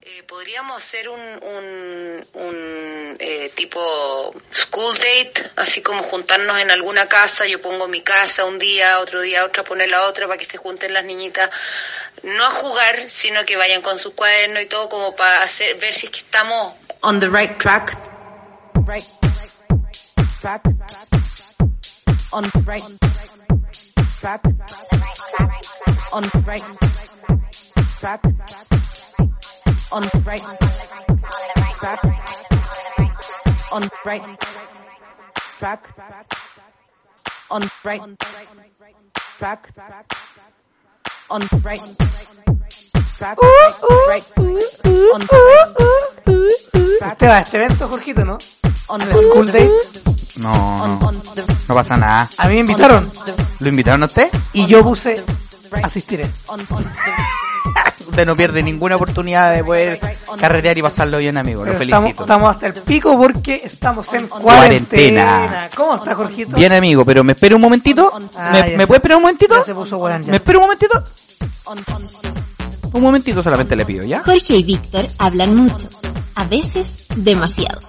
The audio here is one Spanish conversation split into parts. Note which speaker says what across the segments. Speaker 1: Eh, Podríamos hacer un, un, un, eh, tipo school date, así como juntarnos en alguna casa, yo pongo mi casa un día, otro día otra, poner la otra para que se junten las niñitas, no a jugar, sino que vayan con su cuaderno y todo como para hacer, ver si es que estamos on the right track. Right track. On the right track. On the right track on the right track on the right track on the right track on the right track on the right
Speaker 2: Este va a este evento, Jorgito, ¿no?
Speaker 1: on
Speaker 2: El School Day.
Speaker 3: No, no,
Speaker 1: the
Speaker 3: no pasa nada.
Speaker 2: A mí me invitaron
Speaker 3: ¿Lo invitaron a usted?
Speaker 2: y yo puse asistiré.
Speaker 3: Usted no pierde ninguna oportunidad de poder carrerear y pasarlo bien, amigo. Lo
Speaker 2: Pero
Speaker 3: felicito.
Speaker 2: estamos, estamos hasta el pico porque estamos en
Speaker 3: Cuarentena.
Speaker 2: cuarentena. ¿Cómo está, Jorgito?
Speaker 3: Bien, amigo, pero me espera un momentito.
Speaker 2: Ah,
Speaker 3: ¿Me,
Speaker 2: ya
Speaker 3: me
Speaker 2: se-
Speaker 3: puede esperar un momentito?
Speaker 2: Ya se puso weón ya.
Speaker 3: ¿Me espera un momentito? Un momentito solamente le pido, ¿ya?
Speaker 4: Jorge y Víctor hablan mucho, a veces demasiado.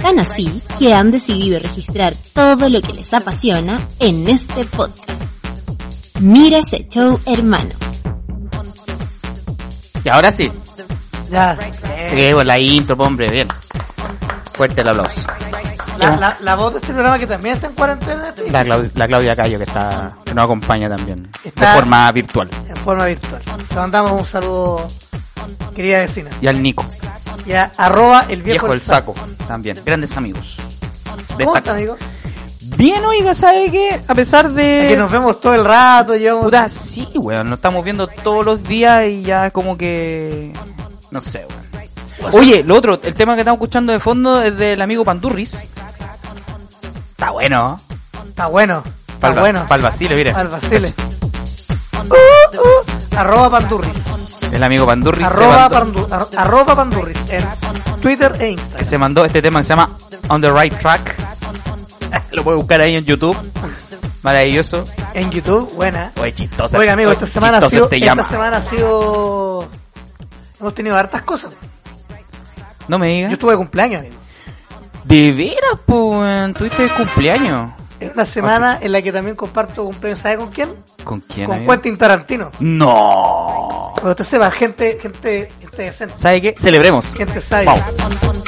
Speaker 4: Tan así que han decidido registrar todo lo que les apasiona en este podcast. Mira ese show, hermano.
Speaker 3: Y ahora sí.
Speaker 2: Ya. Eh,
Speaker 3: Sí, pues, la intro, pues, hombre, bien. Fuerte el aplauso.
Speaker 2: la, la, la voz de este programa que también está en cuarentena sí,
Speaker 3: La, Clau- la Claudia Cayo que está, que nos acompaña también.
Speaker 2: Está-
Speaker 3: De forma virtual.
Speaker 2: en forma virtual. Te mandamos un saludo, querida vecina.
Speaker 3: Y al Nico,
Speaker 2: Y a arroba el viejo,
Speaker 3: viejo el saco, también. Grandes amigos. De
Speaker 2: ¿Cómo
Speaker 3: esta-
Speaker 2: estás, amigo?
Speaker 3: Bien, oiga, ¿sabe qué? A pesar de...
Speaker 2: Que nos vemos todo el rato, llevamos...
Speaker 3: Puta, sí, weón. Nos estamos viendo todos los días y ya es como que... No sé, weón. Oye, lo otro, el tema que estamos escuchando de fondo es del amigo Pandurris. Está bueno. ¿eh?
Speaker 2: Está bueno, está
Speaker 3: Pa'l va-
Speaker 2: bueno.
Speaker 3: pa'l vacile, mira.
Speaker 2: Al Basile. Uh, uh, arroba Pandurris.
Speaker 3: El amigo Pandurris se
Speaker 2: Arroba,
Speaker 3: mandó-
Speaker 2: pandu, arro- arroba Pandurris en Twitter e Instagram.
Speaker 3: se mandó este tema que se llama On the Right Track. lo puedes buscar ahí en YouTube. Maravilloso.
Speaker 2: En YouTube, buena.
Speaker 3: Oye, chistoso.
Speaker 2: Oiga, amigo, esta
Speaker 3: Oye,
Speaker 2: semana ha
Speaker 3: chistoso
Speaker 2: sido.
Speaker 3: este
Speaker 2: esta
Speaker 3: llama.
Speaker 2: semana ha sido. Hemos tenido hartas cosas.
Speaker 3: No me digas.
Speaker 2: Yo estuve de cumpleaños, amigo.
Speaker 3: De veras, pues, tuviste cumpleaños.
Speaker 2: Es una semana en la que también comparto cumpleaños, ¿sabe con quién?
Speaker 3: ¿Con quién?
Speaker 2: Con
Speaker 3: amigo?
Speaker 2: Quentin Tarantino.
Speaker 3: No.
Speaker 2: Pero usted sepa, gente, gente, gente decente,
Speaker 3: ¿Sabe qué? Celebremos.
Speaker 2: gente sabia.
Speaker 3: Vamos.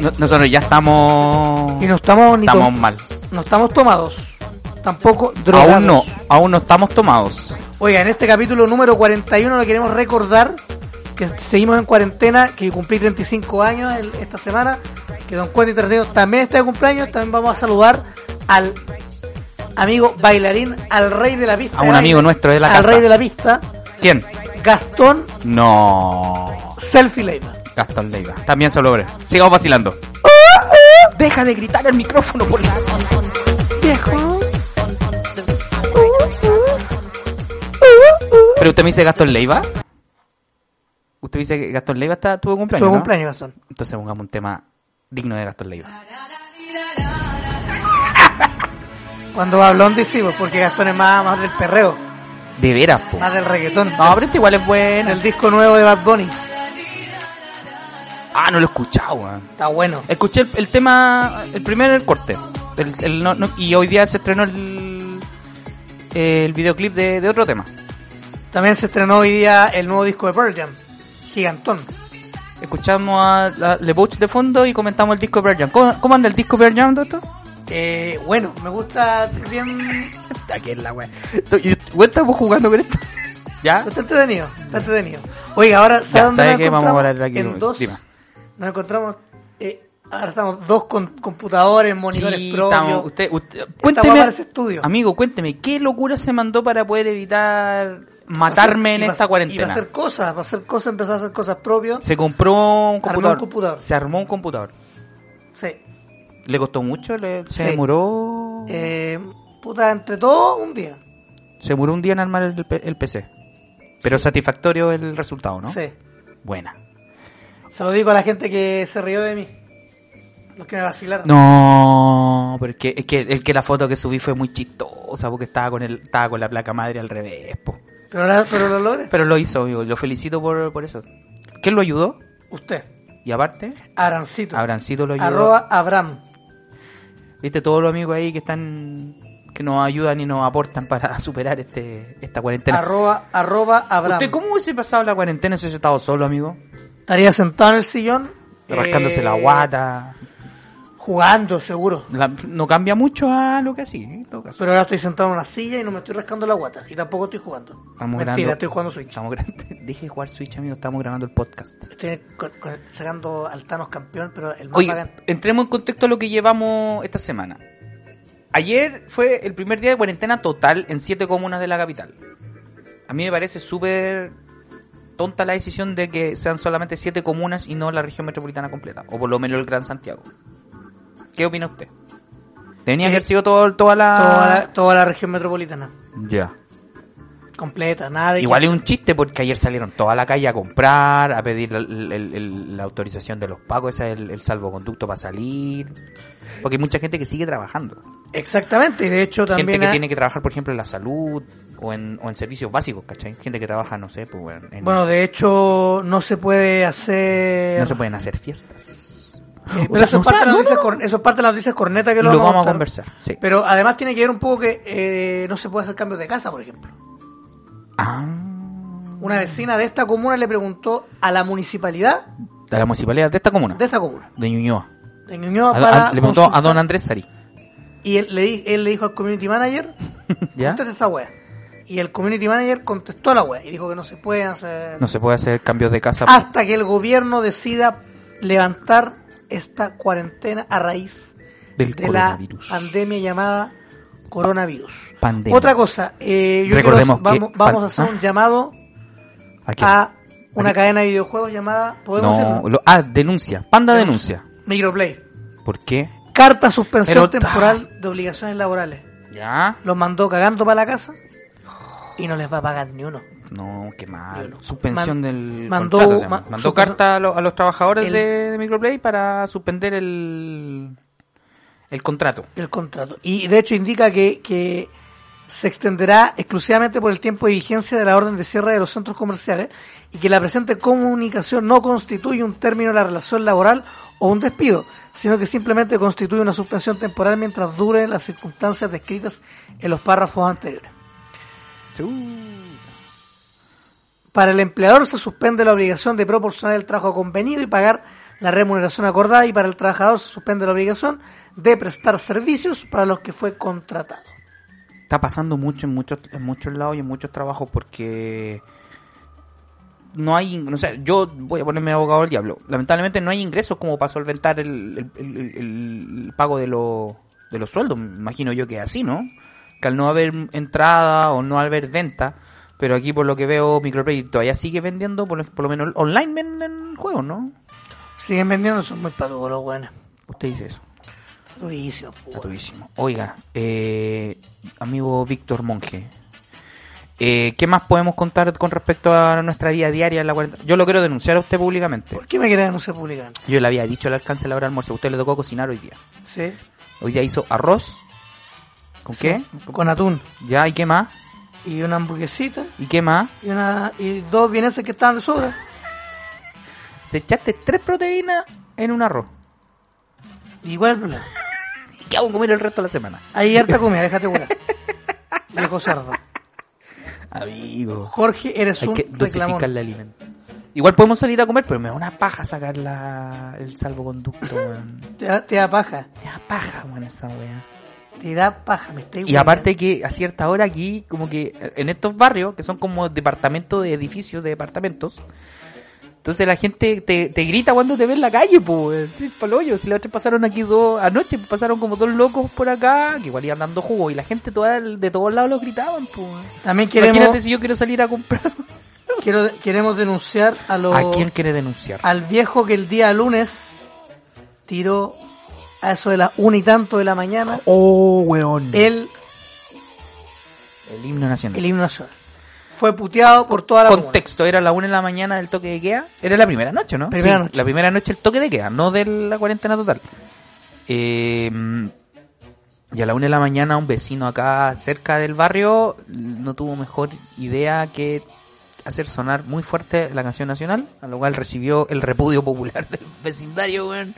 Speaker 3: No- Nosotros ya estamos.
Speaker 2: Y no estamos ni
Speaker 3: estamos
Speaker 2: tom-
Speaker 3: mal.
Speaker 2: no estamos tomados. Tampoco drogados.
Speaker 3: Aún no, aún no estamos tomados.
Speaker 2: Oiga, en este capítulo número 41 le queremos recordar que seguimos en cuarentena, que cumplí 35 años el- esta semana, que Don Quentin Tarantino también está de cumpleaños, también vamos a saludar al amigo bailarín, al rey de la pista.
Speaker 3: A un
Speaker 2: de
Speaker 3: amigo
Speaker 2: baile,
Speaker 3: nuestro de la
Speaker 2: Al
Speaker 3: casa.
Speaker 2: rey de la pista,
Speaker 3: ¿Quién?
Speaker 2: Gastón
Speaker 3: No.
Speaker 2: Selfie Leyman.
Speaker 3: Gastón Leiva. También se logré. Sigamos vacilando. Deja de gritar al micrófono, por la...
Speaker 2: Viejo.
Speaker 3: Pero usted me dice Gastón Leiva. Usted me dice que Gastón Leiva está, tuvo cumpleaños.
Speaker 2: Tu
Speaker 3: ¿no?
Speaker 2: cumpleaños, Gastón.
Speaker 3: Entonces pongamos un tema digno de Gastón Leiva.
Speaker 2: Cuando va Blondie sí, pues, porque Gastón es más, más del perreo,
Speaker 3: De veras, po.
Speaker 2: más del reggaetón.
Speaker 3: No, pero este igual es
Speaker 2: En
Speaker 3: bueno.
Speaker 2: el disco nuevo de Bad Bunny.
Speaker 3: Ah, no lo he escuchado, weón.
Speaker 2: Está bueno.
Speaker 3: Escuché el, el tema, el primer el corte. El- el no- no- y hoy día se estrenó el, el videoclip de, de otro tema.
Speaker 2: También se estrenó hoy día el nuevo disco de Pearl Jam, Gigantón.
Speaker 3: Escuchamos a la- Le Bouch de fondo y comentamos el disco de Pearl Jam. ¿Cómo, cómo anda el disco de Pearl Jam, doctor?
Speaker 2: Eh, bueno, me gusta bien...
Speaker 3: Aquí es la wea. Igual estamos jugando con esto. ¿Ya?
Speaker 2: pero Está entretenido, está entretenido. Oiga, ahora, ¿sabes
Speaker 3: Ya,
Speaker 2: dónde
Speaker 3: ¿sabe
Speaker 2: nos
Speaker 3: qué? Vamos a
Speaker 2: encontramos?
Speaker 3: parar aquí
Speaker 2: en
Speaker 3: nomás.
Speaker 2: dos,
Speaker 3: Dime.
Speaker 2: nos encontramos... eh, ahora estamos dos con computadores, monitores
Speaker 3: Sí,
Speaker 2: propios.
Speaker 3: estamos- usted, usted-
Speaker 2: guapa
Speaker 3: cuénteme,
Speaker 2: para ese estudio.
Speaker 3: amigo, cuénteme, ¿qué locura se mandó para poder evitar matarme
Speaker 2: Iba a
Speaker 3: en
Speaker 2: hacer-
Speaker 3: esta
Speaker 2: Iba a
Speaker 3: cuarentena?
Speaker 2: hacer cosas, va a hacer cosas, empezó a hacer cosas propias.
Speaker 3: Se compró un computador.
Speaker 2: un computador.
Speaker 3: Se armó un computador.
Speaker 2: Sí.
Speaker 3: ¿Le costó mucho? ¿Le- ¿Se
Speaker 2: Sí.
Speaker 3: demoró?
Speaker 2: Eh, puta, entre todo, un día.
Speaker 3: Se demoró un día en armar el, P- el PC. Pero satisfactorio el resultado, ¿no?
Speaker 2: Sí.
Speaker 3: Buena.
Speaker 2: Se lo digo a la gente que se rió de mí. Los que me vacilaron.
Speaker 3: No, porque es que, es que la foto que subí fue muy chistosa porque estaba con el, estaba con la placa madre al revés, po.
Speaker 2: Pero, ahora- pero lo logré.
Speaker 3: Pero lo hizo, amigo, y lo felicito por, por eso. ¿Quién lo ayudó?
Speaker 2: Usted.
Speaker 3: Y aparte,
Speaker 2: Abrancito.
Speaker 3: Abrancito lo ayudó.
Speaker 2: Arroba Abram.
Speaker 3: Viste todos los amigos ahí que están que nos ayudan y nos aportan para superar este esta cuarentena.
Speaker 2: Arroba, arroba Abram.
Speaker 3: ¿Usted cómo hubiese pasado la cuarentena si hubiese estado solo, amigo?
Speaker 2: Estaría sentado en el sillón.
Speaker 3: Rascándose
Speaker 2: eh,
Speaker 3: la guata.
Speaker 2: Jugando, seguro.
Speaker 3: La- no cambia mucho a lo que así, en todo caso.
Speaker 2: Pero ahora estoy sentado en una silla y no me estoy rascando la guata. Y tampoco estoy jugando.
Speaker 3: Estamos
Speaker 2: Mentira,
Speaker 3: grabando-
Speaker 2: estoy jugando Switch.
Speaker 3: Estamos grabando. Deje de jugar Switch, amigo. Estamos grabando el podcast.
Speaker 2: Estoy con- con- sacando al Thanos campeón, pero el más
Speaker 3: Oye,
Speaker 2: bacán.
Speaker 3: entremos en contexto a lo que llevamos esta semana. Ayer fue el primer día de cuarentena total en siete comunas de la capital. A mí me parece súper tonta la decisión de que sean solamente siete comunas y no la región metropolitana completa, o por lo menos el Gran Santiago. ¿Qué opina usted? Tenía que haber sido todo- toda la...
Speaker 2: Eh, Toda, la, toda la región metropolitana.
Speaker 3: Ya.
Speaker 2: Completa, nada de
Speaker 3: Igual
Speaker 2: que-
Speaker 3: es un chiste porque ayer salieron toda la calle a comprar, a pedir la, el- el- la autorización de los pagos, ese es el, el salvoconducto para salir. Porque hay mucha gente que sigue trabajando.
Speaker 2: Exactamente, y de hecho también.
Speaker 3: gente que
Speaker 2: ha-
Speaker 3: tiene que trabajar, por ejemplo, en la salud o en, o en servicios básicos, ¿cachai? Gente que trabaja, no sé, pues, bueno, en-
Speaker 2: Bueno, de hecho, no se puede hacer.
Speaker 3: no se pueden hacer fiestas.
Speaker 2: Eh,
Speaker 3: O
Speaker 2: pero
Speaker 3: sea,
Speaker 2: eso,
Speaker 3: no
Speaker 2: es parte de
Speaker 3: sé,
Speaker 2: las
Speaker 3: no,
Speaker 2: noticias
Speaker 3: no,
Speaker 2: cor- eso es parte de las noticias cornetas que lo,
Speaker 3: Lo vamos a
Speaker 2: contar.
Speaker 3: conversar, sí.
Speaker 2: Pero además tiene que ver un poco que eh, no se puede hacer cambios de casa, por ejemplo.
Speaker 3: Ah,
Speaker 2: Una vecina de esta comuna le preguntó a la municipalidad
Speaker 3: de la municipalidad de esta comuna,
Speaker 2: de
Speaker 3: de,
Speaker 2: esta comuna,
Speaker 3: Ñuñoa.
Speaker 2: de Ñuñoa,
Speaker 3: A- a-
Speaker 2: para
Speaker 3: le preguntó a
Speaker 2: consultar-
Speaker 3: don Andrés Sari.
Speaker 2: Y él le, di- él le dijo al community manager,
Speaker 3: ¿Ya?
Speaker 2: contesta esta wea. Y el community manager contestó a la wea y dijo que no se pueden hacer...
Speaker 3: No se puede hacer cambios de casa.
Speaker 2: hasta que el gobierno decida levantar esta cuarentena a raíz
Speaker 3: Del
Speaker 2: de la ah,
Speaker 3: coronavirus.
Speaker 2: pandemia llamada coronavirus.
Speaker 3: Pandemia.
Speaker 2: Otra cosa, eh, yo
Speaker 3: Recordemos
Speaker 2: quiero- vamos,
Speaker 3: que-
Speaker 2: vamos a
Speaker 3: pan-
Speaker 2: hacer
Speaker 3: ¿ah?
Speaker 2: un llamado
Speaker 3: ¿A quién?
Speaker 2: a una
Speaker 3: ¿A qué?
Speaker 2: cadena de videojuegos llamada, ah, podemos
Speaker 3: No,
Speaker 2: hacerlo?
Speaker 3: lo- ah, denuncia. Panda denuncia.
Speaker 2: Microplay.
Speaker 3: ¿Por qué?
Speaker 2: Carta suspensión
Speaker 3: Pero-
Speaker 2: temporal de obligaciones laborales.
Speaker 3: Ya.
Speaker 2: Los mandó cagando para la casa y no les va a pagar ni uno.
Speaker 3: No, qué mal.
Speaker 2: Bueno,
Speaker 3: Suspensión
Speaker 2: man-
Speaker 3: del
Speaker 2: mandó-
Speaker 3: contrato, se llama.
Speaker 2: ma-
Speaker 3: mandó
Speaker 2: suspenso-
Speaker 3: carta a, lo- a los trabajadores
Speaker 2: El-
Speaker 3: de, de Microplay para suspender el el contrato.
Speaker 2: El contrato. Y de hecho indica que, que se extenderá exclusivamente por el tiempo de vigencia de la orden de cierre de los centros comerciales y que la presente comunicación no constituye un término de la relación laboral o un despido, sino que simplemente constituye una suspensión temporal mientras duren las circunstancias descritas en los párrafos anteriores. Para el empleador se suspende la obligación de proporcionar el trabajo convenido y pagar la remuneración acordada y para el trabajador se suspende la obligación de prestar servicios para los que fue contratado.
Speaker 3: Está pasando mucho en muchos en muchos lados y en muchos trabajos porque no hay, no sé, yo voy a ponerme abogado del diablo. Lamentablemente no hay ingresos como para solventar el, el- el- el- el pago de, los de los sueldos. Me imagino yo que es así, ¿no? Que al no haber entrada o no haber venta, pero aquí por lo que veo Microplay todavía sigue vendiendo, por lo, por lo menos online venden juegos, ¿no?
Speaker 2: Siguen vendiendo, son muy patudos los buenos.
Speaker 3: Usted dice eso.
Speaker 2: Patudísimos, po,
Speaker 3: Está
Speaker 2: weón.
Speaker 3: tuvísimo. Oiga, eh, amigo Víctor Monge, eh, ¿qué más podemos contar con respecto a nuestra vida diaria en la cuarentena? Yo lo quiero denunciar a usted públicamente.
Speaker 2: ¿Por qué me quieren denunciar públicamente?
Speaker 3: Yo le había dicho al alcance de la hora de almuerzo, a usted le tocó cocinar hoy día.
Speaker 2: ¿Sí?
Speaker 3: Hoy día hizo arroz. ¿Con qué?
Speaker 2: Con atún.
Speaker 3: Ya, ¿y qué más?
Speaker 2: Y una hamburguesita
Speaker 3: ¿Y qué más?
Speaker 2: y una y dos vieneses que estaban de sobra.
Speaker 3: Se echaste tres proteínas en un arroz.
Speaker 2: Igual el problema.
Speaker 3: ¿Y ¿Qué hago comer el resto de la semana?
Speaker 2: Hay harta comida, déjate curar. Viejo cerdo.
Speaker 3: Amigo.
Speaker 2: Jorge, eres
Speaker 3: Hay
Speaker 2: un
Speaker 3: que
Speaker 2: reclamón.
Speaker 3: dosificar el alimento. Igual podemos salir a comer, pero me da una paja sacar la, el salvoconducto, weón.
Speaker 2: Te da, te da paja.
Speaker 3: Me da paja, weón, esa weá.
Speaker 2: Te da paja, me estoy
Speaker 3: Y aparte que a cierta hora aquí, como que en estos barrios, que son como departamentos de edificios, de departamentos, entonces la gente te, te grita cuando te ve en la calle, pues, paloyo. Si la otra pasaron aquí dos, anoche pasaron como dos locos por acá, que igual iban dando jugo, y la gente toda, de todos lados los gritaban, pues.
Speaker 2: También
Speaker 3: Imagínate
Speaker 2: queremos,
Speaker 3: si yo quiero salir a comprar.
Speaker 2: quiero, queremos denunciar a los,
Speaker 3: ¿A quién quiere denunciar?
Speaker 2: al viejo que el día lunes tiró a eso de las una y tanto de la mañana
Speaker 3: Oh, weón. El,
Speaker 2: el,
Speaker 3: himno nacional.
Speaker 2: el himno nacional. Fue puteado por toda la comuna.
Speaker 3: Contexto, era la una en la mañana del toque de queda. Era la primera noche, ¿no?
Speaker 2: Primera
Speaker 3: Sí,
Speaker 2: noche.
Speaker 3: La primera noche el toque de queda, no de la cuarentena total. Eh, y a la una de la mañana un vecino acá cerca del barrio no tuvo mejor idea que hacer sonar muy fuerte la canción nacional, a lo cual recibió el repudio popular del vecindario, weón.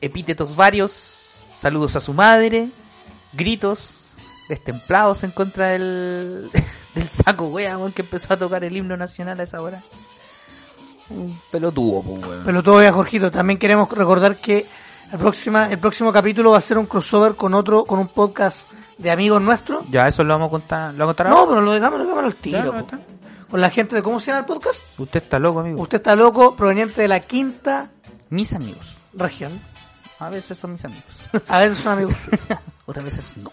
Speaker 3: Epítetos varios, saludos a su madre, gritos, destemplados en contra del, del saco, weón, weón, que empezó a tocar el himno nacional a esa hora. Un pelotudo, po, weón.
Speaker 2: Pero todavía, Jorgito, también queremos recordar que el, próxima, el próximo capítulo va a ser un crossover con otro, con un podcast de amigos nuestros.
Speaker 3: Ya, eso lo vamos a contar, lo vamos a contar
Speaker 2: No,
Speaker 3: ahora.
Speaker 2: pero lo dejamos, lo dejamos al
Speaker 3: Ya,
Speaker 2: tiro.
Speaker 3: no,
Speaker 2: po.
Speaker 3: está.
Speaker 2: Con la gente de cómo se llama el podcast.
Speaker 3: Usted está loco, amigo.
Speaker 2: Usted está loco, proveniente de la quinta
Speaker 3: Mis amigos.
Speaker 2: región.
Speaker 3: A veces son mis amigos.
Speaker 2: A veces son amigos.
Speaker 3: Otras veces no.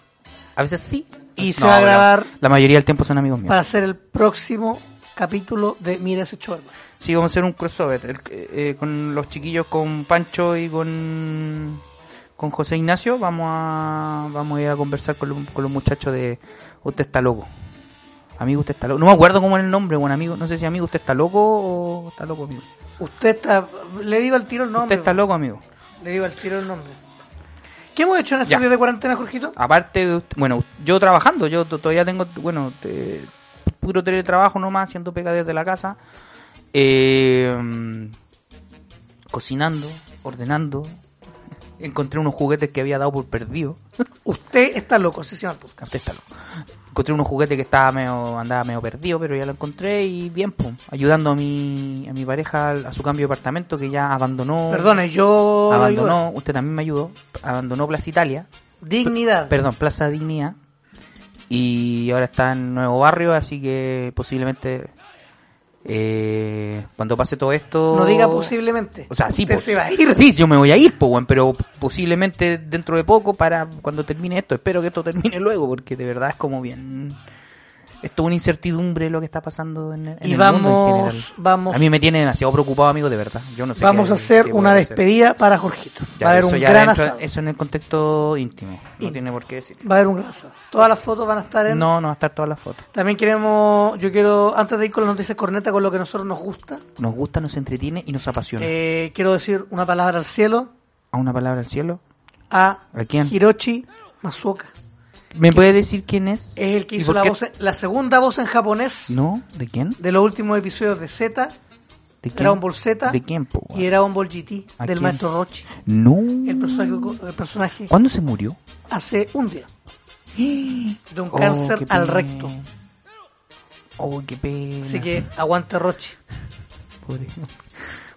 Speaker 3: A veces sí.
Speaker 2: Y se
Speaker 3: No,
Speaker 2: va a
Speaker 3: la-
Speaker 2: grabar
Speaker 3: La, mayoría del tiempo son amigos míos.
Speaker 2: para hacer el próximo capítulo de Mira ese chorba.
Speaker 3: Sí, vamos a hacer un crossover el- eh, eh, con los chiquillos, con Pancho y con con José Ignacio. Vamos a vamos a ir a conversar con, los- con los muchachos de Usted está loco. Amigo, usted está loco. No me acuerdo cómo era el nombre, buen amigo. No sé si amigo, usted está loco o está loco, amigo.
Speaker 2: Usted está... Le digo al tiro el nombre.
Speaker 3: usted está loco, amigo.
Speaker 2: Le digo al tiro el nombre. ¿Qué hemos hecho en estos
Speaker 3: Ya. Ah.
Speaker 2: días de cuarentena, Jorgito?
Speaker 3: aparte de, ust- bueno, yo trabajando, yo to- todavía tengo, bueno, te- puro teletrabajo nomás, haciendo pega desde la casa, eh, mm, cocinando, ordenando, encontré unos juguetes que había dado por perdido,
Speaker 2: Usted está loco, sí, señor. podcast.
Speaker 3: Usted está loco. encontré unos juguetes que estaba medio, andaba medio perdido, pero ya lo encontré y bien, pum, ayudando a mi, a mi pareja al- a su cambio de apartamento que ya abandonó,
Speaker 2: Perdone, yo...
Speaker 3: abandonó, usted también me ayudó, abandonó Plaza Italia,
Speaker 2: Dignidad.
Speaker 3: perdón, Plaza Dignidad. Y ahora está en Nuevo Barrio, así que posiblemente eh, cuando pase todo esto...
Speaker 2: No diga posiblemente.
Speaker 3: O sea, sí,
Speaker 2: Usted
Speaker 3: pues.
Speaker 2: se va a ir.
Speaker 3: Sí, yo me voy a ir, po, weón, pero posiblemente dentro de poco para cuando termine esto. Espero que esto termine luego, porque de verdad es como bien... Esto es una incertidumbre lo que está pasando en, en
Speaker 2: Y
Speaker 3: el mundo en
Speaker 2: vamos-
Speaker 3: general.
Speaker 2: vamos-
Speaker 3: a mí me tiene demasiado preocupado, amigo, de verdad. Yo no sé
Speaker 2: Vamos
Speaker 3: qué-
Speaker 2: a hacer
Speaker 3: qué
Speaker 2: una
Speaker 3: voy hacer.
Speaker 2: despedida para Jorgito.
Speaker 3: Ya,
Speaker 2: va a haber
Speaker 3: eso
Speaker 2: un
Speaker 3: ya
Speaker 2: gran
Speaker 3: dentro-
Speaker 2: asado.
Speaker 3: Eso en el contexto íntimo. No
Speaker 2: Íntimo.
Speaker 3: tiene por qué decir.
Speaker 2: Va a haber un gran asado. Todas las fotos van a estar en...
Speaker 3: No, no va a estar todas las fotos.
Speaker 2: También queremos... Yo quiero, antes de ir con las noticias corneta, con lo que a nosotros nos gusta,
Speaker 3: Nos gusta, nos entretiene y nos apasiona.
Speaker 2: eh, quiero decir una palabra al cielo
Speaker 3: a una palabra al cielo.
Speaker 2: a,
Speaker 3: ¿A quién?
Speaker 2: Hiroshi Masuoka.
Speaker 3: ¿Me puede decir quién es?
Speaker 2: Es el que
Speaker 3: ¿Y
Speaker 2: hizo
Speaker 3: por
Speaker 2: la,
Speaker 3: qué?
Speaker 2: voz, en- la segunda voz en japonés
Speaker 3: No, ¿de quién?
Speaker 2: de los últimos episodios de Z,
Speaker 3: ¿De quién?
Speaker 2: Dragon Ball Z
Speaker 3: ¿De quién, po,
Speaker 2: y Dragon Ball GT
Speaker 3: ¿A
Speaker 2: del
Speaker 3: quién?
Speaker 2: maestro Rochi.
Speaker 3: No.
Speaker 2: El personaje, co- el personaje
Speaker 3: ¿Cuándo se murió?
Speaker 2: hace un día de un
Speaker 3: Oh,
Speaker 2: cáncer
Speaker 3: qué
Speaker 2: al
Speaker 3: pena.
Speaker 2: recto.
Speaker 3: Oh, qué pena.
Speaker 2: Así que aguante Rochi.
Speaker 3: Pobre.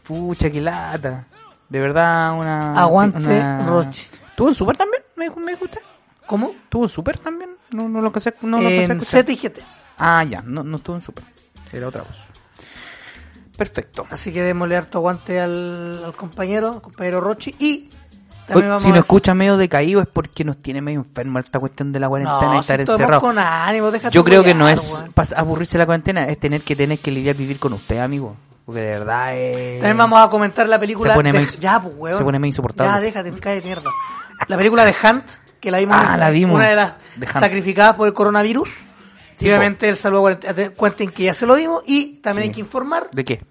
Speaker 3: Pucha, qué lata. De verdad, una...
Speaker 2: Aguante,
Speaker 3: una-
Speaker 2: Roche.
Speaker 3: ¿Tuvo en Super también? ¿Me dijo, me dijo usted?
Speaker 2: ¿Cómo?
Speaker 3: ¿Tuvo en Super también? No, no lo casé. No, lo alcancé a
Speaker 2: en
Speaker 3: escuchar.
Speaker 2: Z y GT.
Speaker 3: Ah, ya, no, no estuvo en Super. Era otra voz. Perfecto.
Speaker 2: Así que démosle harto aguante al, al compañero, al compañero Rochi. Y también
Speaker 3: Oye,
Speaker 2: vamos
Speaker 3: si
Speaker 2: a decir-
Speaker 3: nos escucha medio decaído es porque nos tiene medio enfermo esta cuestión de la cuarentena
Speaker 2: No,
Speaker 3: y
Speaker 2: si
Speaker 3: estar
Speaker 2: estamos
Speaker 3: encerrado.
Speaker 2: con ánimo, déjate
Speaker 3: Yo creo que no
Speaker 2: huear,
Speaker 3: es
Speaker 2: weón.
Speaker 3: pas- aburrirse la cuarentena, es tener que tener que lidiar vivir con usted, amigo. Porque de verdad eh, es...
Speaker 2: También vamos a comentar la película.
Speaker 3: Se pone
Speaker 2: de-
Speaker 3: medio-
Speaker 2: ya, pues, weón.
Speaker 3: se pone medio insoportable.
Speaker 2: Ya, déjate, me cae de mierda. La película de Hunt, que la vimos.
Speaker 3: Ah, la vimos.
Speaker 2: Una de las
Speaker 3: De Hunt.
Speaker 2: sacrificadas por el coronavirus.
Speaker 3: Sí,
Speaker 2: Y obviamente el saludo a cuarent- a Quentin, que ya se lo dimos. Y también
Speaker 3: Sí.
Speaker 2: hay que informar
Speaker 3: ¿De qué?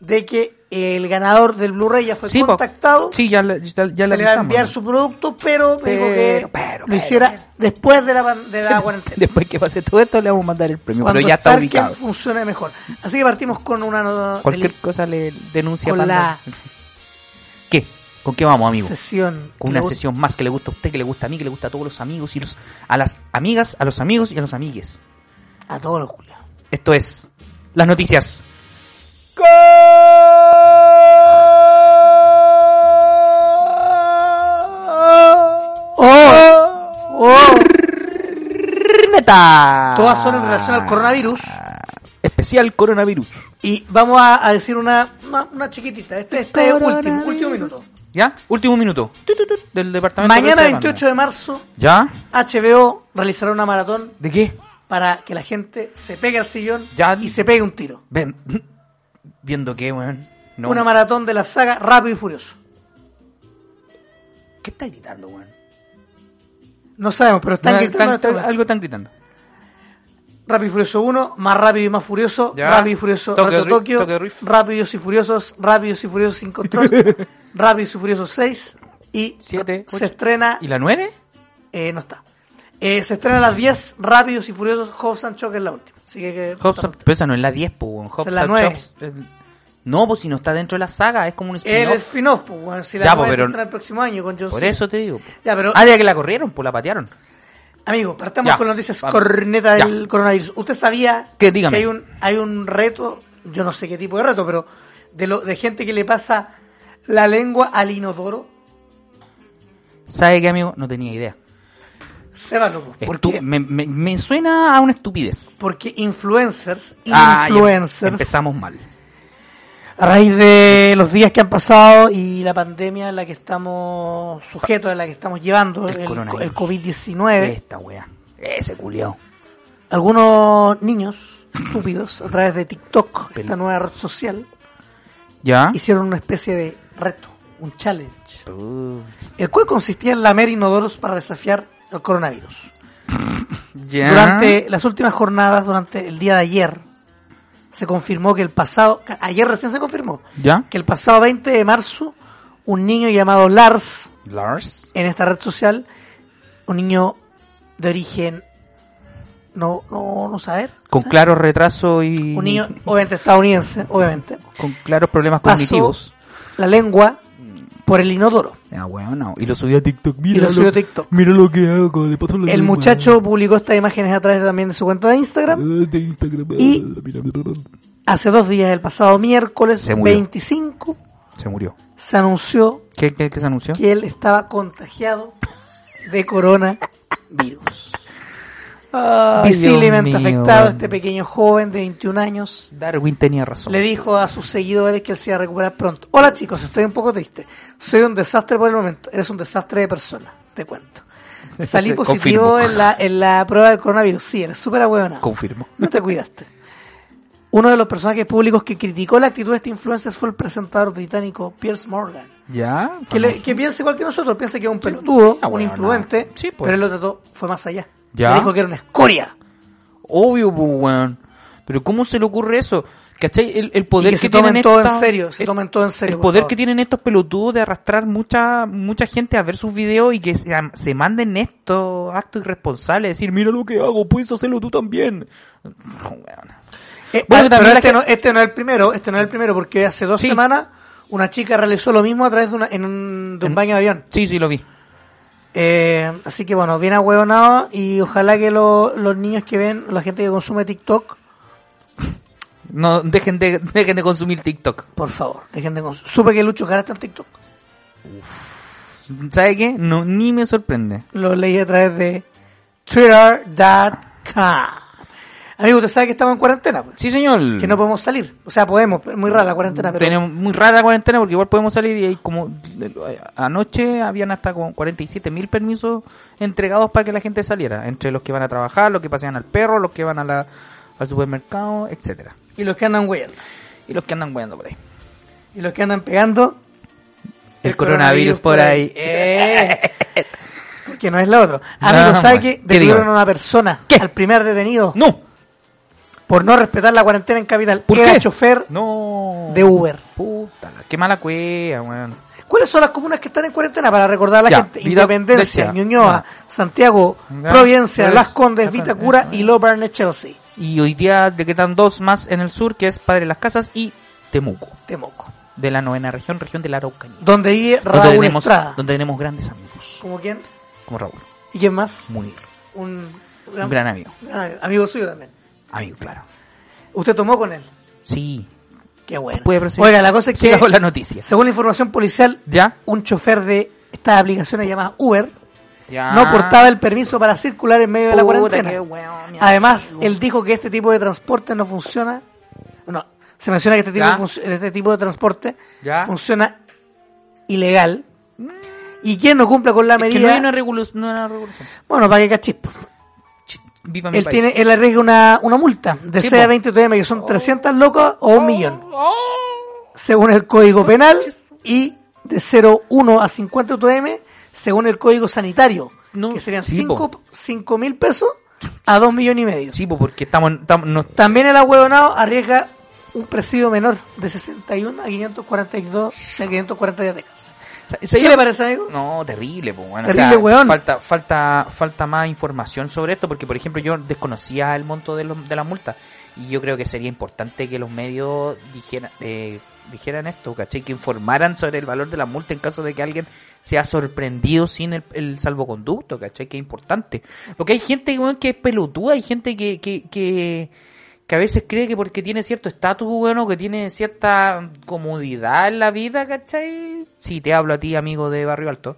Speaker 2: de que el ganador del Blu-ray ya fue
Speaker 3: Sí, po.
Speaker 2: contactado.
Speaker 3: Sí, ya, le- ya, ya
Speaker 2: se le
Speaker 3: le
Speaker 2: va a
Speaker 3: avisamos.
Speaker 2: enviar su producto, pero me dijo que
Speaker 3: Pero, pero,
Speaker 2: lo
Speaker 3: pero.
Speaker 2: hiciera después de la, pan- de la cuarentena.
Speaker 3: Después que pase todo esto le vamos a mandar el premio,
Speaker 2: Cuando
Speaker 3: pero ya está
Speaker 2: Starken
Speaker 3: ubicado.
Speaker 2: funcione mejor. Así que partimos con una no-
Speaker 3: Cualquier cosa le denuncia
Speaker 2: con
Speaker 3: Panda.
Speaker 2: la
Speaker 3: ¿Qué? ¿Con qué vamos, amigo?
Speaker 2: sesión.
Speaker 3: Con una
Speaker 2: Luego-
Speaker 3: sesión más que le gusta a usted, que le gusta a mí, que le gusta a todos los amigos y los a las amigas, a los amigos y a los amigues.
Speaker 2: A todos los culiados.
Speaker 3: Esto es las noticias.
Speaker 2: ¡Oh! ¡Oh!
Speaker 3: Corneta.
Speaker 2: Todas son en relación al coronavirus.
Speaker 3: Especial coronavirus.
Speaker 2: Y vamos a, a decir una, una, una chiquitita. Este, este es último, último minuto.
Speaker 3: ¿Ya? Último minuto. Tu, tu, tu, Del departamento.
Speaker 2: Mañana,
Speaker 3: de Policía
Speaker 2: 28 de marzo,
Speaker 3: ¿Ya?
Speaker 2: HBO realizará una maratón
Speaker 3: ¿De qué?
Speaker 2: para que la gente se pegue al sillón
Speaker 3: Ya.
Speaker 2: y se pegue un tiro.
Speaker 3: Ven. Viendo qué, weón. No.
Speaker 2: Una maratón de la saga Rápido y Furioso.
Speaker 3: ¿Qué está gritando, weón?
Speaker 2: No sabemos, pero están
Speaker 3: No,
Speaker 2: gritando.
Speaker 3: están-
Speaker 2: en este
Speaker 3: algo están gritando.
Speaker 2: momento. Rápido y Furioso 1, más rápido y más furioso,
Speaker 3: Ya.
Speaker 2: rápido y furioso,
Speaker 3: Tokyo
Speaker 2: Reto
Speaker 3: Drift,
Speaker 2: Tokio,
Speaker 3: Tokyo Drift.
Speaker 2: rápidos y furiosos, rápidos y furiosos sin control, rápidos y furiosos 6, y
Speaker 3: Siete,
Speaker 2: se
Speaker 3: ocho.
Speaker 2: estrena.
Speaker 3: ¿Y la 9?
Speaker 2: eh, no está. Eh, se estrena a las 10 Rápidos y Furiosos. Hobbs and Shock es la última. Así que. que-
Speaker 3: Hobbs and- pero esa no es la 10, pues, weón. Hobbs
Speaker 2: es la
Speaker 3: and
Speaker 2: nueve.
Speaker 3: Shops, eh, No, pues si no está dentro de la saga, es como un
Speaker 2: El
Speaker 3: spin-off.
Speaker 2: spin-off, pues, bueno, si la
Speaker 3: Ya,
Speaker 2: nueva
Speaker 3: pues,
Speaker 2: se
Speaker 3: pero-
Speaker 2: estrena el próximo año con John
Speaker 3: Por
Speaker 2: Cena.
Speaker 3: eso te digo. po.
Speaker 2: Ya, pero-
Speaker 3: Ah, de que la corrieron, pues la patearon.
Speaker 2: Amigo, partamos
Speaker 3: Ya,
Speaker 2: con las noticias
Speaker 3: vamos.
Speaker 2: corneta
Speaker 3: Ya.
Speaker 2: del coronavirus. ¿Usted sabía
Speaker 3: Que dígame.
Speaker 2: hay un hay un reto, yo no sé qué tipo de reto, pero de lo de gente que le pasa la lengua al inodoro?
Speaker 3: ¿Sabe qué, amigo? No tenía idea.
Speaker 2: Seba loco,
Speaker 3: Estu-
Speaker 2: porque
Speaker 3: me, me- me suena a una estupidez.
Speaker 2: porque influencers,
Speaker 3: Ah, ya
Speaker 2: influencers
Speaker 3: empezamos mal.
Speaker 2: a raíz de los días que han pasado y la pandemia en la que estamos sujetos, en la que estamos llevando
Speaker 3: El
Speaker 2: el,
Speaker 3: coronavirus.
Speaker 2: el COVID-19,
Speaker 3: Esta weá. Ese culiao.
Speaker 2: algunos niños estúpidos a través de TikTok,
Speaker 3: Pel-
Speaker 2: esta nueva red social
Speaker 3: ¿Ya?
Speaker 2: hicieron una especie de reto, un challenge, el cual consistía en lamer inodoros para desafiar el coronavirus.
Speaker 3: Ya.
Speaker 2: Durante las últimas jornadas, durante el día de ayer, se confirmó que el pasado, ca- ayer recién se confirmó,
Speaker 3: ¿Ya?
Speaker 2: que el pasado 20 de marzo, un niño llamado Lars,
Speaker 3: Lars.
Speaker 2: en esta red social, un niño de origen, no, no, no saber,
Speaker 3: Con claros retrasos y.
Speaker 2: un niño, obviamente estadounidense, obviamente,
Speaker 3: Con claros problemas
Speaker 2: Pasó.
Speaker 3: cognitivos.
Speaker 2: la lengua por el inodoro.
Speaker 3: Ah, weón, no. Y lo subió a TikTok. Mira
Speaker 2: Y lo subió a TikTok.
Speaker 3: Mira lo que hago. Le paso la
Speaker 2: El
Speaker 3: lengua.
Speaker 2: muchacho publicó estas imágenes a través también de su cuenta de Instagram.
Speaker 3: Ah, de Instagram.
Speaker 2: Y-
Speaker 3: Ah, mira, mira.
Speaker 2: Hace dos días, el pasado miércoles
Speaker 3: Se murió.
Speaker 2: 25,
Speaker 3: Se murió.
Speaker 2: se anunció
Speaker 3: ¿Qué, qué, qué se anunció?
Speaker 2: que él estaba contagiado de coronavirus.
Speaker 3: Ay,
Speaker 2: Visiblemente
Speaker 3: Dios mío,
Speaker 2: afectado,
Speaker 3: weón.
Speaker 2: este pequeño joven de 21 años
Speaker 3: Darwin tenía razón.
Speaker 2: le dijo a sus seguidores que él se iba a recuperar pronto. Hola chicos, estoy un poco triste. Soy un desastre por el momento. Eres un desastre de persona, te cuento. Salí positivo
Speaker 3: Confirmo.
Speaker 2: en la, en la prueba del coronavirus. Sí, eres súper ahueonado.
Speaker 3: Confirmo.
Speaker 2: No te cuidaste. Uno de los personajes públicos que criticó la actitud de este influencer fue el presentador británico Piers Morgan.
Speaker 3: ¿Ya?
Speaker 2: Que, le- que piensa igual que nosotros, piensa que es un pelotudo,
Speaker 3: Ah,
Speaker 2: un
Speaker 3: bueno,
Speaker 2: imprudente,
Speaker 3: no. Sí, pues.
Speaker 2: pero él lo trató, fue más allá.
Speaker 3: Ya.
Speaker 2: Le dijo que era una escoria.
Speaker 3: Obvio, pues, weón. Pero ¿cómo se le ocurre eso? ¿Cachai? El, el poder
Speaker 2: Y que
Speaker 3: que,
Speaker 2: se
Speaker 3: tienen
Speaker 2: tomen todo
Speaker 3: esta-
Speaker 2: en serio, se
Speaker 3: el-
Speaker 2: tomen todo en serio,
Speaker 3: El
Speaker 2: por
Speaker 3: poder
Speaker 2: favor.
Speaker 3: que tienen estos pelotudos de arrastrar mucha mucha gente a ver sus videos y que se, se manden estos actos irresponsables, decir, mira lo que hago, puedes hacerlo tú también. No, weón.
Speaker 2: Eh,
Speaker 3: Bueno,
Speaker 2: ah,
Speaker 3: también
Speaker 2: pero
Speaker 3: la
Speaker 2: este,
Speaker 3: gente-
Speaker 2: no, este no es el primero, este no es el primero, porque hace dos
Speaker 3: Sí.
Speaker 2: semanas una chica realizó lo mismo a través de, una- en un, de un
Speaker 3: En-
Speaker 2: baño de avión.
Speaker 3: Sí, sí, lo vi.
Speaker 2: Eh, así que bueno, bien ahueonado y ojalá que lo- los niños que ven, la gente que consume TikTok,
Speaker 3: No, dejen de, dejen de consumir TikTok.
Speaker 2: por favor, dejen de consumir. Supe que Lucho Jara está en TikTok.
Speaker 3: ¿Sabe qué? No, ni me sorprende.
Speaker 2: Lo leí a través de twitter.com. Amigo, usted sabe que estamos en cuarentena, pues?
Speaker 3: Sí, señor.
Speaker 2: que no podemos salir. O sea, podemos, pero es muy rara la cuarentena, pero
Speaker 3: Tenemos muy rara la cuarentena porque igual podemos salir y hay como de- anoche habían hasta como 47 mil permisos entregados para que la gente saliera, entre los que van a trabajar, los que pasean al perro, los que van a la, al supermercado, etcétera
Speaker 2: y los que andan hueando,
Speaker 3: Y los que andan weando por ahí.
Speaker 2: y los que andan pegando
Speaker 3: El, coronavirus, por ahí.
Speaker 2: Eh, porque no es la otra. Amigo,
Speaker 3: No,
Speaker 2: ¿sabe
Speaker 3: bueno.
Speaker 2: que
Speaker 3: ¿Qué
Speaker 2: detuvieron
Speaker 3: digo?
Speaker 2: a una persona
Speaker 3: ¿Qué?
Speaker 2: al primer detenido
Speaker 3: No.
Speaker 2: por no respetar la cuarentena en capital?
Speaker 3: ¿Por
Speaker 2: Era
Speaker 3: qué?
Speaker 2: chofer
Speaker 3: No.
Speaker 2: de Uber.
Speaker 3: Puta, la- qué mala cueva, weón.
Speaker 2: ¿Cuáles son las comunas que están en cuarentena para recordar a la
Speaker 3: Ya,
Speaker 2: gente?
Speaker 3: Vita-
Speaker 2: Independencia,
Speaker 3: Decia.
Speaker 2: Ñuñoa, Santiago,
Speaker 3: Ya,
Speaker 2: Providencia,
Speaker 3: pero
Speaker 2: Las
Speaker 3: es-
Speaker 2: Condes,
Speaker 3: ya,
Speaker 2: Vitacura
Speaker 3: ya, ya.
Speaker 2: y Lobarne, Chelsea,
Speaker 3: Y hoy día decretan dos más en el sur, que es Padre Las Casas y Temuco,
Speaker 2: Temuco.
Speaker 3: de la novena región, región de la Araucanía.
Speaker 2: Donde vive
Speaker 3: donde
Speaker 2: Raúl
Speaker 3: tenemos,
Speaker 2: Estrada.
Speaker 3: donde tenemos grandes amigos,
Speaker 2: ¿Como quién?
Speaker 3: como Raúl
Speaker 2: ¿Y quién más?
Speaker 3: Munir,
Speaker 2: Un, gran-
Speaker 3: un gran amigo,
Speaker 2: gran amigo, amigo suyo también.
Speaker 3: amigo, claro.
Speaker 2: ¿Usted tomó con él?
Speaker 3: Sí,
Speaker 2: Qué bueno.
Speaker 3: puede proseguir.
Speaker 2: Oiga, la cosa es que,
Speaker 3: Siga con la noticia.
Speaker 2: según la información policial,
Speaker 3: ¿Ya?
Speaker 2: un chofer de estas aplicaciones llamadas Uber
Speaker 3: Ya.
Speaker 2: no portaba el permiso para circular en medio de la
Speaker 3: Ah. Puta,
Speaker 2: cuarentena.
Speaker 3: qué weón, mi
Speaker 2: Además,
Speaker 3: amigo.
Speaker 2: él dijo que este tipo de transporte no funciona. No, se menciona que este tipo, de,
Speaker 3: Ya.
Speaker 2: func- este tipo de transporte
Speaker 3: Ya.
Speaker 2: funciona ilegal. Y quien no cumpla con la
Speaker 3: Es que
Speaker 2: medida.
Speaker 3: no hay una regulación, no hay una regulación.
Speaker 2: Bueno, para que cachispo.
Speaker 3: Ch- Viva mi
Speaker 2: Él,
Speaker 3: país.
Speaker 2: tiene, él arriesga una, una multa de
Speaker 3: Sí,
Speaker 2: 6 a
Speaker 3: po.
Speaker 2: 20 TM, que son 300 locos o un millón,
Speaker 3: Oh.
Speaker 2: según el Código Penal, y de 0,1 a 50 TM, según el Código Sanitario,
Speaker 3: No,
Speaker 2: que serían
Speaker 3: sí, po.
Speaker 2: 5 mil pesos a 2 millones y medio.
Speaker 3: Sí, pues, porque estamos, estamos no-
Speaker 2: También el ahueonado arriesga un presidio menor de 61 a 542, de 540 días de cárcel.
Speaker 3: ¿Qué
Speaker 2: le parece, amigo?
Speaker 3: No, terrible, pues, bueno.
Speaker 2: Terrible, weón.
Speaker 3: Falta, falta, falta más información sobre esto, porque, por ejemplo, yo desconocía el monto de, los- de la multa. Y yo creo que sería importante que los medios dijeran, eh, dijeran esto, ¿cachai? Que informaran sobre el valor de la multa en caso de que alguien sea sorprendido sin el, el salvoconducto, ¿cachai? Que es importante. Porque hay gente, weón, que es pelotuda, hay gente que, que, que, que a veces cree que porque tiene cierto estatus, weón, o que tiene cierta comodidad en la vida, ¿cachai? Si te hablo a ti, amigo de Barrio Alto,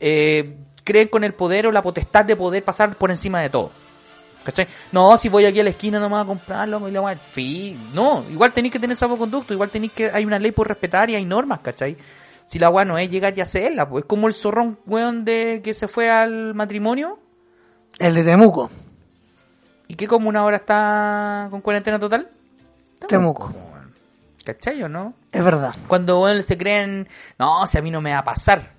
Speaker 3: eh, creen con el poder o la potestad de poder pasar por encima de todo. ¿Cachai? No, si voy aquí a la esquina nomás a comprarlo, y la weá. Sí, no, igual tenéis que tener salvoconducto, igual tenéis que, hay una ley por respetar y hay normas, ¿cachai? Si la weá no es llegar y hacerla, pues es como el zorrón, weón, de que se fue al matrimonio
Speaker 2: El de Temuco.
Speaker 3: y que como una hora está con cuarentena total.
Speaker 2: Temuco.
Speaker 3: ¿Cachai o no?
Speaker 2: Es verdad.
Speaker 3: Cuando weón, se creen, no, si a mí no me va a pasar.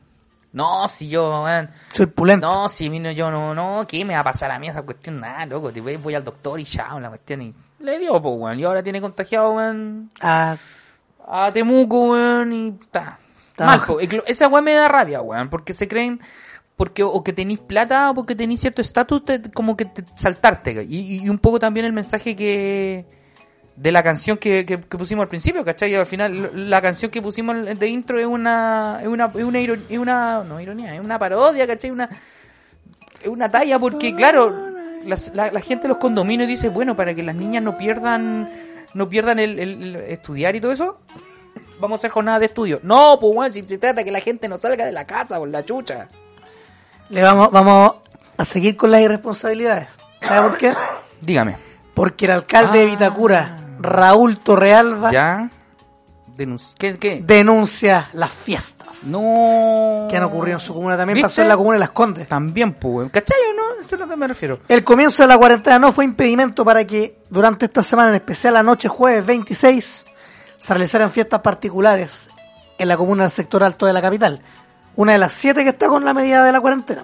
Speaker 3: No, si yo, weón,
Speaker 2: Soy pulento.
Speaker 3: no, si a mí no, yo no, no, ¿qué me va a pasar a mí esa cuestión? Nada, loco, te voy, voy al doctor y ya, la cuestión. Y le dio, pues, weón, y ahora tiene contagiado, weón,
Speaker 2: Ah,
Speaker 3: a Temuco, weón, y ta.
Speaker 2: Ta
Speaker 3: Mal,
Speaker 2: baja.
Speaker 3: po. Eclo- esa weón me da rabia, weón, porque se creen, porque o que tenéis plata o porque tenéis cierto estatus, te- como que te- saltarte. Y, y un poco también el mensaje que de la canción que, que- que pusimos al principio, ¿cachai? Y al final, lo- la canción que pusimos de intro es una, es una, es una, iro- es una, no ironía, es una parodia, ¿cachai? Una, es una talla porque claro las- la, la gente de los condominios dice bueno para que las niñas no pierdan no pierdan el, el- el estudiar y todo eso vamos a hacer jornada de estudio no pues bueno si se trata que la gente no salga de la casa por la chucha
Speaker 2: le vamos, vamos a seguir con las irresponsabilidades. ¿Sabes por qué?
Speaker 3: dígame
Speaker 2: Porque el alcalde de Vitacura, Raúl Torrealba,
Speaker 3: Ah. ya Denunci- ¿Qué, qué?
Speaker 2: denuncia las fiestas
Speaker 3: no
Speaker 2: que han ocurrido en su comuna. También
Speaker 3: ¿Viste?
Speaker 2: pasó en la comuna de Las Condes.
Speaker 3: también pues weón. ¿cachai o no? eso es lo que me refiero
Speaker 2: El comienzo de la cuarentena no fue impedimento para que durante esta semana, en especial la noche jueves 26, se realizaran fiestas particulares en la comuna del sector alto de la capital. Una de las siete que está con la medida de la cuarentena.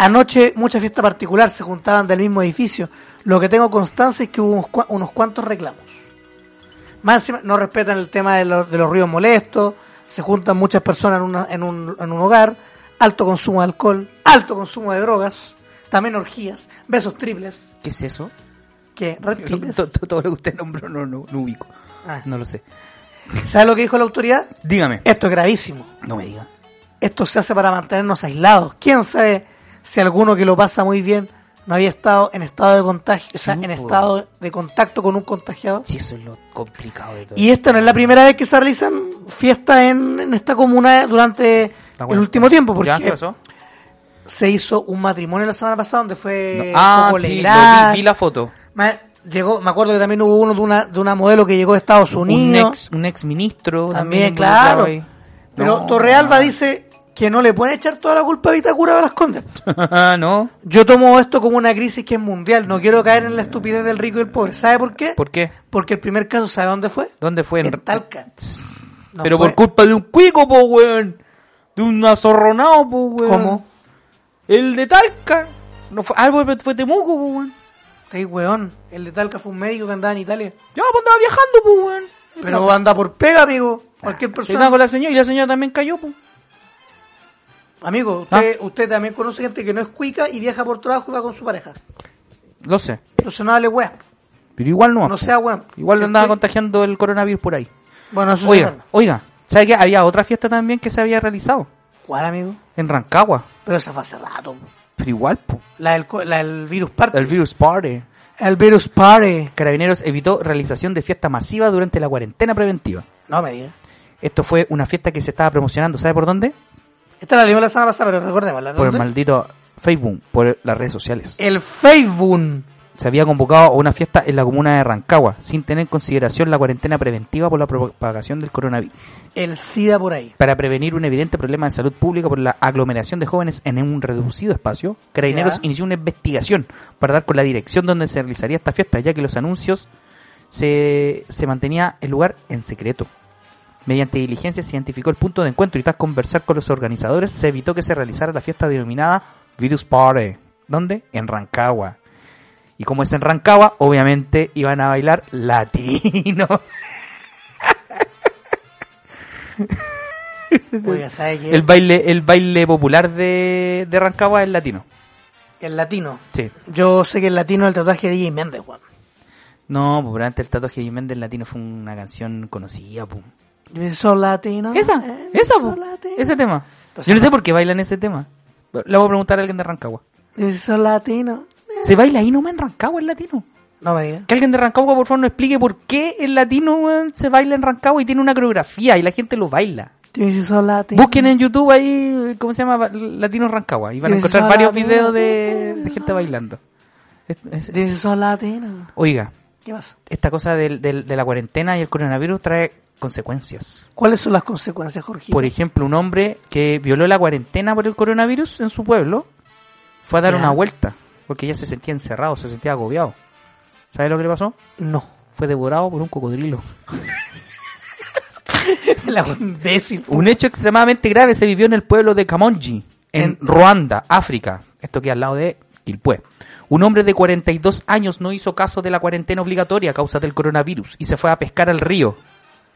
Speaker 2: Anoche muchas fiestas particulares se juntaban del mismo edificio. Lo que tengo constancia es que hubo unos, cua- unos cuantos reclamos. Más encima, no respetan el tema de, los- de los ríos molestos, se juntan muchas personas en, una- en un, en un hogar, alto consumo de alcohol, alto consumo de drogas, también orgías, besos triples,
Speaker 3: ¿qué es eso?
Speaker 2: que reptiles.
Speaker 3: todo, todo lo que usted nombró no, no, no ubico
Speaker 2: Ah. Eh.
Speaker 3: no lo sé
Speaker 2: ¿Sabe lo que dijo la autoridad?
Speaker 3: dígame
Speaker 2: Esto es gravísimo.
Speaker 3: no me diga
Speaker 2: Esto se hace para mantenernos aislados. ¿Quién sabe si alguno que lo pasa muy bien no había estado en estado de contagio, o sea,
Speaker 3: Sí, pues.
Speaker 2: en
Speaker 3: po.
Speaker 2: estado de contacto con un contagiado?
Speaker 3: si eso es lo complicado de todo
Speaker 2: Y esta no es la primera vez que se realizan fiestas en, en esta comuna durante
Speaker 3: Está
Speaker 2: el
Speaker 3: bueno.
Speaker 2: último tiempo,
Speaker 3: ¿Ya? ¿Qué
Speaker 2: porque
Speaker 3: pasó?
Speaker 2: se hizo un matrimonio la semana pasada donde
Speaker 3: No.
Speaker 2: fue
Speaker 3: Ah,
Speaker 2: eh, Coco
Speaker 3: sí,
Speaker 2: Legrand.
Speaker 3: lo vi, vi la foto.
Speaker 2: Ma- llegó, me acuerdo que también hubo uno de una, de una modelo que llegó de Estados
Speaker 3: Un
Speaker 2: Unidos.
Speaker 3: ex, un ex ministro.
Speaker 2: También, claro. Pero Torrealba
Speaker 3: no.
Speaker 2: dice que no le pueden echar toda la culpa a Vitacura de las Condes.
Speaker 3: no,
Speaker 2: Yo tomo esto como una crisis que es mundial. No quiero caer en la estupidez del rico y el pobre. ¿Sabe por qué?
Speaker 3: ¿por qué?
Speaker 2: Porque el primer caso, ¿sabe dónde fue?
Speaker 3: ¿Dónde fue?
Speaker 2: En Talca. No
Speaker 3: Pero
Speaker 2: fue-
Speaker 3: por culpa de un cuico, po, weón. De un azorronado, po, weón.
Speaker 2: ¿Cómo?
Speaker 3: El de Talca. No fue, ah, pero fue Temuco, po, weón.
Speaker 2: Ey, weón. El de Talca fue un médico que andaba en Italia.
Speaker 3: Ya, pues andaba viajando, po, weón.
Speaker 2: Pero anda por pega, amigo. Cualquier
Speaker 3: Se estaba
Speaker 2: persona.
Speaker 3: con la señora y la señora también cayó, po. ¿Ah?
Speaker 2: Amigo, usted, usted también conoce gente que no es cuica y viaja por trabajo y va con su pareja.
Speaker 3: Lo sé.
Speaker 2: Entonces no hable weón.
Speaker 3: Pero igual no.
Speaker 2: No sea weón.
Speaker 3: Igual
Speaker 2: Si
Speaker 3: le andaba
Speaker 2: usted-
Speaker 3: contagiando el coronavirus por ahí.
Speaker 2: Bueno, eso es
Speaker 3: Oiga,
Speaker 2: verdad.
Speaker 3: oiga. ¿Sabe qué? Había otra fiesta también que se había realizado.
Speaker 2: ¿Cuál, amigo?
Speaker 3: En Rancagua.
Speaker 2: Pero esa fue hace rato.
Speaker 3: Pero igual, po.
Speaker 2: La del, co- la del virus party.
Speaker 3: El virus party.
Speaker 2: el virus party.
Speaker 3: Carabineros evitó realización de fiesta masiva durante la cuarentena preventiva.
Speaker 2: No me digas.
Speaker 3: Esto fue una fiesta que se estaba promocionando, ¿sabe por dónde?
Speaker 2: Esta la vimos la semana pasada, pero recordémosla.
Speaker 3: Por el
Speaker 2: ¿Dónde?
Speaker 3: maldito Facebook, por las redes sociales.
Speaker 2: El Facebook.
Speaker 3: Se había convocado a una fiesta en la comuna de Rancagua, sin tener en consideración la cuarentena preventiva por la propagación del coronavirus,
Speaker 2: El SIDA por ahí.
Speaker 3: para prevenir un evidente problema de salud pública por la aglomeración de jóvenes en un reducido espacio. Carabineros
Speaker 2: Ya.
Speaker 3: inició una investigación para dar con la dirección donde se realizaría esta fiesta, ya que los anuncios se, se mantenía el lugar en secreto. Mediante diligencia se identificó el punto de encuentro y tras conversar con los organizadores se evitó que se realizara la fiesta denominada Virus Party. ¿Dónde? En Rancagua. Y como es en Rancagua, obviamente iban a bailar latino.
Speaker 2: Oiga, ¿sabe qué?
Speaker 3: El baile, el baile popular de, de Rancagua es latino.
Speaker 2: El latino.
Speaker 3: Sí.
Speaker 2: Yo sé que el latino es el tatuaje de DJ Méndez, weón.
Speaker 3: No, pues antes el tatuaje de Jiménez latino fue una canción conocida, pum.
Speaker 2: Yo me son latino.
Speaker 3: Esa,
Speaker 2: eh,
Speaker 3: esa,
Speaker 2: soy
Speaker 3: po.
Speaker 2: latino.
Speaker 3: ese tema.
Speaker 2: Pues
Speaker 3: Yo no
Speaker 2: sí.
Speaker 3: sé por qué bailan ese tema. Le voy a preguntar a alguien de Rancagua.
Speaker 2: Yo soy latino.
Speaker 3: ¿Se baila ahí nomás en Rancagua el latino?
Speaker 2: No me digas.
Speaker 3: Que alguien de Rancagua, por favor, nos explique por qué el latino weón, se baila en Rancagua y tiene una coreografía y la gente lo baila.
Speaker 2: Yo me son latino.
Speaker 3: Busquen en YouTube ahí, ¿cómo se llama? Latino Rancagua. Y van a
Speaker 2: Yo
Speaker 3: encontrar
Speaker 2: soy
Speaker 3: varios
Speaker 2: latino,
Speaker 3: videos de, de
Speaker 2: latino.
Speaker 3: gente bailando. Es- es-
Speaker 2: Yo son latino.
Speaker 3: Oiga,
Speaker 2: ¿Qué pasa?
Speaker 3: esta cosa del- del- de la cuarentena y el coronavirus trae consecuencias.
Speaker 2: ¿Cuáles son las consecuencias, Jorge?
Speaker 3: Por ejemplo, un hombre que violó la cuarentena por el coronavirus en su pueblo fue a dar
Speaker 2: Ya.
Speaker 3: una vuelta porque ya se sentía encerrado, se sentía agobiado. ¿Sabes lo que le pasó?
Speaker 2: No.
Speaker 3: Fue devorado por un cocodrilo.
Speaker 2: La weón imbécil.
Speaker 3: Un hecho extremadamente grave se vivió en el pueblo de Kamonji, en
Speaker 2: En-
Speaker 3: Ruanda, África. Esto que al lado de Quilpué. Un hombre de 42 años no hizo caso de la cuarentena obligatoria a causa del coronavirus y se fue a pescar al río.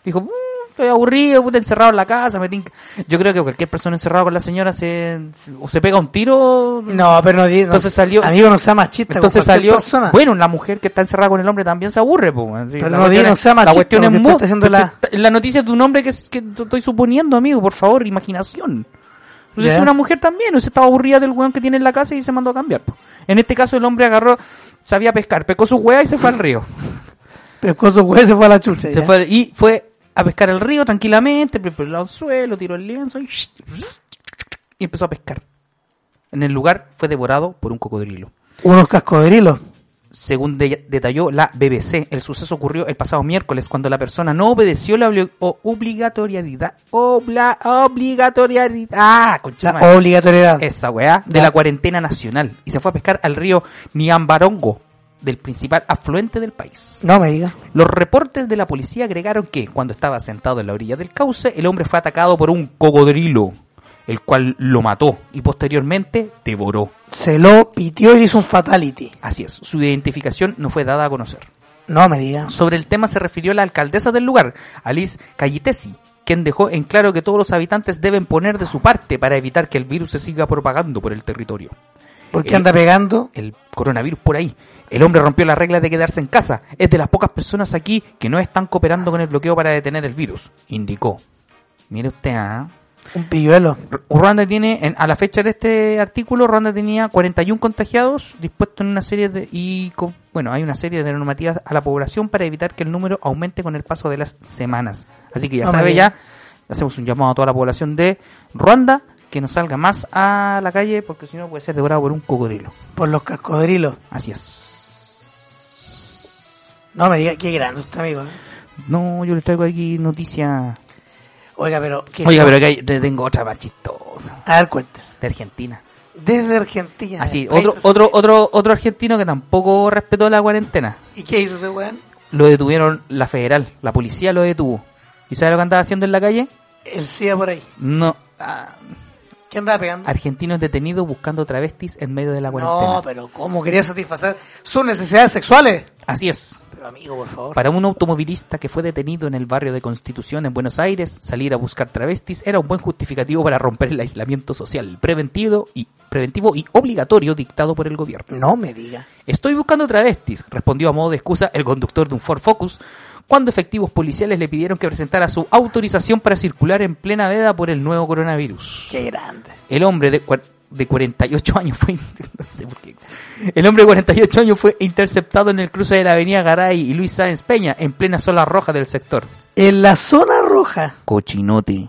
Speaker 3: Dijo, "Mm, estoy aburrido, puta, encerrado en la casa. me tinca". Yo creo que cualquier persona encerrada con la señora se, se- o se pega un tiro.
Speaker 2: No, pero no, di- no-
Speaker 3: Entonces salió-
Speaker 2: Amigo, no sea machista. con
Speaker 3: Entonces
Speaker 2: cualquier
Speaker 3: salió.
Speaker 2: persona.
Speaker 3: Bueno, la mujer que está encerrada con el hombre también se aburre, po, weón. Sí,
Speaker 2: Pero
Speaker 3: la
Speaker 2: no
Speaker 3: cuestión
Speaker 2: diga,
Speaker 3: es-
Speaker 2: no sea machista,
Speaker 3: La cuestión es
Speaker 2: porque tú
Speaker 3: mu-
Speaker 2: estás haciendo la-
Speaker 3: porque la noticia de un hombre que, es- que t- estoy suponiendo, amigo, por favor, imaginación. No sé
Speaker 2: Ya.
Speaker 3: si una mujer también, o sea, estaba aburrida del weón que tiene en la casa y se mandó a cambiar. po. En este caso el hombre agarró, sabía pescar, pescó su weá y se fue al río.
Speaker 2: Pero con su güey se fue a la chucha.
Speaker 3: Se
Speaker 2: ya.
Speaker 3: fue, y fue a pescar al río tranquilamente, preparó el suelo, tiró el lienzo y, y empezó a pescar. En el lugar fue devorado por un cocodrilo.
Speaker 2: Unos cascodrilos.
Speaker 3: Según de- detalló la BBC, el suceso ocurrió el pasado miércoles cuando la persona no obedeció la obli- o- obligatoriedad. Obla, obligatoriedad. Ah, concha
Speaker 2: La
Speaker 3: de madre.
Speaker 2: obligatoriedad.
Speaker 3: Esa weá de
Speaker 2: Ya.
Speaker 3: la cuarentena nacional. Y se fue a pescar al río Niambarongo, del principal afluente del país.
Speaker 2: No me digas.
Speaker 3: Los reportes de la policía agregaron que, cuando estaba sentado en la orilla del cauce, el hombre fue atacado por un cocodrilo, el cual lo mató y posteriormente devoró.
Speaker 2: Se lo pitió y le hizo un fatality.
Speaker 3: Así es, su identificación no fue dada a conocer.
Speaker 2: No me digas.
Speaker 3: Sobre el tema se refirió la alcaldesa del lugar, Alice Cayetesi, quien dejó en claro que todos los habitantes deben poner de su parte para evitar que el virus se siga propagando por el territorio.
Speaker 2: ¿Por qué
Speaker 3: El-
Speaker 2: anda pegando?
Speaker 3: El coronavirus por ahí. El hombre rompió la regla de quedarse en casa. Es de las pocas personas aquí que no están cooperando con el bloqueo para detener el virus, indicó. Mire usted, ¿ah?
Speaker 2: Un pilluelo.
Speaker 3: R- Ruanda tiene, en- a la fecha de este artículo, Ruanda tenía 41 contagiados dispuestos en una serie de, y con- bueno, hay una serie de normativas a la población para evitar que el número aumente con el paso de las semanas. Así que ya
Speaker 2: No me
Speaker 3: sabe,
Speaker 2: diga.
Speaker 3: ya hacemos un llamado a toda la población de Ruanda que no salga más a la calle porque si no puede ser devorado por un cocodrilo.
Speaker 2: Por los cascodrilos.
Speaker 3: Así es.
Speaker 2: No me digas. Qué grande usted, amigo. ¿eh?
Speaker 3: No, yo les traigo aquí noticias.
Speaker 2: Oiga, pero... ¿qué
Speaker 3: Oiga, pero que te tengo otra más chistosa.
Speaker 2: A ver, cuenta.
Speaker 3: De Argentina.
Speaker 2: Desde Argentina.
Speaker 3: Así,
Speaker 2: Treinta
Speaker 3: otro, otro, otro, otro argentino que tampoco respetó la cuarentena.
Speaker 2: ¿Y qué hizo ese weón?
Speaker 3: lo detuvieron la federal, la policía lo detuvo. ¿Y sabe lo que andaba haciendo en la calle?
Speaker 2: El SIDA por ahí.
Speaker 3: No, ah,
Speaker 2: ¿Qué andaba pegando?
Speaker 3: argentinos detenidos buscando travestis en medio de la cuarentena.
Speaker 2: No, pero ¿cómo quería satisfacer sus necesidades sexuales?
Speaker 3: Así es.
Speaker 2: Pero amigo, por favor.
Speaker 3: Para un automovilista que fue detenido en el barrio de Constitución en Buenos Aires, salir a buscar travestis era un buen justificativo para romper el aislamiento social preventivo y, preventivo y obligatorio dictado por el gobierno.
Speaker 2: No me diga.
Speaker 3: Estoy buscando travestis, respondió a modo de excusa el conductor de un Ford Focus cuando efectivos policiales le pidieron que presentara su autorización para circular en plena veda por el nuevo coronavirus.
Speaker 2: Qué grande.
Speaker 3: El hombre de, cua- de 48 años fue no sé por qué. El hombre de 48 años fue interceptado en el cruce de la Avenida Garay y Luis Sáenz Peña en plena zona roja del sector.
Speaker 2: En la zona roja.
Speaker 3: Cochinote.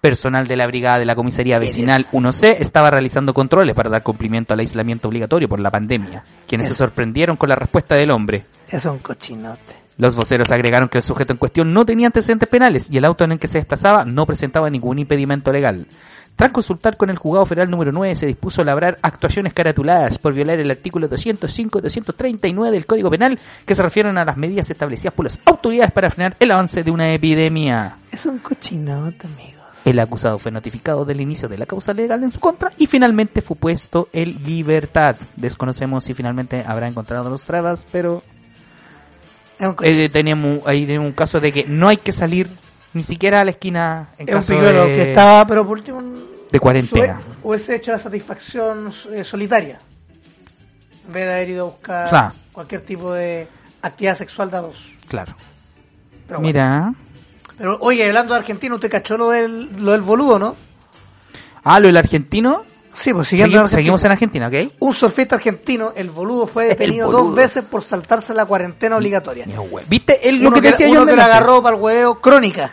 Speaker 3: Personal de la brigada de la comisaría
Speaker 2: Eres.
Speaker 3: vecinal 1C estaba realizando controles para dar cumplimiento al aislamiento obligatorio por la pandemia, quienes se
Speaker 2: Eso.
Speaker 3: sorprendieron con la respuesta del hombre.
Speaker 2: Es un cochinote.
Speaker 3: Los voceros agregaron que el sujeto en cuestión no tenía antecedentes penales y el auto en el que se desplazaba no presentaba ningún impedimento legal. Tras consultar con el juzgado federal número 9, se dispuso a labrar actuaciones caratuladas por violar el artículo 205 y 239 del Código Penal que se refieren a las medidas establecidas por las autoridades para frenar el avance de una epidemia.
Speaker 2: Es un cochinote, amigos.
Speaker 3: El acusado fue notificado del inicio de la causa legal en su contra y finalmente fue puesto en libertad. Desconocemos si finalmente habrá encontrado los trabas, pero
Speaker 2: Es un cochinote.
Speaker 3: eh, teníamos, ahí tenemos un caso de que no hay que salir Ni siquiera a la esquina en
Speaker 2: Es un
Speaker 3: caso
Speaker 2: piñuelo
Speaker 3: de,
Speaker 2: que estaba, pero por último.
Speaker 3: de cuarentena.
Speaker 2: su- Hubiese hecho la satisfacción eh, solitaria. En vez de haber ido a buscar
Speaker 3: Claro.
Speaker 2: cualquier tipo de actividad sexual de a dos.
Speaker 3: Claro.
Speaker 2: Pero bueno.
Speaker 3: Mira.
Speaker 2: Pero oye, hablando de Argentina, usted cachó lo del, lo del boludo, ¿no?
Speaker 3: Ah, lo del argentino.
Speaker 2: Sí, pues
Speaker 3: Segui-
Speaker 2: siguiendo en Argentina.
Speaker 3: seguimos en Argentina, ¿ok?
Speaker 2: Un surfista argentino, el boludo, fue
Speaker 3: El
Speaker 2: detenido
Speaker 3: boludo.
Speaker 2: dos veces por saltarse la cuarentena obligatoria.
Speaker 3: Ni un hue- ¿Viste el,
Speaker 2: Uno
Speaker 3: lo que,
Speaker 2: que,
Speaker 3: decía yo
Speaker 2: uno
Speaker 3: en
Speaker 2: que lo
Speaker 3: delante?
Speaker 2: agarró para el hueveo, crónica.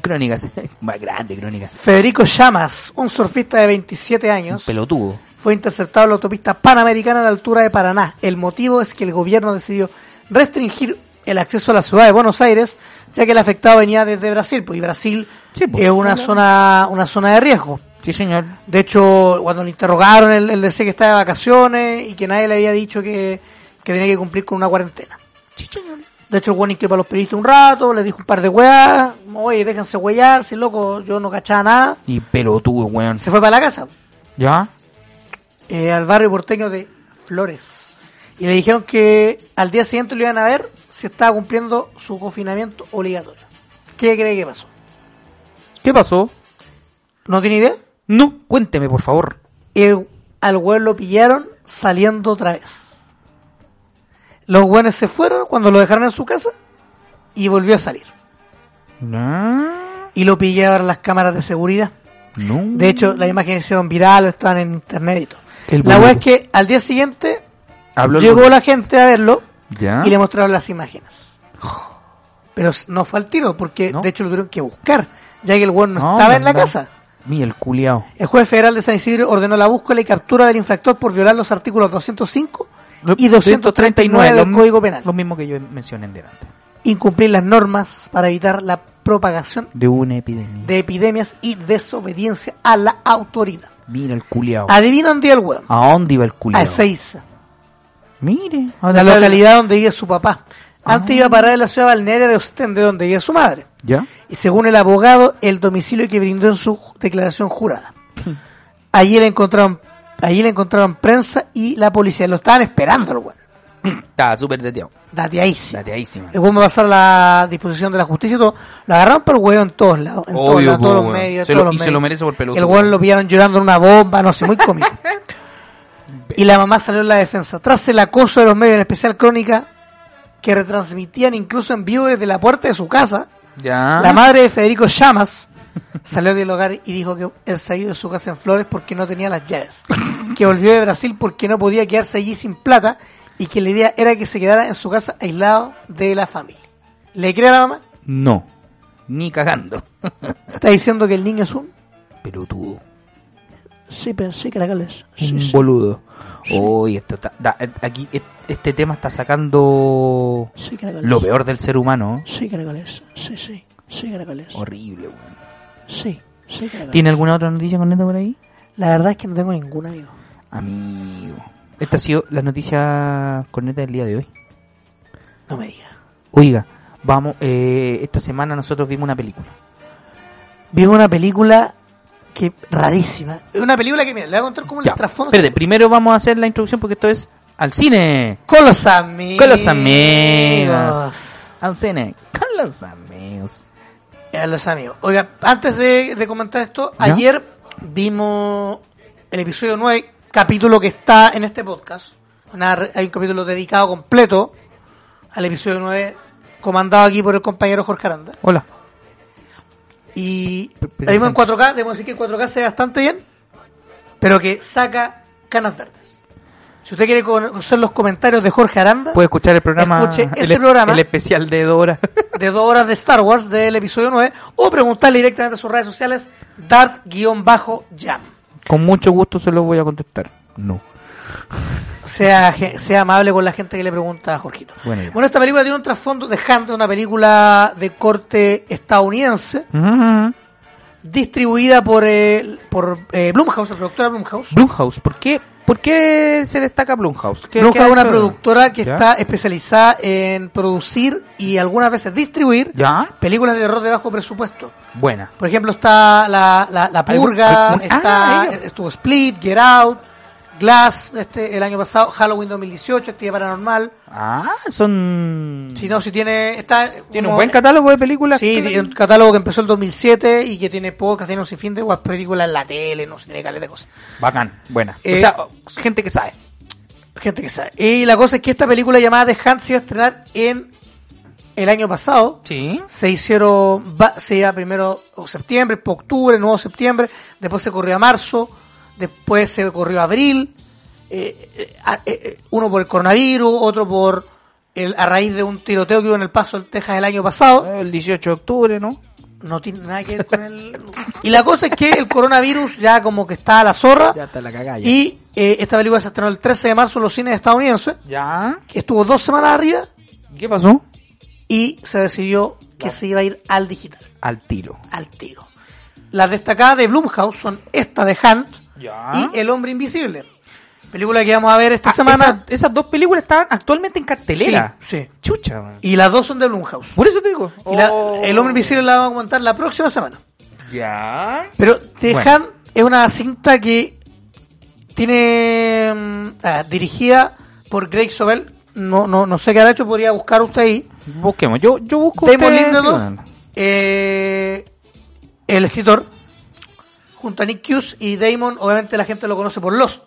Speaker 3: Crónicas. Más grande, crónicas.
Speaker 2: Federico Llamas, un surfista de 27
Speaker 3: Un
Speaker 2: años,
Speaker 3: pelotudo.
Speaker 2: fue interceptado en la autopista panamericana a la altura de Paraná. El motivo es que el gobierno decidió restringir el acceso a la ciudad de Buenos Aires, ya que el afectado venía desde Brasil, pues, y Brasil
Speaker 3: Sí, pues.
Speaker 2: es una zona, una zona de riesgo.
Speaker 3: Sí, señor.
Speaker 2: De hecho, cuando lo interrogaron, él, él decía que estaba de vacaciones y que nadie le había dicho que, que tenía que cumplir con una cuarentena.
Speaker 3: Sí, señor.
Speaker 2: De hecho, el weón increpó a los periodistas un rato, les dijo un par de weas, oye, déjense huear, si loco, yo no cachaba nada.
Speaker 3: Y pelotudo, weón.
Speaker 2: Se fue para la casa,
Speaker 3: ¿Ya?
Speaker 2: eh, al barrio porteño de Flores. Y le dijeron que al día siguiente lo iban a ver si estaba cumpliendo su confinamiento obligatorio. ¿Qué cree que pasó?
Speaker 3: ¿Qué pasó?
Speaker 2: ¿No tiene idea?
Speaker 3: No, cuénteme, por favor.
Speaker 2: el, al weón lo pillaron saliendo otra vez. Los weones se fueron cuando lo dejaron en su casa y volvió a salir.
Speaker 3: No.
Speaker 2: Y lo pillaron las cámaras de seguridad.
Speaker 3: No.
Speaker 2: De hecho, las imágenes se hicieron virales, estaban en internet y todo.
Speaker 3: El
Speaker 2: la
Speaker 3: boludo.
Speaker 2: weá es que al día siguiente
Speaker 3: Habló el
Speaker 2: llegó
Speaker 3: boludo.
Speaker 2: la gente a verlo
Speaker 3: ¿Ya?
Speaker 2: y le mostraron las imágenes. Pero no fue al tiro, porque
Speaker 3: Oh. No.
Speaker 2: de hecho lo tuvieron que buscar, ya que el weón no,
Speaker 3: No,
Speaker 2: estaba en la
Speaker 3: no.
Speaker 2: casa.
Speaker 3: Mira, el culiao.
Speaker 2: El juez federal de San Isidro ordenó la búsqueda y captura del infractor por violar los artículos 205 y 239 del
Speaker 3: lo-
Speaker 2: Código Penal.
Speaker 3: Lo mismo que yo mencioné en delante.
Speaker 2: Incumplir las normas para evitar la propagación
Speaker 3: De una epidemia.
Speaker 2: de epidemias y desobediencia a la autoridad.
Speaker 3: Mira el culiao.
Speaker 2: Adivina dónde iba el hueón.
Speaker 3: ¿A dónde iba el culiao?
Speaker 2: A Ezeiza,
Speaker 3: Mire.
Speaker 2: la
Speaker 3: ¿a dónde está el-
Speaker 2: localidad donde vive su papá. Antes
Speaker 3: Ah.
Speaker 2: iba a parar en la ciudad balnearia de Ostende, donde vive su madre.
Speaker 3: ¿Ya?
Speaker 2: y según el abogado, el domicilio que brindó en su ju- declaración jurada. Allí le encontraron, allí le encontraron prensa y la policía. Lo estaban esperando, el weón.
Speaker 3: Estaba súper dateado.
Speaker 2: Dateadísimo.
Speaker 3: Dateadísima.
Speaker 2: El weón va a pasar a la disposición de la justicia y todo. Lo agarraron por weón en todos lados. En todos,
Speaker 3: Obvio,
Speaker 2: lados, en todos
Speaker 3: po,
Speaker 2: los
Speaker 3: weón.
Speaker 2: medios. en
Speaker 3: Se
Speaker 2: todos
Speaker 3: lo-
Speaker 2: los
Speaker 3: y se
Speaker 2: medios.
Speaker 3: lo merece por pelotudo.
Speaker 2: El weón lo pillaron llorando en una bomba, no sé, muy cómico. y la mamá salió en la defensa. Tras el acoso de los medios, en especial Crónica, que retransmitían incluso en vivo desde la puerta de su casa.
Speaker 3: ¿Ya?
Speaker 2: La madre de Federico Llamas salió del hogar y dijo que él se había ido de su casa en Flores porque no tenía las llaves. Que volvió de Brasil porque no podía quedarse allí sin plata y que la idea era que se quedara en su casa aislado de la familia. ¿Le cree a la mamá?
Speaker 3: No. Ni cagando.
Speaker 2: Está diciendo que el niño es un...
Speaker 3: Pelotudo.
Speaker 2: Sí, pero sí, caracoles. Sí,
Speaker 3: un
Speaker 2: sí.
Speaker 3: boludo. Uy, esto está, da- aquí e- este tema está sacando
Speaker 2: Sí, caracoles.
Speaker 3: lo peor del ser humano.
Speaker 2: Sí, caracoles. Sí, sí. Sí, caracoles.
Speaker 3: Horrible, weón.
Speaker 2: Sí, sí, caracoles.
Speaker 3: ¿Tiene alguna otra noticia con esto por ahí?
Speaker 2: La verdad es que no tengo ningún amigo.
Speaker 3: Amigo. Esta ha sido la noticia corneta del día de hoy.
Speaker 2: No me diga.
Speaker 3: Oiga, vamos, eh, esta semana nosotros vimos una película.
Speaker 2: Vimos una película que rarísima. Es una película que, mira, le voy a contar como el
Speaker 3: Ya,
Speaker 2: trasfondo.
Speaker 3: espérate, primero vamos a hacer la introducción porque esto es al cine.
Speaker 2: Con los amigos.
Speaker 3: Con los amigos. Al cine. Con los amigos.
Speaker 2: Eh, A los amigos. Oiga, antes de, de comentar esto,
Speaker 3: ¿Ya?
Speaker 2: ayer vimos el episodio 9, capítulo que está en este podcast. Una re- hay un capítulo dedicado completo al episodio 9, comandado aquí por el compañero Jorge Aranda.
Speaker 3: Hola.
Speaker 2: Y
Speaker 3: Pero-
Speaker 2: la vimos en 4K, debemos decir que 4K se ve bastante bien, pero que saca canas verdes. Si usted quiere conocer los comentarios de Jorge Aranda,
Speaker 3: Puede escuchar el programa.
Speaker 2: Escuche ese
Speaker 3: el,
Speaker 2: programa.
Speaker 3: El especial de Dora.
Speaker 2: de dos horas de Star Wars del episodio 9 o preguntarle directamente a sus redes sociales dart-jam.
Speaker 3: Con mucho gusto se lo voy a contestar. No.
Speaker 2: Sea, ge- sea amable con la gente que le pregunta a Jorgito.
Speaker 3: Buena idea.
Speaker 2: Bueno, esta película tiene un trasfondo dejando una película de corte estadounidense
Speaker 3: Mm-hmm.
Speaker 2: distribuida por, eh, por eh, Blumhouse, la productora Blumhouse.
Speaker 3: Blumhouse, ¿por qué, ¿por qué se destaca Blumhouse? ¿Qué-
Speaker 2: Blumhouse
Speaker 3: qué
Speaker 2: es una
Speaker 3: actor?
Speaker 2: productora que
Speaker 3: ¿Ya?
Speaker 2: está especializada en producir y algunas veces distribuir
Speaker 3: ¿Ya?
Speaker 2: películas de terror de bajo presupuesto.
Speaker 3: Buena.
Speaker 2: Por ejemplo, está La, la, la Purga,
Speaker 3: algún- ah,
Speaker 2: está,
Speaker 3: ellos.
Speaker 2: estuvo Split, Get Out, Glass, este, el año pasado, Halloween 2018, Actividad Paranormal.
Speaker 3: Ah, son...
Speaker 2: Si no, si tiene, está...
Speaker 3: Tiene
Speaker 2: como-
Speaker 3: un buen catálogo de películas.
Speaker 2: Sí, tiene un catálogo que empezó el 2007 y que tiene podcast, tiene un sinfín de guas- películas en la tele, no sé, tiene caleta de cosas.
Speaker 3: Bacán, buena.
Speaker 2: Eh,
Speaker 3: o sea, gente que sabe.
Speaker 2: Gente que sabe. Y la cosa es que esta película llamada The Hunt se iba a estrenar en el año pasado.
Speaker 3: Sí.
Speaker 2: Se hicieron, va- se iba primero o septiembre, por octubre, nuevo septiembre, después se corrió a marzo, después se corrió a abril, eh, eh, a- eh, eh, uno por el coronavirus, otro por el, a raíz de un tiroteo que hubo en el Paso del Texas el año pasado.
Speaker 3: Eh, El 18 de octubre, ¿no?
Speaker 2: No tiene nada que ver con el... Y la cosa es que el coronavirus ya como que está a la zorra.
Speaker 3: Ya está la cagada. ya.
Speaker 2: Y eh, esta película se estrenó el 13 de marzo en los cines estadounidenses.
Speaker 3: ¿Ya?
Speaker 2: que Estuvo dos semanas arriba
Speaker 3: ¿Y ¿Qué pasó?
Speaker 2: y se decidió que se iba a ir al digital,
Speaker 3: Al tiro.
Speaker 2: al tiro. Las destacadas de Blumhouse son esta de Hunt
Speaker 3: Ya.
Speaker 2: y El Hombre Invisible. Película que vamos a ver esta
Speaker 3: Ah,
Speaker 2: semana.
Speaker 3: esas, esas dos películas estaban actualmente en cartelera.
Speaker 2: Sí, sí.
Speaker 3: Chucha, man.
Speaker 2: Y las dos son de Blumhouse.
Speaker 3: Por eso te digo.
Speaker 2: Y la-
Speaker 3: Oh.
Speaker 2: el Hombre Invisible la vamos a comentar la próxima semana.
Speaker 3: Ya.
Speaker 2: Pero The
Speaker 3: Bueno.
Speaker 2: Hunt es una cinta que tiene mm, ah, dirigida por Greg Sobel. No, no, no sé qué ha hecho, podría buscar usted ahí.
Speaker 3: Busquemos. Yo, yo busco.
Speaker 2: Damon
Speaker 3: ustedes-
Speaker 2: Lindelof, eh, el escritor, junto a Nick Hughes y Damon, obviamente la gente lo conoce por Lost.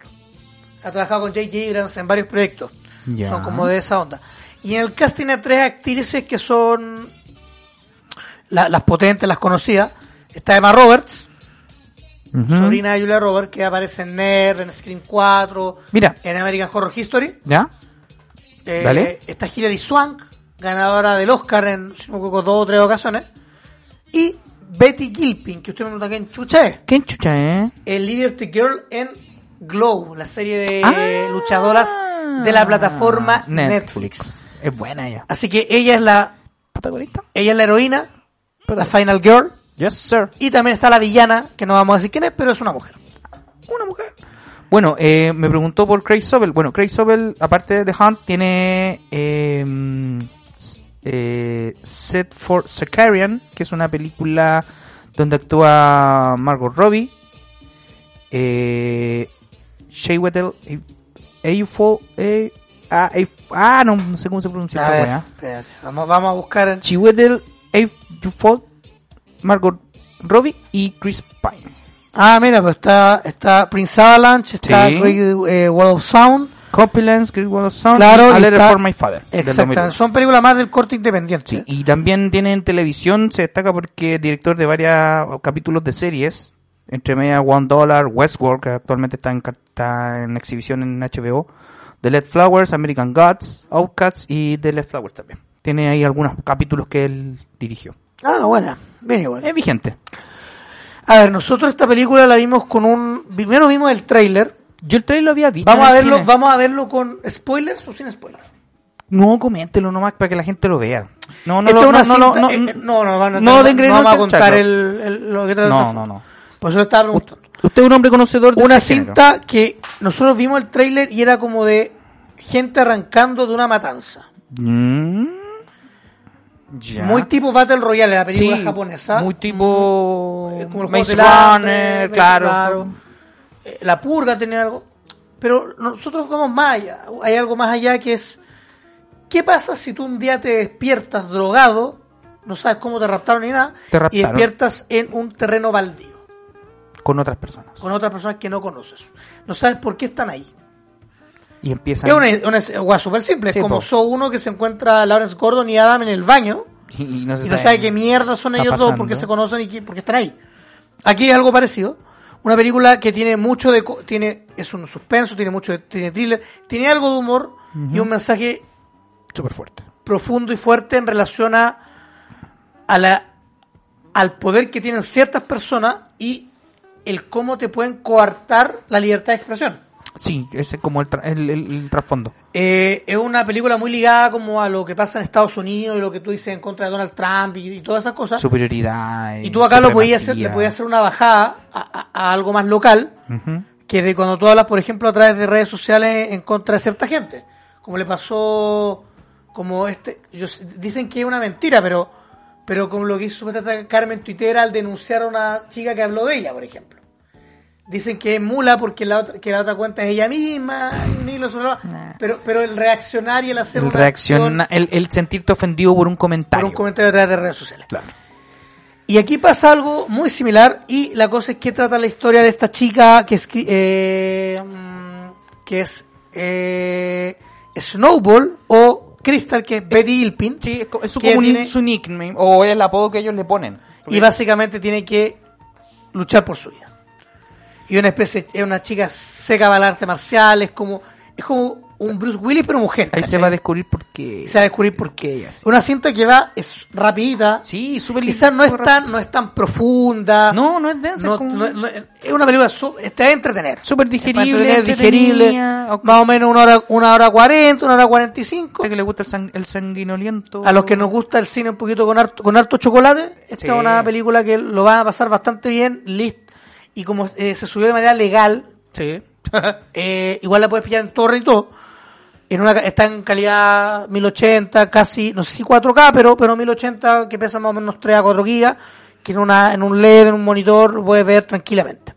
Speaker 2: Ha trabajado con J.J. Abrams en varios proyectos.
Speaker 3: Ya.
Speaker 2: Son como de esa onda. Y en el casting hay tres actrices que son la- las potentes, las conocidas. Está Emma Roberts,
Speaker 3: Ujú.
Speaker 2: sobrina de Julia Roberts, que aparece en Nerd, en Scream 4,
Speaker 3: Mira.
Speaker 2: en American Horror History.
Speaker 3: ¿Ya?
Speaker 2: Eh,
Speaker 3: Dale.
Speaker 2: Está Hilary Swank, ganadora del Oscar en, si no me equivoco, dos o tres ocasiones. Y Betty Gilpin, que usted me pregunta quién chucha es.
Speaker 3: ¿Qué chucha, eh?
Speaker 2: El Liberty Girl en Glow, la serie de
Speaker 3: Ah.
Speaker 2: luchadoras de la plataforma Netflix.
Speaker 3: Es buena ella.
Speaker 2: Así que ella es la,
Speaker 3: ¿Protagonista?
Speaker 2: ella es la heroína, la Final Girl.
Speaker 3: Yes, sir.
Speaker 2: Y también está la villana, que no vamos a decir quién es, pero es una mujer.
Speaker 3: Una mujer. Bueno, eh, me preguntó por Craig Sobel. Bueno, Craig Sobel, aparte de The Hunt, tiene eh, mm, eh, Set for Sicarian, que es una película donde actúa Margot Robbie, eh, Shea Weddell, eh, Eifel, eh, ah, Eif- ah, no, no sé cómo se pronuncia
Speaker 2: A
Speaker 3: esta
Speaker 2: ver,
Speaker 3: weá.
Speaker 2: espérate, vamos, vamos a buscar en-
Speaker 3: Shea Weddell, Eifel, Margot Robbie y Chris Pine.
Speaker 2: Ah, mira, pues está, está Prince Avalanche, está
Speaker 3: Sí.
Speaker 2: Great, eh, World of Sound.
Speaker 3: Compilance, Great Wall of Sound,
Speaker 2: Claro,
Speaker 3: y A
Speaker 2: y
Speaker 3: Letter
Speaker 2: está-
Speaker 3: for My Father. del
Speaker 2: Exactamente,
Speaker 3: 2001.
Speaker 2: son películas más del corte independiente.
Speaker 3: Sí, y también tiene en televisión, se destaca porque es director de varios capítulos de series, entre media One Dollar, Westworld, que actualmente está en, ca- está en exhibición en HBO, The Led Flowers, American Gods, Outcasts y The Led Flowers también. Tiene ahí algunos capítulos que él dirigió.
Speaker 2: Ah, buena, bien igual.
Speaker 3: Es vigente.
Speaker 2: A ver, nosotros esta película la vimos con un... Primero vimos el tráiler.
Speaker 3: Yo el trailer lo había visto.
Speaker 2: Vamos
Speaker 3: en
Speaker 2: a
Speaker 3: el
Speaker 2: verlo
Speaker 3: cine.
Speaker 2: vamos a verlo con spoilers o sin spoilers.
Speaker 3: No, coméntelo nomás para que la gente lo vea. No, no,
Speaker 2: Esta
Speaker 3: lo-
Speaker 2: es una
Speaker 3: no,
Speaker 2: cinta-
Speaker 3: no, no,
Speaker 2: eh, eh, no, no, no,
Speaker 3: no,
Speaker 2: no,
Speaker 3: den-
Speaker 2: no vamos a
Speaker 3: den-
Speaker 2: contar
Speaker 3: chato.
Speaker 2: el, el- lo que trata el
Speaker 3: No,
Speaker 2: trasfondo.
Speaker 3: no, no.
Speaker 2: Por eso lo estaba preguntando.
Speaker 3: Usted es un hombre conocedor de
Speaker 2: Una
Speaker 3: ese género.
Speaker 2: cinta que nosotros vimos el tráiler y era como de gente arrancando de una matanza.
Speaker 3: Mm. Ya.
Speaker 2: Muy tipo Battle Royale, la película
Speaker 3: Sí,
Speaker 2: japonesa.
Speaker 3: Muy tipo.
Speaker 2: Eh, como el juego
Speaker 3: Maze
Speaker 2: del hambre,
Speaker 3: Runner,
Speaker 2: Maze-
Speaker 3: claro.
Speaker 2: Eh, La purga tenía algo. Pero nosotros vamos más allá. Hay algo más allá que es. ¿Qué pasa si tú un día te despiertas drogado? No sabes cómo te raptaron ni nada.
Speaker 3: Te
Speaker 2: y
Speaker 3: raptaron.
Speaker 2: despiertas en un terreno baldío.
Speaker 3: Con otras personas.
Speaker 2: Con otras personas que no conoces. No sabes por qué están ahí.
Speaker 3: Y empiezan.
Speaker 2: Es una, una weá súper simple.
Speaker 3: Sí,
Speaker 2: es como
Speaker 3: po.
Speaker 2: So uno que se encuentra a Lawrence Gordon y Adam en el baño.
Speaker 3: Y no se
Speaker 2: Y no sabe qué
Speaker 3: mierda.
Speaker 2: mierda son
Speaker 3: está
Speaker 2: ellos dos, porque
Speaker 3: pasando.
Speaker 2: se conocen y qué- porque están ahí. Aquí es algo parecido. Una película que tiene mucho de... co- Tiene, es un suspenso, tiene mucho de tiene thriller, tiene algo de humor y un mensaje
Speaker 3: Súper fuerte.
Speaker 2: profundo y fuerte en relación a, a la, al poder que tienen ciertas personas y el cómo te pueden coartar la libertad de expresión.
Speaker 3: Sí, ese es como el, tra- el, el- el trasfondo.
Speaker 2: Eh, es una película muy ligada como a lo que pasa en Estados Unidos y lo que tú dices en contra de Donald Trump y, y todas esas cosas.
Speaker 3: Superioridad.
Speaker 2: Ah. Y tú acá lo
Speaker 3: supremacía.
Speaker 2: podías hacer, le podías hacer una bajada a, a- a algo más local
Speaker 3: Ujú.
Speaker 2: que de cuando tú hablas, por ejemplo, a través de redes sociales en contra de cierta gente. Como le pasó, como este, yo sé- dicen que es una mentira, pero pero como lo que hizo supuestamente Carmen Tuitera al denunciar a una chica que habló de ella, por ejemplo. Dicen que es mula porque la otra, que la otra cuenta es ella misma, y ni lo sonaba. pero, pero el reaccionar y el hacer
Speaker 3: El,
Speaker 2: una
Speaker 3: reacciona,
Speaker 2: acción
Speaker 3: el, el sentirte ofendido por un
Speaker 2: por
Speaker 3: comentario.
Speaker 2: un comentario detrás de redes sociales.
Speaker 3: Claro.
Speaker 2: Y aquí pasa algo muy similar y la cosa es que trata la historia de esta chica que es que es eh, Snowball o Crystal que es Betty Ilpin
Speaker 3: Sí, es, co- es su,
Speaker 2: Que
Speaker 3: como un-
Speaker 2: tiene-
Speaker 3: su nickname o el apodo que ellos le ponen.
Speaker 2: y básicamente tiene que luchar por su vida. Y una especie es una chica seca para las artes marciales, como es como un Bruce Willis pero mujer.
Speaker 3: Ahí se
Speaker 2: ¿cachai?
Speaker 3: va a descubrir por qué.
Speaker 2: Se va a descubrir por qué ella. Una cinta que va es rapidita.
Speaker 3: Sí, súper
Speaker 2: Quizás no es
Speaker 3: súper
Speaker 2: tan no es tan profunda.
Speaker 3: No, no es densa,
Speaker 2: No-
Speaker 3: es como-
Speaker 2: no- no- es una película su- te va a entretener.
Speaker 3: Súper digerible,
Speaker 2: Es para entretener, digerible.
Speaker 3: entretenida, o-
Speaker 2: Más o menos una hora una hora cuarenta, una hora cuarenta y cinco.
Speaker 3: gente que le gusta el, sang- el sanguinoliento.
Speaker 2: A los que nos gusta el cine un poquito con harto, con harto chocolate, esta
Speaker 3: Sí.
Speaker 2: es una película que lo van a pasar bastante bien, listo. Y como eh, se subió de manera legal,
Speaker 3: Sí.
Speaker 2: eh, igual la puedes pillar en torre y todo. En una, ca- está en calidad 1080, casi, no sé si 4K, pero, pero 1080 que pesa más o menos 3 a 4 gigas, que en, una, en un LED, en un monitor, lo puedes ver tranquilamente.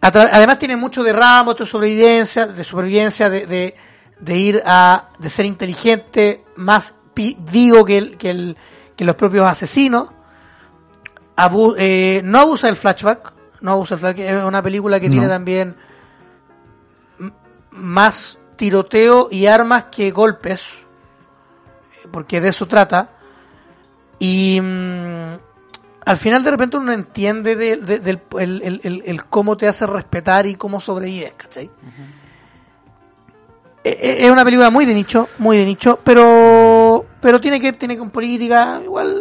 Speaker 2: A tra- Además tiene mucho de ramos, de sobrevivencia, de supervivencia, de, de, de ir a, de ser inteligente, más pi- vivo que, el- que, el- que los propios asesinos. Abu- eh, no abusa del flashback, no abusa del flashback, es una película que
Speaker 3: No.
Speaker 2: tiene también m- más tiroteo y armas que golpes, eh, porque de eso trata. Y mm, al final de repente uno entiende de- de- del el, el- el- el cómo te hace respetar y cómo sobrevives, ¿cachai? E- e- Es una película muy de nicho, muy de nicho, pero pero tiene que tiene con política, igual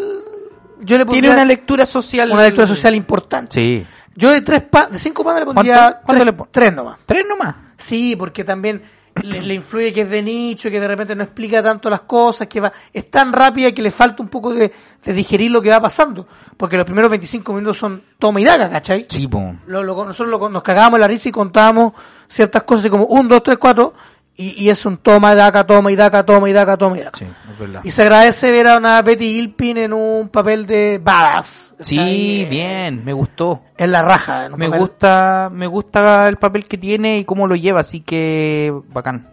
Speaker 2: yo le
Speaker 3: Tiene
Speaker 2: pondría
Speaker 3: una lectura social.
Speaker 2: una lectura social importante.
Speaker 3: Sí.
Speaker 2: Yo de tres pa- de cinco panes le pondría
Speaker 3: ¿Cuánto? ¿Cuánto
Speaker 2: tres,
Speaker 3: le pon-
Speaker 2: tres nomás.
Speaker 3: Tres nomás.
Speaker 2: Sí, porque también le, le influye que es de nicho, que de repente no explica tanto las cosas, que va, es tan rápida que le falta un poco de, de digerir lo que va pasando. Porque los primeros 25 minutos son toma y daga, ¿cachai?
Speaker 3: Sí, po.
Speaker 2: Lo- lo- nosotros lo- nos cagábamos la risa y contábamos ciertas cosas y como un, dos, tres, cuatro, y, y es un toma y daca, toma y daca, toma y daca, toma y daca.
Speaker 3: Sí, es verdad.
Speaker 2: Y se agradece ver a una Betty Gilpin en un papel de badass. ¿cachai?
Speaker 3: Sí, bien, me gustó.
Speaker 2: En la raja. en un
Speaker 3: Me
Speaker 2: papel-
Speaker 3: gusta, me gusta el papel que tiene y cómo lo lleva, así que bacán.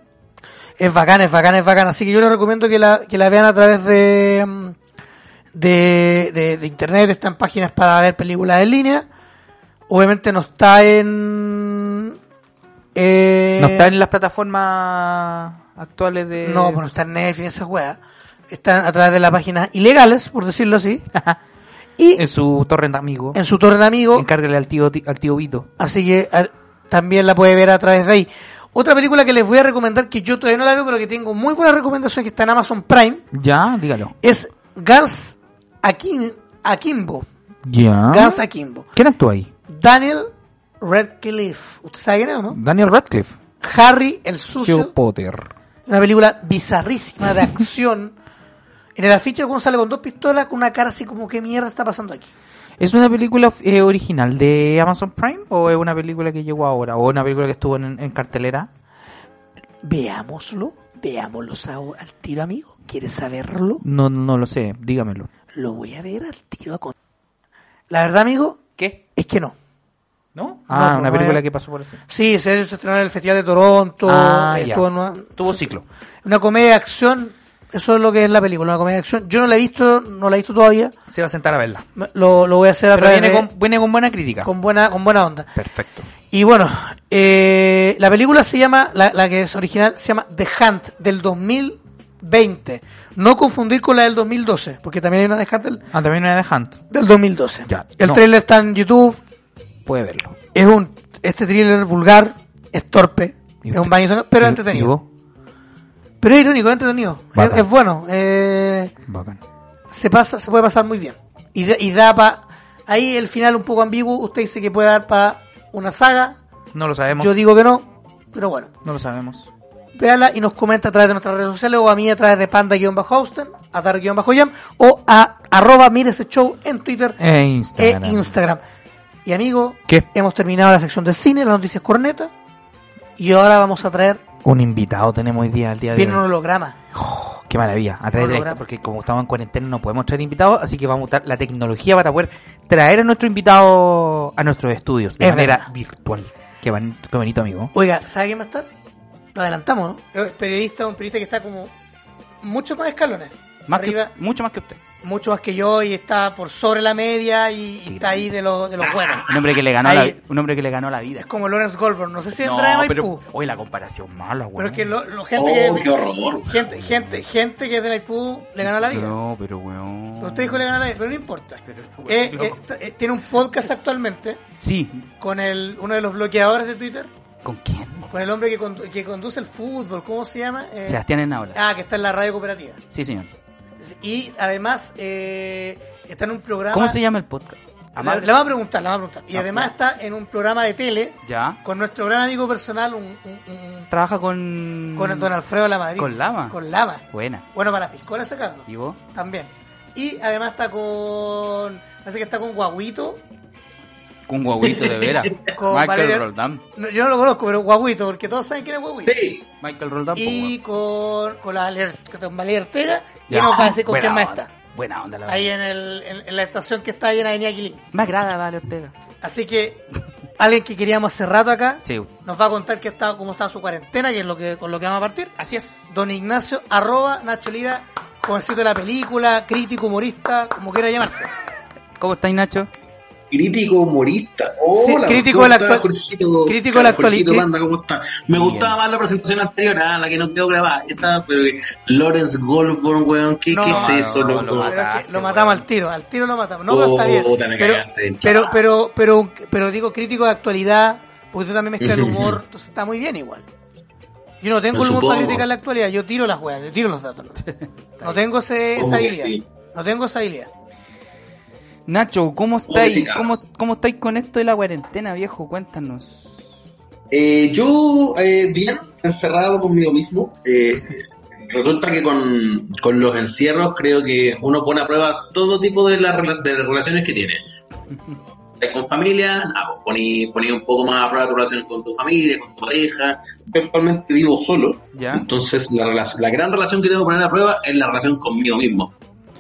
Speaker 2: Es bacán, es bacán, es bacán. Así que yo les recomiendo que la, que la vean a través de, mm, de, de, de internet. Están páginas para ver películas en línea. Obviamente no está en... eh,
Speaker 3: no está en las plataformas actuales de.
Speaker 2: No, pues no está en Netflix, esas weas. Están a través de las páginas ilegales, por decirlo así. y
Speaker 3: en su torrent amigo.
Speaker 2: en su torre de amigos.
Speaker 3: Encárgale al tío, al tío Vito.
Speaker 2: Así que a- también la puede ver a través de ahí. Otra película que les voy a recomendar, que yo todavía no la veo, pero que tengo muy buena recomendación, que está en Amazon Prime,
Speaker 3: Ya, dígalo.
Speaker 2: es Guns Akin- Akimbo.
Speaker 3: Ya.
Speaker 2: Guns Akimbo.
Speaker 3: ¿Quién actúa ahí?
Speaker 2: Daniel Radcliffe. ¿Usted sabe quién es o no?
Speaker 3: Daniel Radcliffe.
Speaker 2: Harry el Sucio.
Speaker 3: Joe Potter.
Speaker 2: Una película bizarrísima de acción. En el afiche uno sale con dos pistolas, con una cara así como, ¿qué mierda está pasando aquí?
Speaker 3: ¿Es una película eh, original de Amazon Prime o es una película que llegó ahora o una película que estuvo en, en cartelera?
Speaker 2: Veámoslo, veámoslo ahora al tiro, amigo. ¿Quieres saberlo?
Speaker 3: No, no lo sé, dígamelo.
Speaker 2: Lo voy a ver al tiro a con... La verdad, amigo,
Speaker 3: ¿Qué?
Speaker 2: es que no.
Speaker 3: ¿No? Ah,
Speaker 2: No,
Speaker 3: una
Speaker 2: no
Speaker 3: película
Speaker 2: es.
Speaker 3: que pasó por así.
Speaker 2: Sí, se, se estrenó en el Festival de Toronto.
Speaker 3: Ah,
Speaker 2: eh,
Speaker 3: ya.
Speaker 2: estuvo en una,
Speaker 3: Tuvo ciclo.
Speaker 2: una comedia de acción. Eso es lo que es la película, una comedia de acción. Yo no la he visto, no la he visto todavía.
Speaker 3: Se va a sentar a verla.
Speaker 2: Me- Lo, lo voy a hacer a
Speaker 3: Pero
Speaker 2: través
Speaker 3: viene
Speaker 2: de-
Speaker 3: con, viene con buena crítica.
Speaker 2: con buena, con buena onda.
Speaker 3: Perfecto.
Speaker 2: Y bueno, eh, la película se llama, la, la que es original, se llama The Hunt del 2020. No confundir con la del 2012, porque también hay una The Hunt del,
Speaker 3: Ah, también una de Hunt.
Speaker 2: del 2012.
Speaker 3: Ya,
Speaker 2: El
Speaker 3: no.
Speaker 2: trailer está en YouTube.
Speaker 3: Puede verlo.
Speaker 2: Es un este thriller vulgar, es torpe, es un baño, sonoro, pero es
Speaker 3: Y-
Speaker 2: entretenido. Pero es irónico, es entretenido. Es,
Speaker 3: Bacán.
Speaker 2: es bueno. Eh,
Speaker 3: y vos, Bacán.
Speaker 2: se pasa se puede pasar muy bien. Y, da- y da pa Ahí el final un poco ambiguo. Usted dice que puede dar para una saga.
Speaker 3: No lo sabemos.
Speaker 2: Yo digo que no. Pero bueno.
Speaker 3: No lo sabemos.
Speaker 2: Véala y nos comenta a través de nuestras redes sociales o a mí a través de panda-hausten, atar-yam o a arroba mire ese show en Twitter
Speaker 3: E
Speaker 2: e
Speaker 3: Instagram.
Speaker 2: Instagram. Y amigo,
Speaker 3: ¿Qué?
Speaker 2: hemos terminado la sección de cine, las noticias corneta. Y ahora vamos a traer
Speaker 3: Un invitado tenemos hoy día, el día de
Speaker 2: Viene un
Speaker 3: hoy.
Speaker 2: holograma.
Speaker 3: Oh, Qué maravilla, a través de la
Speaker 2: Hologram.
Speaker 3: insta- porque como estamos en cuarentena no podemos traer invitados, así que vamos a usar la tecnología para poder traer a nuestro invitado a nuestros estudios de
Speaker 2: Es
Speaker 3: manera
Speaker 2: verdad.
Speaker 3: virtual. Qué, ban- qué bonito, amigo.
Speaker 2: Oiga, ¿sabe quién va a estar? Lo adelantamos, ¿no? Es periodista, un periodista que está como muchos más escalones.
Speaker 3: Más que-
Speaker 2: Arriba,
Speaker 3: mucho más que usted.
Speaker 2: mucho más que yo y está por sobre la media y, y está ahí de, los de los buenos.
Speaker 3: Un hombre que le ganó, la,
Speaker 2: Ahí.
Speaker 3: un hombre que le ganó la vida.
Speaker 2: Es como Lawrence Goldberg, no sé si entra de Maipú.
Speaker 3: pero, oye, la comparación mala,
Speaker 2: Pero
Speaker 3: güey.
Speaker 2: es que lo, lo- gente
Speaker 5: Oh,
Speaker 2: que
Speaker 5: qué horror.
Speaker 2: gente, gente, gente que es de Maipú le gana la vida.
Speaker 3: No, pero weón.
Speaker 2: Usted dijo le gana la vida, pero no importa.
Speaker 3: Pero este güey
Speaker 2: Eh,
Speaker 3: es loco.
Speaker 2: eh, t- eh, tiene un podcast actualmente
Speaker 3: Sí.
Speaker 2: con el, uno de los bloqueadores de Twitter,
Speaker 3: ¿Con quién?
Speaker 2: con el hombre que, condu- que conduce el fútbol, ¿cómo se llama? Eh,
Speaker 3: Sebastián Enaola.
Speaker 2: ah, que está en la radio cooperativa.
Speaker 3: Sí, señor.
Speaker 2: Y además eh, está en un programa...
Speaker 3: ¿Cómo se llama el podcast?
Speaker 2: La, la vamos a preguntar, la vamos a preguntar. Y
Speaker 3: Ah,
Speaker 2: además está en un programa de tele
Speaker 3: Ya.
Speaker 2: con nuestro gran amigo personal, un, un- un-
Speaker 3: Trabaja con.
Speaker 2: con don Alfredo La Madrid.
Speaker 3: Mm. Con Lama.
Speaker 2: Con Lama.
Speaker 3: Buena.
Speaker 2: Bueno, para las piscolas sacando.
Speaker 3: ¿Y vos?
Speaker 2: También. Y además está con. Parece que está con Guaguito.
Speaker 3: Con Guaguito, de veras.
Speaker 2: Con
Speaker 3: Michael
Speaker 2: Valeria-
Speaker 3: Roldán.
Speaker 2: No, yo no lo conozco, pero Guaguito, porque todos saben quién es Guaguito.
Speaker 5: Sí.
Speaker 3: Michael Roldán.
Speaker 2: Y
Speaker 3: pues,
Speaker 2: con, con la Ale- con Valeria Ortega.
Speaker 3: Ya.
Speaker 2: Y nos va a decir con
Speaker 3: Buena
Speaker 2: quién más
Speaker 3: onda.
Speaker 2: está.
Speaker 3: Buena onda, la
Speaker 2: Ahí
Speaker 3: verdad.
Speaker 2: en, el, en, en la estación que está ahí en Avenida Quilín.
Speaker 3: Me agrada, vale, Ortega.
Speaker 2: Así que alguien que queríamos hace rato acá
Speaker 3: Sí.
Speaker 2: nos va a contar que está, cómo está su cuarentena, que es lo que, con lo que vamos a partir.
Speaker 3: Así es.
Speaker 2: Don Ignacio, arroba Nacho Lira, jovencito de la película, crítico, humorista, como quiera llamarse.
Speaker 3: ¿Cómo estáis, Nacho?
Speaker 5: Crítico humorista.
Speaker 2: Sí,
Speaker 5: Hola,
Speaker 2: crítico
Speaker 5: ¿cómo
Speaker 2: de la
Speaker 5: está,
Speaker 2: actual-
Speaker 5: Jorgito?
Speaker 2: crítico de la
Speaker 5: Claro, Jorgito
Speaker 2: actuali-
Speaker 5: Banda, ¿cómo está? Me
Speaker 3: Bien.
Speaker 5: gustaba más la presentación anterior, ah, la que no quedó grabada. Esa, pero que Lawrence Goldborn, weón, ¿qué,
Speaker 2: No,
Speaker 5: qué es eso,
Speaker 3: no,
Speaker 5: loco?
Speaker 3: lo
Speaker 2: Pero es que
Speaker 3: mataste,
Speaker 2: lo matamos
Speaker 3: weón.
Speaker 2: al tiro, al tiro lo matamos. No, pero está bien.
Speaker 5: Puta, me
Speaker 2: Pero,
Speaker 5: Uh, cagaste,
Speaker 2: pero,
Speaker 5: chaval.
Speaker 2: pero, pero, pero digo crítico de actualidad, porque tú también mezclas el humor, entonces está muy bien igual. Yo no tengo
Speaker 5: Me
Speaker 2: el humor para
Speaker 5: supongo.
Speaker 2: criticar la actualidad, yo tiro las weas, yo tiro los datos. No, tengo ese-
Speaker 5: ¿Cómo
Speaker 2: esa
Speaker 5: que
Speaker 2: habilidad.
Speaker 5: sí?
Speaker 2: No tengo esa habilidad.
Speaker 3: Nacho, ¿cómo
Speaker 5: Oye, sí,
Speaker 3: estáis? ¿Cómo,
Speaker 5: cabros.
Speaker 3: ¿Cómo estáis con esto de la cuarentena, viejo? Cuéntanos.
Speaker 5: Eh, yo, eh, bien, encerrado conmigo mismo. Eh, resulta que con, con los encierros creo que uno pone a prueba todo tipo de, las rela- de relaciones que tiene. Eh, Con familia, ah, pues, poní, poní un poco más a prueba tu relación con tu familia, con tu pareja. Yo actualmente vivo solo,
Speaker 3: Ya.
Speaker 5: entonces la, relac- la gran relación que tengo que poner a prueba es la relación conmigo mismo.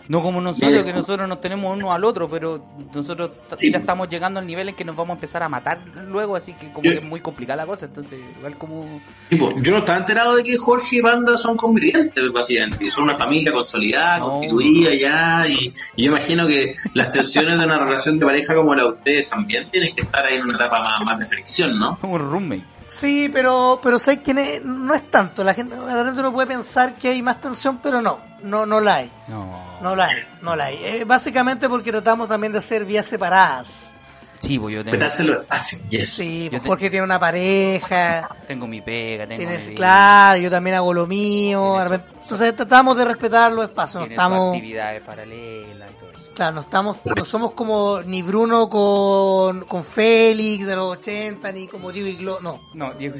Speaker 3: No como nosotros,
Speaker 5: Bien.
Speaker 3: que nosotros nos tenemos uno al otro, pero nosotros t-
Speaker 5: Sí.
Speaker 3: ya estamos llegando al nivel en que nos vamos a empezar a matar luego, así que como
Speaker 5: Yo-
Speaker 3: que es muy complicada la cosa, entonces igual como...
Speaker 5: Tipo, yo no estaba enterado de que Jorge y Banda son convivientes, básicamente. Son una familia consolidada,
Speaker 3: No.
Speaker 5: constituida ya. Y, y yo imagino que las tensiones de una relación de pareja como la de ustedes también tienen que estar ahí en una etapa más, más de fricción, ¿no?
Speaker 3: Como roommates.
Speaker 2: Sí, pero, pero ¿sabes quién es? No es tanto. La gente de repente uno puede pensar que hay más tensión, pero no, no, no la hay.
Speaker 3: No.
Speaker 2: No la hay, no la hay. Eh, básicamente porque tratamos también de hacer vías separadas.
Speaker 3: Sí, pues yo tengo,
Speaker 5: Petarse los espacios, y eso.
Speaker 2: Sí,
Speaker 3: Yo
Speaker 2: pues
Speaker 3: te-
Speaker 2: Jorge tiene una pareja,
Speaker 3: tengo mi pega, tengo
Speaker 2: tienes,
Speaker 3: mi...
Speaker 2: claro, yo también hago lo mío.
Speaker 3: Tiene
Speaker 2: de repente- Entonces tratamos de respetar los espacios, no
Speaker 3: tienes
Speaker 2: estamos,
Speaker 3: actividades paralelas y todo eso.
Speaker 2: claro, no estamos, no somos como ni Bruno con, con Félix de los 80, ni como Diego y Glo, no,
Speaker 3: No, Diego...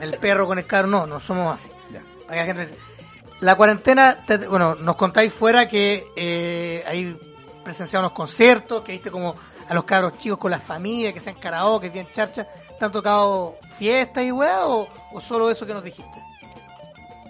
Speaker 2: el perro con el carro, no, no somos así.
Speaker 3: Ya.
Speaker 2: Acá la gente dice, La cuarentena, te- bueno, nos contáis fuera que eh, ahí presenciaban unos conciertos, que viste como a los cabros chicos con las familias, que sean karaoke, que bien charcha. ¿Te han tocado fiestas y weá o, o solo eso que nos dijiste?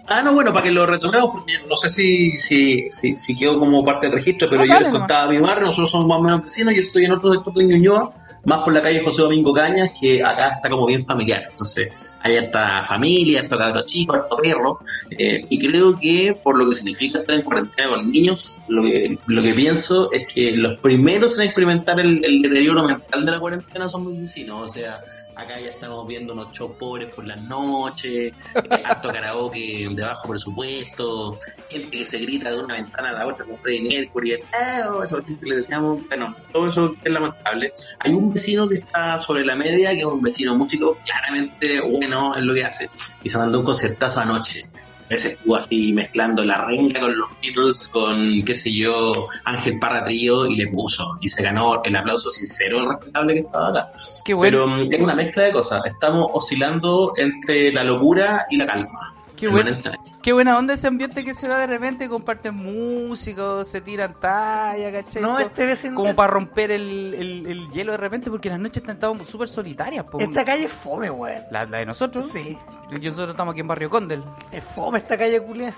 Speaker 5: Ah, no, bueno, para que lo retomemos, porque no sé si, si, si, si quedó como parte del registro, pero
Speaker 3: Ah,
Speaker 5: yo
Speaker 3: dale
Speaker 5: les
Speaker 3: nomás.
Speaker 5: contaba a mi barrio, nosotros somos más o menos vecinos, yo estoy en otro sector de Ñuñoa, más por la calle José Domingo Cañas, que acá está como bien familiar. Entonces, hay harta familia, harto cabro chico, harto perro, eh, y creo que por lo que significa estar en cuarentena con niños, lo que, lo que pienso es que los primeros en experimentar el, el deterioro mental de la cuarentena son mis vecinos, o sea... Acá ya estamos viendo unos shows pobres por las noches, eh, harto karaoke de bajo presupuesto, gente que se grita de una ventana a la otra con Freddie Mercury, eh, oh, eso que le decíamos, bueno, todo eso es lamentable. Hay un vecino que está sobre la media, que es un vecino músico, claramente bueno en lo que hace, y se mandó un concertazo anoche. Ese estuvo así mezclando la renga con los Beatles, con qué sé yo, Ángel Parra Trío, y le puso, y se ganó el aplauso sincero y respetable que estaba acá.
Speaker 3: Qué bueno,
Speaker 5: Pero mm, es una mezcla de cosas. Estamos oscilando entre la locura y la calma.
Speaker 3: qué bueno.
Speaker 5: Permanentemente.
Speaker 3: Qué buena onda ese ambiente que se da de repente, comparten música, se tiran talla, ¿cachai?
Speaker 2: No,
Speaker 3: Todo-
Speaker 2: este vecino.
Speaker 3: Como para romper el, el, el hielo de repente, porque las noches están estado súper solitarias. po.
Speaker 2: Esta calle es fome, weón.
Speaker 3: La, la de nosotros.
Speaker 2: Sí,
Speaker 3: Y Nosotros estamos aquí en Barrio Condel.
Speaker 2: es fome esta calle, culia.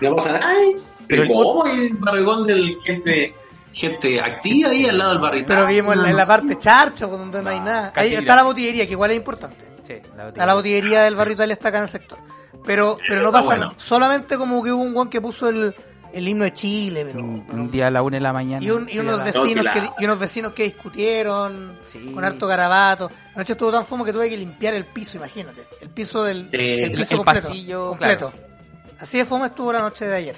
Speaker 5: No pasa nada. Ay,
Speaker 3: Pero
Speaker 5: pero
Speaker 3: el-
Speaker 5: ¿cómo? Hay el barrigón del gente, gente activa ahí al lado del barrigón.
Speaker 2: Pero vimos en la, en la parte charcha, pues, donde no hay
Speaker 3: Ah,
Speaker 2: nada.
Speaker 3: casi
Speaker 2: Ahí está
Speaker 3: la-
Speaker 2: la botillería, que igual es importante.
Speaker 3: Sí, la botella.
Speaker 2: Está la botillería del barrio Italia, está acá en el sector. Pero, pero no
Speaker 5: Está
Speaker 2: pasa
Speaker 5: bueno.
Speaker 2: nada. Solamente como que hubo un guan que puso el, el himno de Chile, pero.
Speaker 3: Un, un día a la una de la mañana.
Speaker 2: Y, un- y unos
Speaker 3: de...
Speaker 5: de-
Speaker 2: vecinos
Speaker 5: No,
Speaker 2: que,
Speaker 5: claro.
Speaker 2: y unos vecinos que discutieron
Speaker 3: Sí.
Speaker 2: con harto garabato. Anoche estuvo tan fumo que tuve que limpiar el piso, imagínate. El piso del
Speaker 5: Eh, el-
Speaker 2: piso
Speaker 3: el
Speaker 2: completo,
Speaker 3: pasillo,
Speaker 2: completo. Así de fumo estuvo la noche de ayer.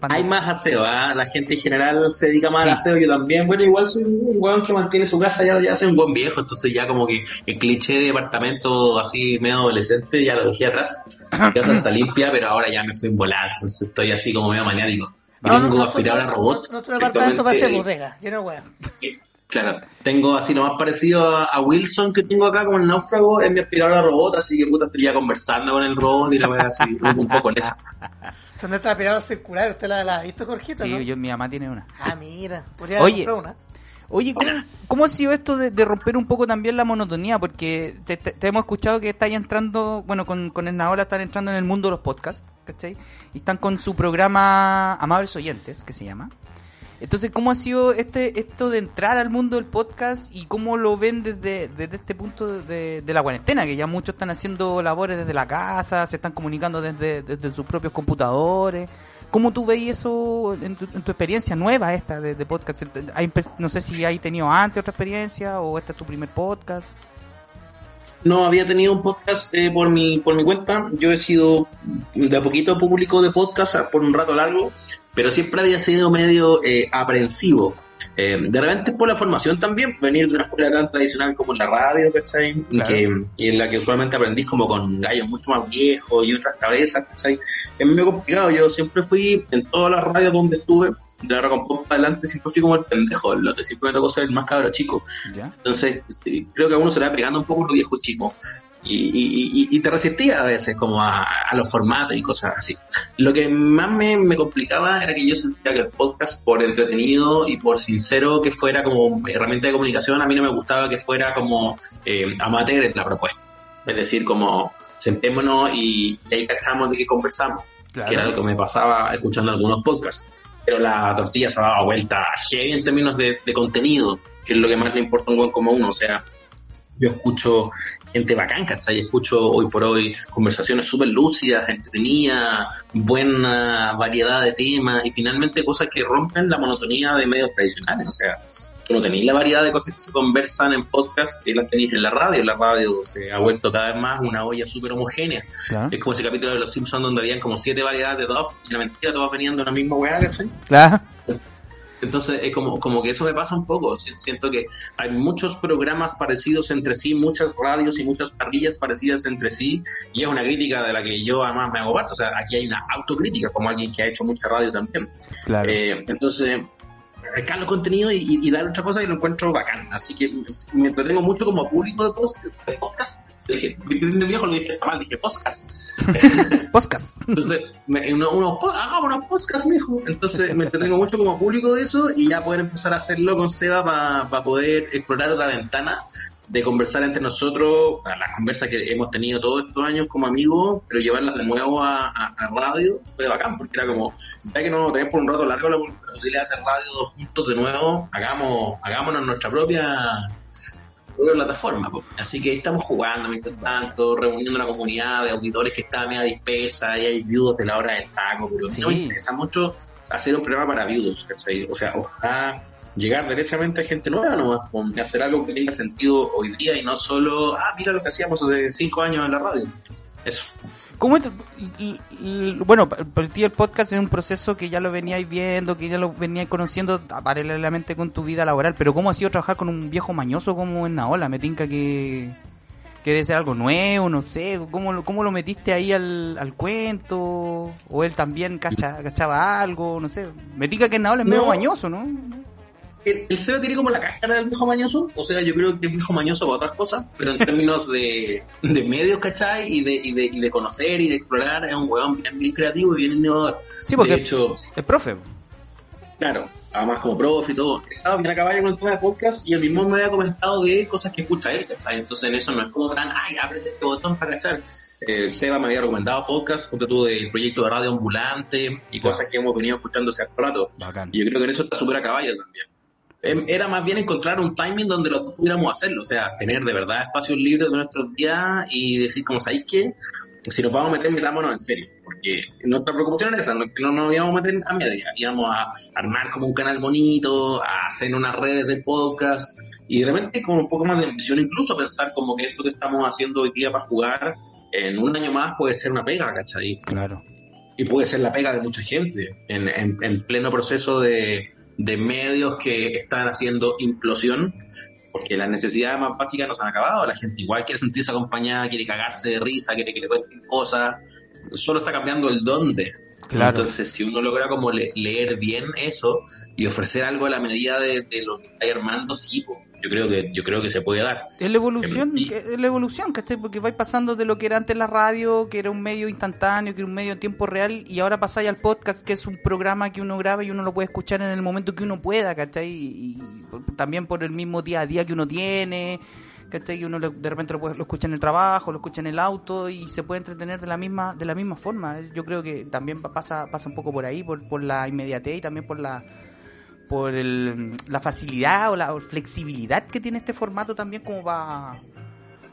Speaker 5: Hay más aseo, ¿ah? la gente en general se dedica más
Speaker 3: Sí.
Speaker 5: al aseo, yo también, bueno, igual soy un weón que mantiene su casa, ya, ya soy un buen viejo, entonces ya como que el cliché de departamento así medio adolescente ya lo dejé atrás, mi casa está limpia, pero ahora ya me fui en volar, entonces estoy así como medio maniático.
Speaker 2: No,
Speaker 5: Tengo
Speaker 2: no, nosotros-
Speaker 5: aspiradora robot.
Speaker 2: Nuestro departamento parece
Speaker 5: directamente-
Speaker 2: bodega, lleno de hueá.
Speaker 5: Claro, tengo así lo más parecido a, a Wilson que tengo acá como el náufrago es mi aspiradora robot, así que puta estoy ya conversando con el robot y la voy así un poco en eso.
Speaker 2: Son de estas piratas circulares, usted la, la ha visto, Jorgito,
Speaker 3: Sí,
Speaker 2: ¿no?
Speaker 3: yo- mi mamá tiene una.
Speaker 2: Ah, mira, podría
Speaker 3: Oye.
Speaker 2: comprar una.
Speaker 3: Oye, ¿cómo, cómo ha sido esto de, de romper un poco también la monotonía? Porque te, te- te hemos escuchado que estáis entrando, bueno, con, con el Naola están entrando en el mundo de los podcasts, ¿cachai? Y están con su programa Amables Oyentes, que se llama. Entonces, ¿cómo ha sido este esto de entrar al mundo del podcast y cómo lo ven desde, desde este punto de, de la cuarentena? Que ya muchos están haciendo labores desde la casa, se están comunicando desde, desde sus propios computadores. ¿Cómo tú veis eso en tu, en tu experiencia nueva esta de, de podcast? Hay pe- no sé si hay tenido antes otra experiencia o este es tu primer podcast.
Speaker 5: No, había tenido un podcast eh, por, mi, por mi cuenta. Yo he sido de a poquito público de podcast ah, por un rato largo, pero siempre había sido medio eh, aprensivo. Eh, de repente por la formación también, venir de una escuela tan tradicional como la radio, ¿cachai?
Speaker 3: Claro.
Speaker 5: Que, y en la que usualmente aprendís como con gallos mucho más viejos y otras cabezas, ¿cachai? Es medio complicado, yo siempre fui en todas las radios donde estuve, de la recompensa adelante siempre fui como el pendejo, lo que siempre me tocó ser el más cabro chico.
Speaker 3: ¿Ya?
Speaker 5: Entonces, eh, creo que a uno se le va pegando un poco lo viejo chico. Y, y- y- y te resistía a veces como a, a los formatos y cosas así. Lo que más me, me complicaba era que yo sentía que el podcast, por entretenido y por sincero que fuera como herramienta de comunicación, a mí no me gustaba que fuera como eh, amateur en la propuesta. Es decir, como sentémonos y, y ahí cachamos de qué conversamos que era lo que me pasaba escuchando algunos podcasts. Pero la tortilla se daba vuelta heavy en términos de, de contenido, que es lo que más le importa a un buen como uno. O sea, yo escucho gente bacán, ¿cachai? Escucho hoy por hoy conversaciones súper lúcidas, entretenidas, buena variedad de temas y finalmente cosas que rompen la monotonía de medios tradicionales. O sea, tú no tenéis la variedad de cosas que se conversan en podcast que las tenéis en la radio. La radio se ha vuelto cada vez más una olla súper homogénea.
Speaker 3: Claro.
Speaker 5: Es como ese capítulo de Los Simpsons donde habían como siete variedades de Dove y la mentira todas venían de una misma weá, ¿cachai?
Speaker 3: Claro.
Speaker 5: Entonces es como, como que eso me pasa un poco. Si- Siento que hay muchos programas parecidos entre sí, muchas radios y muchas parrillas parecidas entre sí y es una crítica de la que yo además me hago parte. O sea, aquí hay una autocrítica como alguien que ha hecho mucha radio también.
Speaker 3: claro.
Speaker 5: Eh, entonces, pescar los contenidos y, y- y dar otra cosa y lo encuentro bacán. Así que me entretengo mucho como público de post- de podcast. Dije, de viejo lo dije está mal, dije podcast.
Speaker 3: podcast.
Speaker 5: Entonces, me, uno, uno, po- hagamos unos podcasts, mijo. Entonces, me entretengo mucho como público de eso y ya poder empezar a hacerlo con Seba para poder explorar otra ventana de conversar entre nosotros, a las conversas que hemos tenido todos estos años como amigos, pero llevarlas de nuevo a, a- a radio fue bacán, porque era como, ya que no tenemos por un rato largo la posibilidad de hacer radio juntos de nuevo, hagamos, hagámonos nuestra propia propia plataforma. po. Así que ahí estamos jugando mientras tanto, reuniendo la comunidad de auditores que está media dispersa y hay viudos de la hora del taco. Pero
Speaker 3: Sí.
Speaker 5: no me interesa mucho hacer un programa para viudos. ¿cachai? O sea, ojalá llegar derechamente a gente nueva nomás, po, y hacer algo que tenga sentido hoy día y no solo, ah, mira lo que hacíamos hace cinco años en la radio. Eso.
Speaker 3: ¿Cómo es- l- l- bueno, pa- para ti el podcast es un proceso que ya lo veníais viendo, que ya lo veníais conociendo paralelamente con tu vida laboral, pero ¿cómo ha sido trabajar con un viejo mañoso como en Naola? Me tinca que, que debe ser algo nuevo, no sé, ¿cómo lo, cómo lo metiste ahí al, al cuento? ¿O él también cacha- cachaba algo? No sé, me tinca que en Naola es medio
Speaker 5: No.
Speaker 3: mañoso, ¿no?
Speaker 5: El, el Seba tiene como la cáscara del viejo mañoso, o sea, yo creo que es viejo mañoso para otras cosas, pero en términos de, de medios, ¿cachai? Y de, y, de, y de conocer y de explorar, es un huevón bien, bien creativo y bien innovador.
Speaker 3: Sí, porque
Speaker 5: De hecho,
Speaker 3: es profe.
Speaker 5: claro, además como profe y todo, estaba bien a caballo con el tema de podcast y el mismo me había comentado de cosas que escucha él, ¿cachai? Entonces en eso no es como tan, ay, abre este botón para cachar. eh, Seba me había recomendado podcast, junto tú del proyecto de radio ambulante y cosas que hemos venido escuchando hace rato.
Speaker 3: Bacán.
Speaker 5: Y yo creo que en eso está súper a caballo también. Em, Era más bien encontrar un timing donde lo pudiéramos hacerlo, o sea, tener de verdad espacios libres de nuestros días y decir, como sabéis que, si nos vamos a meter, metámonos en serio, porque nuestra preocupación era esa, no, que no nos íbamos a meter a media, íbamos a armar como un canal bonito, a hacer unas redes de podcast y de repente con un poco más de ambición, incluso pensar como que esto que estamos haciendo hoy día para jugar en un año más puede ser una pega, ¿cachai?
Speaker 3: Claro.
Speaker 5: y puede ser la pega de mucha gente en, en- en pleno proceso de, de medios que están haciendo implosión porque las necesidades más básicas no se han acabado la gente igual quiere sentirse acompañada quiere cagarse de risa quiere que le cuenten cosas solo está cambiando el dónde
Speaker 3: Claro.
Speaker 5: entonces si uno logra como le- leer bien eso y ofrecer algo a la medida de, de lo que está armando sí po. yo creo que yo creo que se puede dar
Speaker 3: Es la evolución,
Speaker 5: Y-
Speaker 3: que- es la evolución, ¿cachai? Porque vais pasando de lo que era antes la radio, que era un medio instantáneo, que era un medio en tiempo real, y ahora pasáis al podcast, que es un programa que uno graba y uno lo puede escuchar en el momento que uno pueda, ¿cachai? Y, y por- también por el mismo día a día que uno tiene, ¿cachai? Y uno lo- de repente lo, puede- lo escucha en el trabajo, lo escucha en el auto, y se puede entretener de la misma de la misma forma. Yo creo que también pa- pasa, pasa un poco por ahí, por, por la inmediatez y también por la por el- la facilidad o la flexibilidad que tiene este formato también como para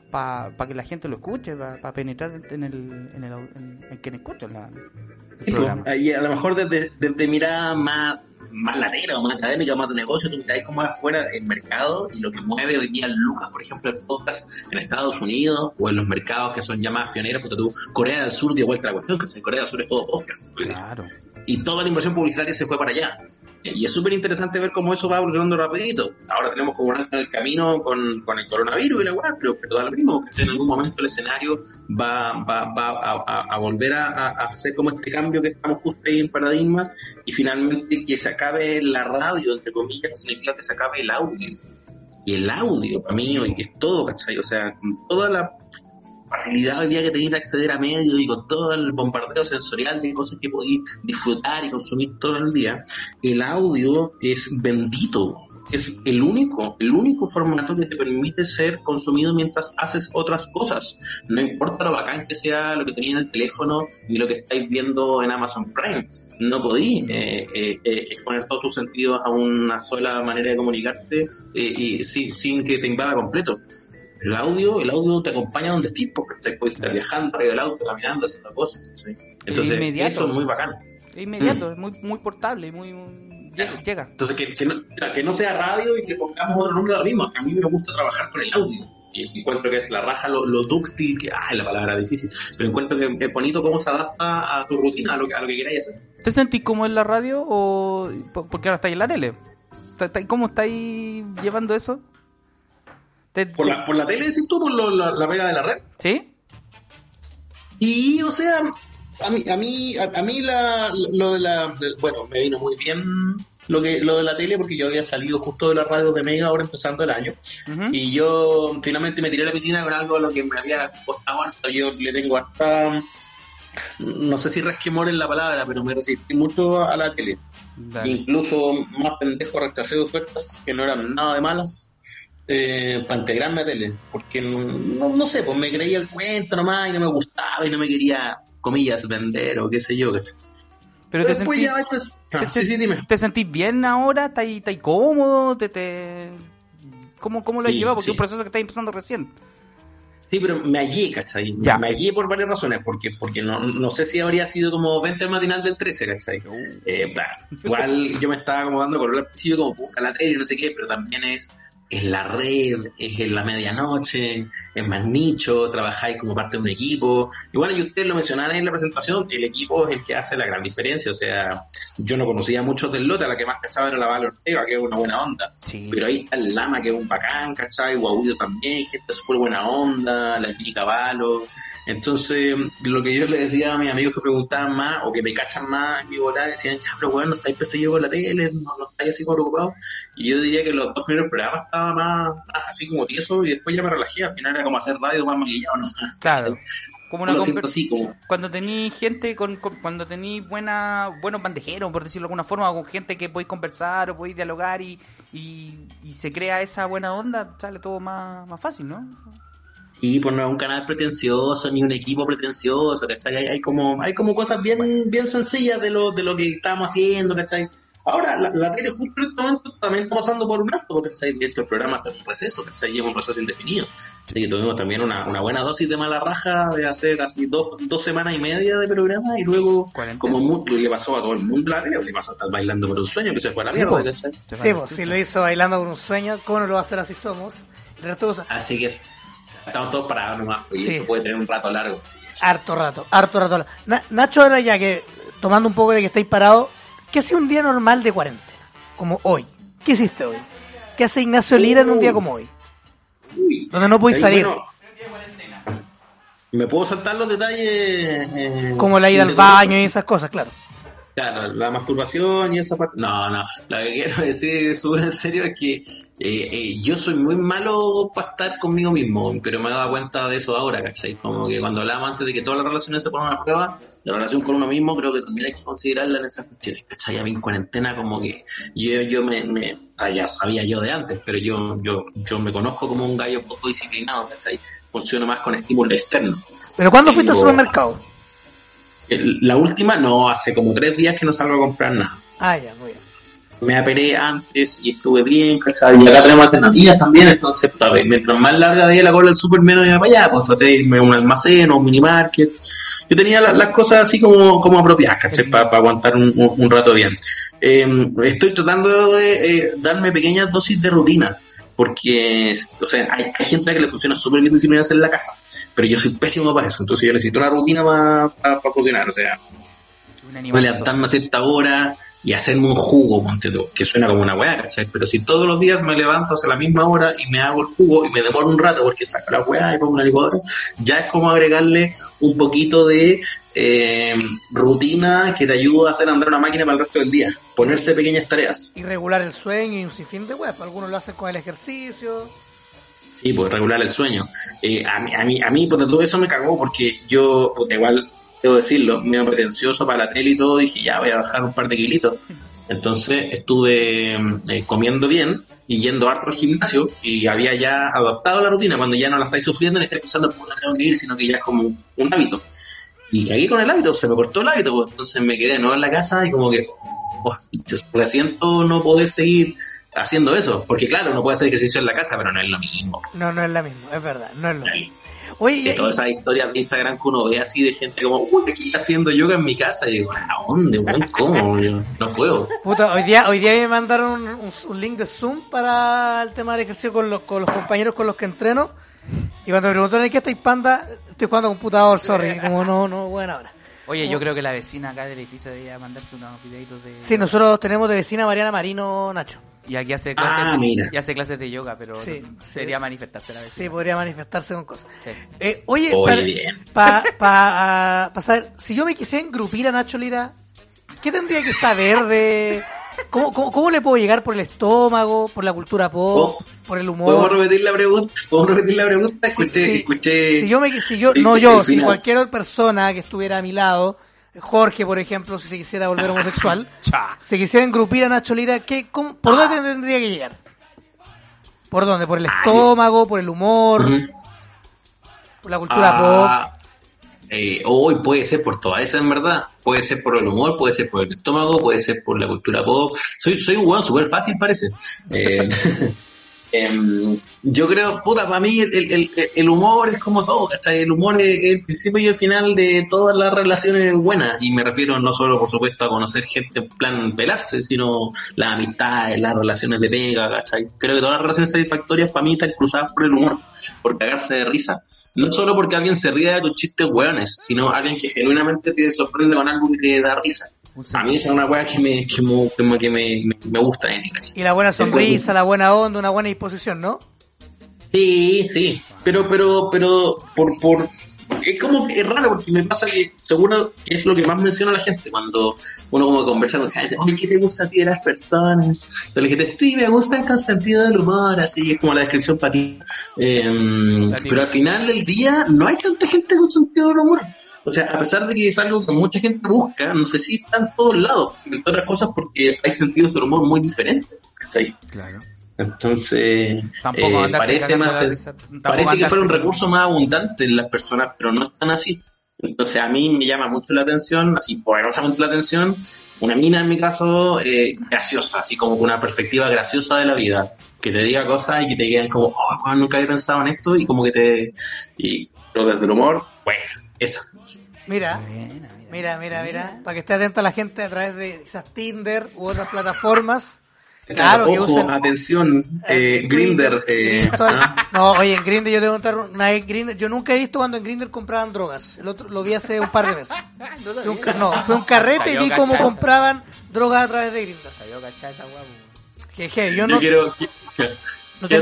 Speaker 3: para que la gente lo escuche, para penetrar en el, en el, au- en, en quien escucha la-
Speaker 5: Sí,
Speaker 3: el
Speaker 5: pues,
Speaker 3: programa.
Speaker 5: ahí a lo mejor desde, desde mirada más, más latera o más académica, más de negocio, tú miráis cómo es afuera el mercado y lo que mueve hoy día Lucas, por ejemplo, el podcast en Estados Unidos o en los mercados que son ya más pioneros, porque tú, Corea del Sur dio vuelta a la cuestión, que en Corea del Sur es todo podcast hoy día.
Speaker 3: Claro.
Speaker 5: y toda la inversión publicitaria se fue para allá. Eh, Y es súper interesante ver cómo eso va evolucionando rapidito. Ahora tenemos como en el camino con, con el coronavirus y la weá, pero, pero da lo mismo, que en algún momento el escenario va, va, va a, a- a volver a, a- a hacer como este cambio que estamos justo ahí en paradigmas y finalmente que se acabe la radio, entre comillas, significa que se acabe el audio. Y el audio, para mí, hoy es todo, ¿cachai? O sea, con toda la facilidad hoy día que tenéis de acceder a medios y con todo el bombardeo sensorial de cosas que podéis disfrutar y consumir todo el día, el audio es bendito. Es el único, el único formato que te permite ser consumido mientras haces otras cosas. No importa lo bacán que sea lo que tenéis en el teléfono ni lo que estáis viendo en Amazon Prime. No podí eh, eh, eh, exponer todos tus sentidos a una sola manera de comunicarte eh, y sin, sin que te invada completo. El audio, el audio te acompaña donde estés, porque te puedes estar viajando, arriba del auto, caminando, haciendo cosas. ¿sí? Entonces,
Speaker 3: inmediato.
Speaker 5: eso es muy bacán.
Speaker 3: Es inmediato, es muy, muy portable, y muy, muy- llega,
Speaker 5: Claro.
Speaker 3: llega.
Speaker 5: Entonces, que, que, no, claro, que no sea radio y que pongamos otro nombre de lo mismo. A mí me gusta trabajar con el audio. Y encuentro que es la raja, lo, lo dúctil, que, ay, la palabra difícil, pero encuentro que es bonito cómo se adapta a tu rutina, a lo que, a lo que queráis hacer.
Speaker 3: ¿Te sentís como en la radio o por- porque ahora estáis en la tele? ¿Está- está- ¿Cómo estáis llevando eso? ¿Te-
Speaker 5: Por la, por la tele, decís tú, por lo- la, la pega de la red.
Speaker 3: ¿Sí?
Speaker 5: Y, o sea, a mí, a mí, a, a mí la, lo de la, de- bueno, me vino muy bien lo que lo de la tele porque yo había salido justo de la radio de Mega ahora empezando el año
Speaker 3: Ujú.
Speaker 5: y yo finalmente me tiré a la piscina con algo a lo que me había costado harto, yo le tengo harta no sé si resquemor en la palabra, pero me resistí mucho a la tele.
Speaker 3: Dale.
Speaker 5: Incluso más pendejo rechacé ofertas que no eran nada de malas eh, para integrarme a tele. Porque no, no, no sé, pues me creía el cuento nomás y no me gustaba y no me quería, comillas, vender o qué sé yo. qué sé.
Speaker 3: Pero te
Speaker 5: después
Speaker 3: sentís...
Speaker 5: ya pues, ah,
Speaker 3: te-
Speaker 5: sí, sí, dime.
Speaker 3: ¿Te sentís bien ahora? ¿Estás estás cómodo? ¿Te, te... ¿Cómo, ¿Cómo lo has
Speaker 5: Sí,
Speaker 3: llevado? Porque
Speaker 5: sí.
Speaker 3: es un proceso que estás empezando recién.
Speaker 5: Sí, pero me hallé, ¿cachai?
Speaker 3: Ya.
Speaker 5: Me hallé por varias razones, porque porque no, no sé si habría sido como 20 al matinal del 13, ¿cachai? Eh, bah, igual yo me estaba acomodando con el principio como busca la tele, no sé qué, pero también es es la red, es en la medianoche, es más nicho, trabajáis como parte de un equipo. Y bueno, y ustedes lo mencionaron en la presentación, el equipo es el que hace la gran diferencia. O sea, yo no conocía a muchos del lote, a la que más cachaba era la Val Ortega, que es una buena onda.
Speaker 3: Sí.
Speaker 5: Pero ahí está el Lama, que es un bacán, ¿cachai? Guaudio también, gente súper buena onda, la Emily Caballo. Entonces, lo que yo le decía a mis amigos que preguntaban más o que me cachan más en mi bola, decían, ya, pero weón, no estáis perseguidos por la tele, no, no estáis así como preocupados. Y yo diría que los dos primeros programas estaba más, más así como tieso y después ya me relajé. Al final era como hacer radio más maquillado, ¿no?
Speaker 3: Claro. Como una
Speaker 5: Lo
Speaker 3: conver-
Speaker 5: siento así, como.
Speaker 3: Cuando tení gente, con, con- cuando tení buena, buenos bandejeros, por decirlo de alguna forma, o con gente que podéis conversar o podéis dialogar y, y, y se crea esa buena onda, sale todo más, más fácil, ¿no?
Speaker 5: Sí, Y pues no es un canal pretencioso, ni un equipo pretencioso, ¿cachai? Hay, hay como, hay como cosas bien, bien sencillas de lo, de lo que estábamos haciendo, ¿cachai? Ahora, la, la tele justo en este momento también está pasando por un acto, ¿cachai? De hecho, el programa está en un receso, ¿cachai? Lleva un receso indefinido. Así que tuvimos también una, una buena dosis de mala raja de hacer así dos, dos semanas y media de programa y luego,
Speaker 3: Cuarentena.
Speaker 5: como mucho le pasó a todo el mundo la tele, le pasó a estar bailando por un sueño que se fue a la
Speaker 3: Sí,
Speaker 5: mierda,
Speaker 3: po.
Speaker 5: ¿cachai?
Speaker 2: Sí,
Speaker 3: Se fue a la
Speaker 2: pues, si
Speaker 3: chucha.
Speaker 2: lo hizo bailando con un sueño, ¿cómo no lo va a hacer así somos? El resto de cosas,
Speaker 5: Así que estamos todos parados nomás, y
Speaker 2: Sí.
Speaker 5: esto puede tener un rato largo. así que-
Speaker 2: harto rato, harto rato. Na- Nacho, ahora ya que, tomando un poco de que estáis parados, ¿qué hace un día normal de cuarentena? Como hoy. ¿Qué hiciste hoy? ¿Qué hace Ignacio Lira en un día como hoy?
Speaker 5: Uy.
Speaker 2: Donde no podéis
Speaker 5: Ahí,
Speaker 2: salir.
Speaker 5: bueno, me puedo saltar los detalles. eh,
Speaker 2: Como la ida al
Speaker 5: de-
Speaker 2: baño y esas cosas, claro.
Speaker 5: Claro, la masturbación y esa parte. No, no. Lo que quiero decir súper en serio es que eh, eh, yo soy muy malo para estar conmigo mismo, pero me he dado cuenta de eso ahora, ¿cachai? Como que cuando hablábamos antes de que todas las relaciones se ponen a prueba, la relación con uno mismo creo que también hay que considerarla en esas cuestiones, ¿cachai? A mí en cuarentena como que yo, yo me, me- o sea, ya sabía yo de antes, pero yo, yo, yo me conozco como un gallo poco disciplinado, ¿cachai? Funciono más con estímulo externo.
Speaker 2: Pero ¿cuándo fuiste al
Speaker 5: Tengo-
Speaker 2: supermercado?
Speaker 5: El- La última no, hace como tres días que no salgo a comprar nada.
Speaker 2: Ah, ya, muy bien.
Speaker 5: me aperé antes y estuve bien, ¿cachai? Y acá tenemos alternativas también, entonces, puta, ve, mientras más larga de la cola del super, menos iba para allá, pues traté de irme a un almacén o un minimarket. Yo tenía la- las cosas así como, como apropiadas, ¿cachai? Para aguantar un, un- un rato bien. Eh, estoy tratando de eh, darme pequeñas dosis de rutina, porque, o sea, hay, hay gente a la que le funciona súper bien disciplinarse en la casa, pero yo soy pésimo para eso, entonces yo necesito una rutina para funcionar, o sea,
Speaker 3: Un
Speaker 5: Iba a
Speaker 3: animal sos.
Speaker 5: levantarme a cierta hora y hacerme un jugo, ponte tú, que suena como una weá, ¿cachai? Pero si todos los días me levanto a la misma hora y me hago el jugo y me demoro un rato porque saco la weá y pongo una licuadora, ya es como agregarle un poquito de eh, rutina que te ayuda a hacer andar una máquina para el resto del día. Ponerse pequeñas tareas.
Speaker 2: Y regular el sueño y un sinfín de weas. Algunos lo hacen con el ejercicio.
Speaker 5: Sí, pues regular el sueño. Eh, a mí, a mí, a mí pues, todo eso me cagó porque yo, pues, igual, debo decirlo, medio pretencioso para la tele y todo, dije, ya voy a bajar un par de kilitos. Entonces estuve mm, eh, comiendo bien y yendo harto al gimnasio y había ya adaptado la rutina. Cuando ya no la estáis sufriendo, ni estáis pensando, pues no tengo que ir, sino que ya es como un hábito. Y caí con el hábito, se me cortó el hábito, pues. entonces me quedé de nuevo en la casa y como que, oh, yo resiento no poder seguir haciendo eso, porque claro, uno puede hacer ejercicio en la casa, pero no es lo mismo.
Speaker 2: No, no es la misma, es verdad, no es lo mismo. Oye, y-
Speaker 5: De todas esas historias de Instagram que uno ve así de gente como, uy, aquí haciendo yoga en mi casa, y digo, ¿a dónde, weón? ¿Cómo? Yo no puedo.
Speaker 2: Puta, hoy día, hoy día me mandaron un, un- un link de Zoom para el tema del ejercicio con los, con los compañeros con los que entreno. Y cuando me preguntaron, ¿qué estáis panda? Estoy jugando computador, sorry. Como no, no, buena hora.
Speaker 3: Oye, yo creo que la vecina acá del edificio debería mandarse unos videitos de...
Speaker 2: Sí, nosotros tenemos de vecina Mariana Marino Nacho.
Speaker 3: Y aquí hace clases,
Speaker 5: Ah,
Speaker 3: de,
Speaker 5: mira.
Speaker 3: y hace clases de yoga, pero
Speaker 2: Sí,
Speaker 3: sería
Speaker 2: sí.
Speaker 3: manifestarse la
Speaker 2: Sí,
Speaker 3: vecina.
Speaker 2: podría manifestarse con cosas.
Speaker 3: Sí.
Speaker 2: Eh, oye,
Speaker 5: Oye,
Speaker 2: para-
Speaker 5: bien.
Speaker 2: pa- pa- ah, pa saber, si yo me quisiera engrupir a Nacho Lira, ¿qué tendría que saber de... ¿Cómo, cómo, cómo le puedo llegar por el estómago, por la cultura pop, por el
Speaker 5: ¿Podemos
Speaker 2: humor?
Speaker 5: repetir la pregunta? ¿Podemos repetir la pregunta?
Speaker 2: Si-
Speaker 5: Escuché,
Speaker 2: si,
Speaker 5: escuché.
Speaker 2: si yo me si yo
Speaker 5: el-
Speaker 2: no
Speaker 5: el
Speaker 2: yo si
Speaker 5: final.
Speaker 2: cualquier otra persona que estuviera a mi lado Jorge por ejemplo si se quisiera volver homosexual
Speaker 3: Cha.
Speaker 2: se quisiera engrupir a Nacho Lira ¿qué, cómo- por dónde
Speaker 5: Ah.
Speaker 2: tendría que llegar por dónde por el estómago por el humor
Speaker 5: Ujú.
Speaker 2: por la cultura pop
Speaker 5: Ah, eh, hoy puede ser por todas esas, en verdad. Puede ser por el humor, puede ser por el estómago, puede ser por la cultura pop. Soy, soy un weón súper fácil, parece. Eh, em, yo creo, puta, para mí el, el- el- el humor es como todo, ¿cachai? El humor es el principio y el final de todas las relaciones buenas. Y me refiero no solo, por supuesto, a conocer gente en plan pelarse, sino las amistades, las relaciones de pega, ¿cachai? Creo que todas las relaciones satisfactorias para mí están cruzadas por el humor, por cagarse de risa. No solo porque alguien se ría de tus chistes hueones, sino alguien que genuinamente te sorprende con algo que te da risa.
Speaker 3: Un sen-
Speaker 5: A mí esa es una hueá que me, que me, que me, que me- me- me gusta de mí, ¿cachai?
Speaker 2: y la buena sonrisa la buena onda una buena disposición no
Speaker 5: Sí, sí, pero, pero, pero, por, por, es como que es raro porque me pasa que seguro que es lo que más menciona la gente cuando uno como conversa con gente, oye, ¿qué te gusta a ti de las personas? Yo le dije, sí, me gustan con sentido del humor, así es como la descripción para ti. Em,
Speaker 3: Para ti.
Speaker 5: pero al final del día no hay tanta gente con sentido del humor. O sea, a pesar de que es algo que mucha gente busca, no sé si está en todos lados, entre otras cosas porque hay sentidos del humor muy diferentes. ¿cachai?
Speaker 3: Claro.
Speaker 5: Entonces,
Speaker 3: Tampoco
Speaker 5: eh,
Speaker 3: andarse
Speaker 5: parece,
Speaker 3: cagando
Speaker 5: más,
Speaker 3: la risa, tampoco
Speaker 5: parece que
Speaker 3: andarse-
Speaker 5: fuera un recurso más abundante en las personas, pero no están así. Entonces, a mí me llama mucho la atención, así poderosamente la atención, una mina en mi caso, eh, graciosa, así como con una perspectiva graciosa de la vida, que te diga cosas y que te quedan como, oh, weón, nunca había pensado en esto, y como que te. Y, pero desde el humor, bueno, esa.
Speaker 2: Mira, mira, mira, mira. Para que esté atenta la gente a través de quizás Tinder u otras plataformas. Claro, que
Speaker 5: Ojo,
Speaker 2: usen.
Speaker 5: atención, eh, Grinder. Eh,
Speaker 2: Grindr.
Speaker 5: ah,
Speaker 2: No, oye, en Grinder yo te voy a contar una vez Grindr- Yo nunca he visto cuando en Grinder compraban drogas. El otro lo vi hace un par de meses. Nunca, no, fue un carrete y vi cómo compraban drogas a través de Grinder. Que, que, yo
Speaker 5: yo
Speaker 2: no,
Speaker 5: quiero.
Speaker 2: no
Speaker 5: Quiero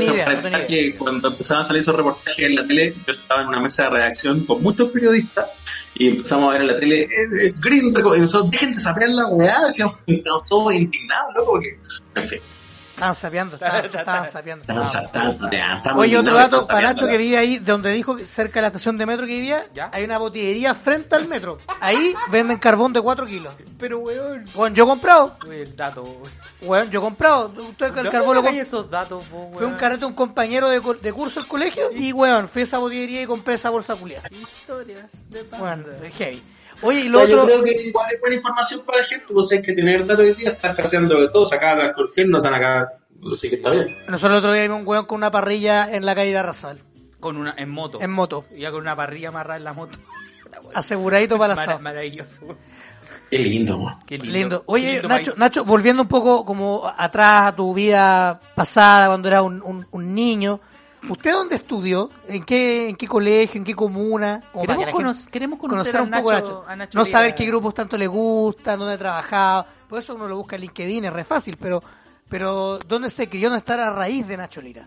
Speaker 2: tenía idea, no
Speaker 5: resaltar
Speaker 2: tenía idea.
Speaker 5: que cuando empezaban a salir esos reportajes en la tele, yo estaba en una mesa de redacción con muchos periodistas y empezamos a ver en la tele, eh, eh, Green, reco- y nosotros, dejen de saber la weá, decíamos, estábamos todos indignados, loco, porque, en fin,
Speaker 2: Ah, Estaban sapeando, estaban, estaban sapeando.
Speaker 5: estaban sa- estaban sapeando, estaban
Speaker 2: Oye, otro
Speaker 5: indignados,
Speaker 2: dato,
Speaker 5: estaban
Speaker 2: para Nacho que
Speaker 5: sapeando.
Speaker 2: vive ahí, de donde dijo que cerca de la estación de metro que vivía,
Speaker 3: ¿Ya?
Speaker 2: hay una botillería frente al metro. Ahí venden carbón de 4 kilos.
Speaker 3: Pero, weón.
Speaker 2: Bueno, yo he comprado,
Speaker 3: Uy, el dato, weón.
Speaker 2: bueno, yo he comprado. Usted el
Speaker 3: ¿Dónde
Speaker 2: carbón lo
Speaker 3: sacáis
Speaker 2: comp-
Speaker 3: esos datos, po, weón?
Speaker 2: Fue un carrete de un compañero de, co- de curso del colegio y, weón, fui a esa botillería y compré esa bolsa culiada.
Speaker 3: Historias de
Speaker 2: Weón,
Speaker 3: banda.
Speaker 2: es heavy. Oye, y lo
Speaker 5: Pero Yo
Speaker 2: otro...
Speaker 5: creo que igual es buena información para la gente, pues hay que tener datos hoy día, están caseando de todo, sacar alcohol gel, no se van a cagar, así que está bien.
Speaker 2: Nosotros el otro día vimos un weón con una parrilla en la calle de Arrasal,
Speaker 3: Con una, en moto.
Speaker 2: en moto,
Speaker 3: Ya con una parrilla amarrada en la moto.
Speaker 2: aseguradito para la
Speaker 3: Mara-
Speaker 2: asado.
Speaker 3: maravilloso, weón.
Speaker 5: Qué lindo, weón.
Speaker 3: Qué
Speaker 2: Lindo.
Speaker 3: lindo.
Speaker 2: Oye,
Speaker 3: Qué lindo
Speaker 2: Nacho,
Speaker 3: país.
Speaker 2: Nacho, volviendo un poco como a- atrás a tu vida pasada, cuando eras un, un- un niño, ¿usted dónde estudió? ¿En qué, en qué colegio? ¿En qué comuna? Como para
Speaker 3: Queremos
Speaker 2: que la
Speaker 3: cono-
Speaker 2: gente-
Speaker 3: queremos conocer a Nacho- a Nacho
Speaker 2: no
Speaker 3: Vera.
Speaker 2: saber qué grupos tanto le gustan, dónde ha trabajado. Por eso uno lo busca en LinkedIn, es re fácil, pero, pero ¿dónde se crió? ¿Dónde está la raíz de Nacho Lira?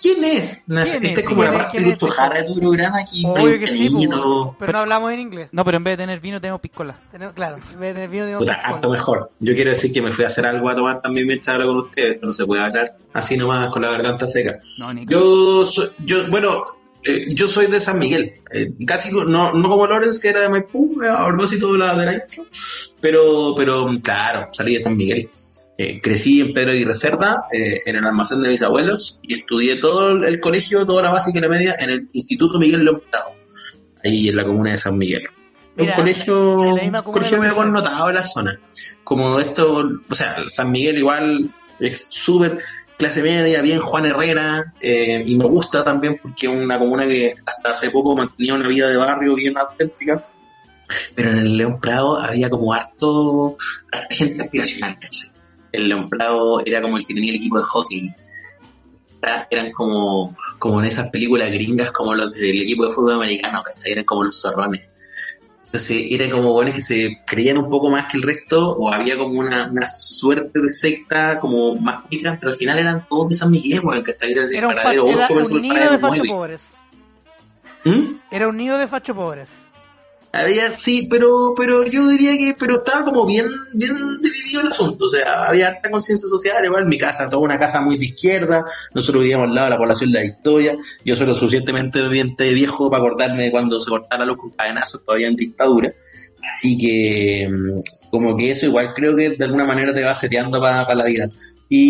Speaker 5: ¿Quién es?
Speaker 2: ¿Quién
Speaker 5: Este
Speaker 2: es?
Speaker 5: es como la
Speaker 2: ¿Quién es?
Speaker 5: parte
Speaker 2: ¿Quién
Speaker 5: de
Speaker 2: es?
Speaker 5: tu jarra de tu programa aquí,
Speaker 2: Obvio que sí, pues,
Speaker 5: pequeñito.
Speaker 2: pero no hablamos en inglés.
Speaker 3: No, pero en vez de tener vino, tenemos piscola.
Speaker 2: Tenemos- claro, en vez de tener vino, tenemos
Speaker 5: Puta,
Speaker 2: piscola.
Speaker 5: harto mejor. Yo quiero decir que me fui a hacer algo a tomar también mientras hablo con ustedes, pero no se puede hablar así nomás con la garganta seca.
Speaker 3: No, ni
Speaker 5: Yo, soy- yo bueno, eh, yo soy de San Miguel, eh, casi co- no, no como Lorenz, que era de Maipú, eh, a propósito de la, de la intro, pero, pero claro, salí de San Miguel. Eh, crecí en Pedro Aguirre Cerda, eh, en el almacén de mis abuelos, y estudié todo el, el colegio, toda la básica y la media, en el Instituto Miguel León Prado, ahí en la comuna de San Miguel.
Speaker 2: Mira,
Speaker 5: un colegio,
Speaker 2: en la misma comuna
Speaker 5: colegio
Speaker 2: de
Speaker 5: medio
Speaker 2: Concepción.
Speaker 5: connotado en la zona. Como esto, o sea, San Miguel igual es súper clase media, bien Juan Herrera, eh, y me gusta también porque es una comuna que hasta hace poco mantenía una vida de barrio bien auténtica. Pero en el León Prado había como harto, harta gente aspiracional, ¿cachai? El León Prado era como el que tenía el equipo de hockey. Era- Eran como, como en esas películas gringas, como los del equipo de fútbol americano, ¿cachai? Eran como los zorrones. Entonces eran como buenos que se creían un poco más que el resto, o había como una, una suerte de secta como más pica, pero al final eran todos de pues, San Miguel, weón, que Era, el
Speaker 2: Era un, fa-
Speaker 5: paradero
Speaker 2: era
Speaker 5: ocho versus
Speaker 2: un
Speaker 5: el
Speaker 2: nido
Speaker 5: paradero
Speaker 2: de facho
Speaker 5: nueve.
Speaker 2: pobres.
Speaker 5: ¿Mm?
Speaker 2: Era un nido de facho pobres.
Speaker 5: Había, sí, pero, pero yo diría que, pero estaba como bien, bien dividido el asunto, o sea, había harta conciencia social, igual mi casa, toda una casa muy de izquierda, nosotros vivíamos al lado de la población de la Victoria, yo soy lo suficientemente viviente viejo para acordarme de cuando se cortara los con cadenazos todavía en dictadura, así que, mm, como que eso igual creo que de alguna manera te va seteando para la vida.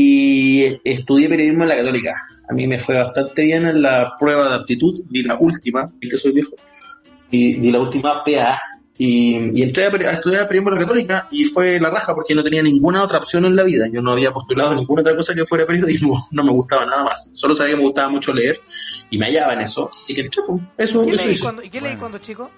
Speaker 5: Y estudié periodismo en la Católica, a mí me fue bastante bien en la prueba de aptitud, y la última, y que soy viejo y, di la última PA. Y, y entré a, pre- a estudiar periodismo en la católica y fue la raja porque no tenía ninguna otra opción en la vida. Yo no había postulado ninguna otra cosa que fuera periodismo. No me gustaba nada más. Solo sabía que me gustaba mucho leer y me hallaba en eso. Así que entré, pues, eso,
Speaker 2: ¿Qué
Speaker 5: eso
Speaker 2: leí
Speaker 5: hice.
Speaker 2: cuando, ¿y qué leí
Speaker 3: Bueno.
Speaker 2: cuando chico?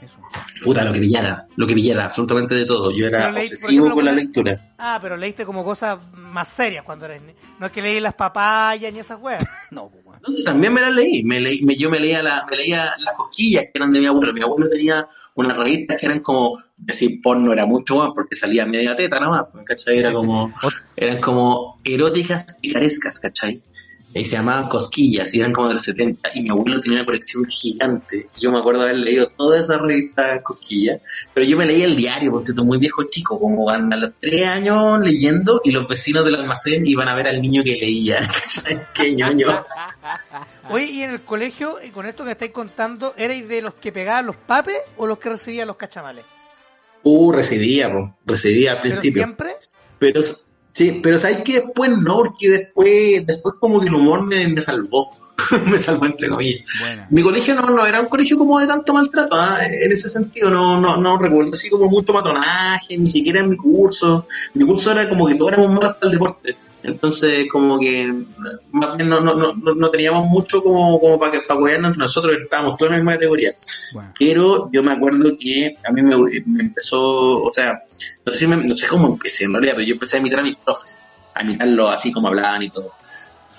Speaker 3: Eso.
Speaker 5: Puta, lo que pillara. Lo que pillara, absolutamente de todo. Yo era
Speaker 2: Pero leí, por
Speaker 5: obsesivo
Speaker 2: ejemplo,
Speaker 5: con la
Speaker 2: cuando-
Speaker 5: lectura.
Speaker 2: Ah, pero leíste como cosas más serias cuando eres ni- No es que leí las papayas ni esas weas.
Speaker 3: No, pues, weón.
Speaker 5: Entonces, también me la leí. Me leí me- yo me leía, la, me leía las cosquillas que eran de mi abuelo. Mi abuelo tenía unas revistas que eran como, decir, porno era mucho más porque salía media teta nada más. pues, ¿Cachai? Era como...
Speaker 3: Ot-
Speaker 5: eran como eróticas picarescas, ¿cachai? Y se llamaban Cosquillas, y eran como de los 70, y mi abuelo tenía una colección gigante. Yo me acuerdo haber leído toda esa revista Cosquillas, pero yo me leía el diario, porque estoy muy viejo chico, como a los tres años leyendo, y los vecinos del almacén iban a ver al niño que leía, ¿cachai? ¡Qué ñoño! Ah.
Speaker 2: Oye, y en el colegio, y con esto que estáis contando, ¿erais de los que pegaban los papes o los que recibían los cachamales?
Speaker 5: Uh, recibía, po, recibía al
Speaker 2: Pero
Speaker 5: principio.
Speaker 2: siempre,
Speaker 5: Pero, Sí, pero ¿sabes que Después no, porque después, después como que el humor me, me salvó. me salvó entre comillas.
Speaker 3: Buena.
Speaker 5: Mi colegio no, no era un colegio como de tanto maltrato, ah, en ese sentido, no, no, no recuerdo así como mucho patronaje, ni siquiera en mi curso. Mi curso era como que todos éramos malos para el deporte. Entonces, como que más bien no, no, no, no- no teníamos mucho como, como para, que, para apoyarnos entre nosotros, estábamos todos en la misma categoría.
Speaker 3: Bueno.
Speaker 5: Pero yo me acuerdo que a mí me, me empezó, o sea, no sé, si me- no sé cómo empecé en realidad, pero yo empecé a imitar a mis profes, a imitarlo así como hablaban y todo.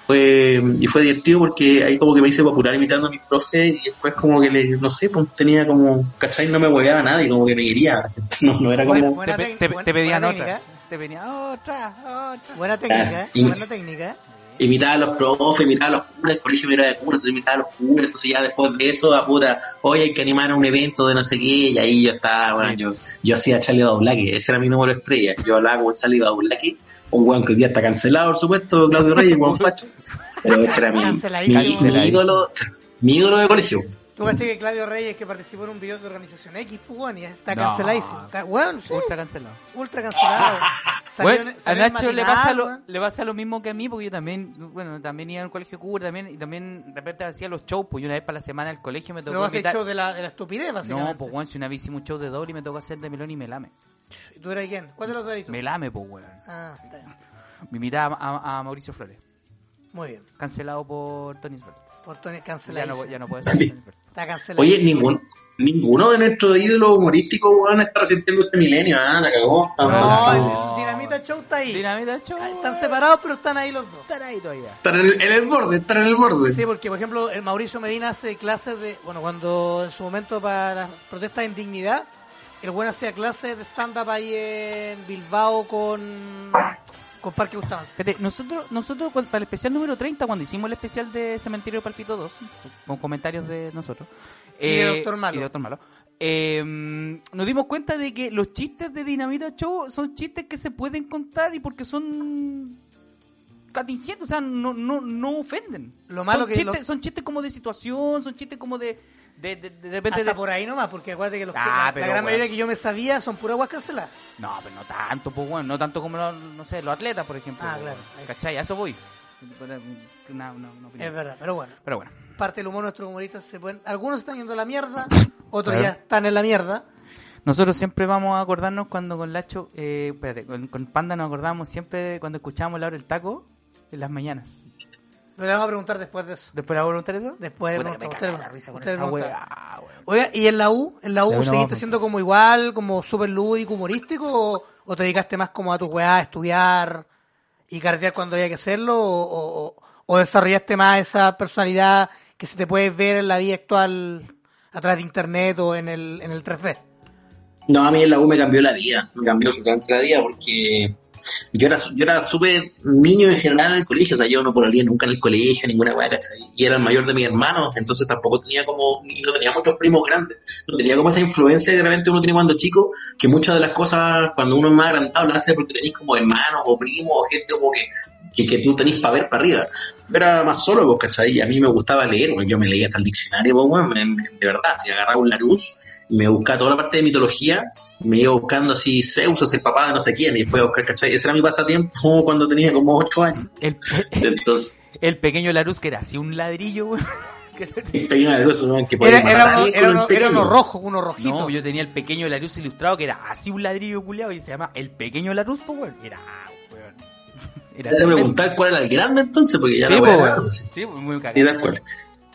Speaker 5: Fue, y fue divertido porque ahí como que me hice popular imitando a mis profes y después como que, le, no sé, pues tenía como, ¿cachai? No me hueveaba nadie, como que me quería. No, no era
Speaker 2: Bueno,
Speaker 5: como...
Speaker 2: bueno. Buena tec-
Speaker 3: Te, pe- te-
Speaker 2: buena-
Speaker 3: te pedían
Speaker 2: buena
Speaker 3: otra.
Speaker 2: técnica. ¿eh?
Speaker 3: Te pedían otra, otra.
Speaker 2: Buena técnica,
Speaker 5: Ah,
Speaker 2: ¿eh?
Speaker 5: y-
Speaker 2: Buena técnica, ¿eh?
Speaker 5: Imitaba a los profes, imitaba a los curas, el colegio me era de curas, entonces imitaba a los curas, entonces ya después de eso, a puta, oye, hay que animar a un evento de no sé qué, y ahí yo estaba, bueno, yo, yo hacía Charlie Baulaque, ese era mi número estrella, yo hablaba con Charlie Baulaque, un weón que hoy día está cancelado, por supuesto, Claudio Reyes, Juan Facho, pero ese era mi, mi,
Speaker 2: Canceladísimo.
Speaker 5: mi ídolo, mi ídolo de colegio.
Speaker 2: Tú caché que Claudio Reyes, que participó en un video de organización X, pues, weón, y está
Speaker 3: No.
Speaker 2: canceladísimo. Ca- Weón, sí,
Speaker 3: Ultra cancelado.
Speaker 2: ultra cancelado. Salió en-
Speaker 3: Bueno, a
Speaker 2: salió en
Speaker 3: Nacho le
Speaker 2: matinal,
Speaker 3: pasa, lo,
Speaker 2: weón.
Speaker 3: le pasa lo mismo que a mí, porque yo también, bueno, también iba al colegio cura, también, y también de repente hacía los shows, pues yo una vez para la semana al colegio me
Speaker 2: Luego
Speaker 3: tocó
Speaker 2: hace el
Speaker 3: invitar-
Speaker 2: show de la, de la estupidez, básicamente.
Speaker 3: No, pues weón, si una vez hicimos un show de doble y me tocó hacer de melón y melame.
Speaker 2: ¿Y tú eres quién? ¿Cuál de los dos eres tú?
Speaker 3: Melame, pues weón.
Speaker 2: Ah, está bien.
Speaker 3: Me miraba a, a Mauricio Flores,
Speaker 2: Muy bien.
Speaker 3: cancelado por Tony Sbert.
Speaker 2: Por Tony
Speaker 3: Ya
Speaker 2: canceladísimo.
Speaker 3: no, ya no puede ser Tony Sbert.
Speaker 2: Está cancelado.
Speaker 5: Oye, ninguno, ninguno de nuestros ídolos humorísticos, weón, está resistiendo este milenio, ah, la cagó, está
Speaker 3: No,
Speaker 2: No,
Speaker 5: mal.
Speaker 2: el
Speaker 3: no.
Speaker 2: Dinamita Show está ahí.
Speaker 3: Dinamita show.
Speaker 2: Están separados, pero están ahí los dos.
Speaker 3: Están ahí todavía.
Speaker 5: Está en el, en el borde, está en el borde.
Speaker 2: Sí, porque por ejemplo el Mauricio Medina hace clases de, bueno, cuando en su momento para las protestas de indignidad, el bueno hacía clases de stand-up ahí en Bilbao con, con Parque Bustamante.
Speaker 3: Fíjate, nosotros, nosotros cu- para el especial número 30, cuando hicimos el especial de Cementerio Palpito 2, con comentarios de nosotros. eh,
Speaker 2: Y de Doctor Malo.
Speaker 3: y de Doctor Malo, eh, nos dimos cuenta de que los chistes de Dinamita Show son chistes que se pueden contar y porque son catingentes, o sea, no, no, no ofenden.
Speaker 2: Lo malo
Speaker 3: son
Speaker 2: que
Speaker 3: Chistes,
Speaker 2: lo-
Speaker 3: Son chistes como de situación, son chistes como de... de, de, de repente
Speaker 2: Hasta
Speaker 3: de-
Speaker 2: por ahí nomás, porque acuérdate que los que-
Speaker 3: Ah,
Speaker 2: la- la,
Speaker 3: pero
Speaker 2: gran
Speaker 3: bueno.
Speaker 2: mayoría que yo me sabía son puras guas canceladas.
Speaker 3: No, pero no tanto, pues bueno, no tanto como los, no sé, los atletas, por ejemplo.
Speaker 2: Ah,
Speaker 3: pues,
Speaker 2: claro,
Speaker 3: bueno,
Speaker 2: ahí sí.
Speaker 3: ¿Cachai? A eso voy. Una- una- una opinión.
Speaker 2: Es verdad, pero bueno,
Speaker 3: Pero bueno.
Speaker 2: parte del humor de nuestros humoristas se pueden, algunos están yendo a la mierda, otros
Speaker 3: Claro.
Speaker 2: ya están en la mierda.
Speaker 3: Nosotros siempre vamos a acordarnos cuando con Lacho, eh, espérate, con, con Panda nos acordamos siempre cuando escuchábamos la hora del taco en las mañanas.
Speaker 2: Lo le vamos a preguntar después de eso.
Speaker 3: ¿Después le vamos a preguntar eso?
Speaker 2: Después le
Speaker 3: Puta que me
Speaker 2: preguntamos, usted
Speaker 3: caga
Speaker 2: le
Speaker 3: la
Speaker 2: pregunta,
Speaker 3: risa con
Speaker 2: usted le
Speaker 3: esa
Speaker 2: pregunta.
Speaker 3: weá, weón.
Speaker 2: Oiga, ¿y en la U? ¿En la U
Speaker 3: La U no va a
Speaker 2: seguiste
Speaker 3: preguntar.
Speaker 2: siendo como igual, como súper lúdico, humorístico? O, o te dedicaste más como a tu weá, a estudiar y carretear cuando había que hacerlo? O, o- o- o desarrollaste más esa personalidad que se te puede ver en la vida actual a través de internet o en el, en el 3D?
Speaker 5: No, a mí en la U me cambió la vida, me cambió absolutamente la vida porque yo era yo era súper niño en general en el colegio, o sea, yo no pololeé nunca en el colegio, ninguna weá, ¿cachai? Y era el mayor de mis hermanos, entonces tampoco tenía como, y no tenía muchos primos grandes, no tenía como esa influencia que realmente uno tiene cuando chico, que muchas de las cosas cuando uno es más agrandado las hace porque tenéis como hermanos o primos o gente como que, que, que tú tenés para ver para arriba. Yo era más solo, pues, ¿cachai? Y a mí me gustaba leer, pues, yo me leía hasta el diccionario, pues, weón, me- me- de verdad, si agarraba un Larousse, me buscaba toda la parte de mitología, me iba buscando así Zeus es el papá de no sé quién, y después buscar, ¿cachai? Ese era mi pasatiempo cuando tenía como ocho años.
Speaker 3: El,
Speaker 5: Entonces,
Speaker 3: el pequeño Larus que era así un ladrillo, weón.
Speaker 5: el pequeño de luz, weón, que podía
Speaker 2: Era, era
Speaker 5: matar a
Speaker 2: uno,
Speaker 5: alguien con
Speaker 2: era
Speaker 5: el
Speaker 2: uno- era
Speaker 5: pequeño.
Speaker 2: uno rojo, uno rojito.
Speaker 3: No, yo tenía el pequeño Larus ilustrado que era así un ladrillo culiado y se llama el pequeño Larus, pues weón. Era, weón. Era
Speaker 5: Te voy a
Speaker 3: tremendo.
Speaker 5: preguntar cuál era el grande entonces, porque ya
Speaker 3: Sí,
Speaker 5: la
Speaker 3: pues,
Speaker 5: weá era-
Speaker 3: weón. Sí, pues, muy
Speaker 5: Sí, de
Speaker 3: cagado.
Speaker 5: acuerdo.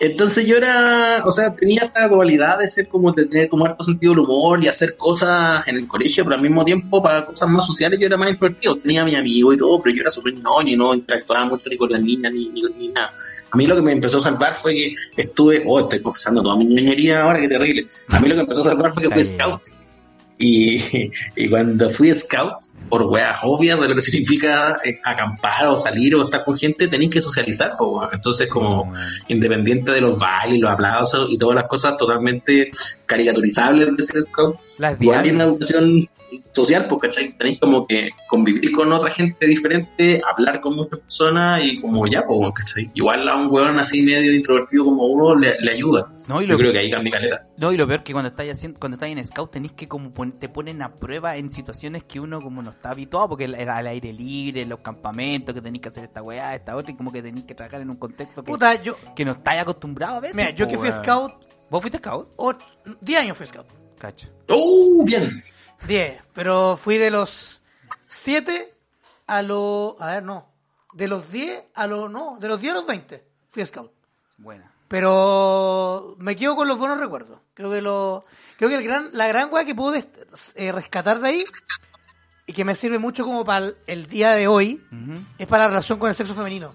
Speaker 5: Entonces yo era, o sea, tenía esta dualidad de ser como de tener como harto sentido del humor y hacer cosas en el colegio, pero al mismo tiempo para cosas más sociales yo era más introvertido. Tenía a mi amigo y todo, pero yo era súper ñoño y no interactuaba mucho ni con las niñas ni, ni, ni nada. A mí lo que me empezó a salvar fue que estuve, oh, estoy confesando toda mi ñoñería ahora, que terrible. A mí lo que me empezó a salvar fue que fui
Speaker 3: Está bien.
Speaker 5: scout. Y, y cuando fui scout, por weas obvias de lo que significa eh, acampar o salir o estar con gente, tenéis que socializar. po, weón. Entonces, como independiente de los bailes, los aplausos y todas las cosas totalmente caricaturizables de ser scout,
Speaker 3: Las
Speaker 5: igual tiene
Speaker 3: dinámicas.
Speaker 5: una educación social, porque ¿cachai? tenéis como que convivir con otra gente diferente, hablar con muchas personas y como ya, pues, bueno, ¿cachai? Igual a un weón así medio introvertido como uno le, le ayuda.
Speaker 3: No, y
Speaker 5: Yo
Speaker 3: lo,
Speaker 5: creo que ahí cambia caleta.
Speaker 3: no, y lo peor que cuando estáis haciendo, cuando estáis en scout tenéis que como pon- te ponen a prueba en situaciones que uno como no está habituado, porque el- el- al aire libre, en los campamentos, que tenéis que hacer esta weá, esta otra, y como que tenéis que trabajar en un contexto que,
Speaker 2: Puta, yo.
Speaker 3: que no estáis acostumbrado a veces.
Speaker 2: Mira, yo
Speaker 3: po,
Speaker 2: que fui
Speaker 3: weón.
Speaker 2: scout,
Speaker 3: ¿Vos fuiste scout?
Speaker 2: ocho- 10 años fui scout.
Speaker 3: Cacho.
Speaker 5: ¡Oh! Bien.
Speaker 2: 10, pero fui de los 7 a los. A ver, no. De los 10 a los. No, de los 10 a los 20 fui scout.
Speaker 3: Buena.
Speaker 2: Pero me quedo con los buenos recuerdos. Creo que lo, creo que el gran, la gran weá que pude eh, rescatar de ahí y que me sirve mucho como para el, el día de hoy
Speaker 3: Ujú.
Speaker 2: es para la relación con el sexo femenino.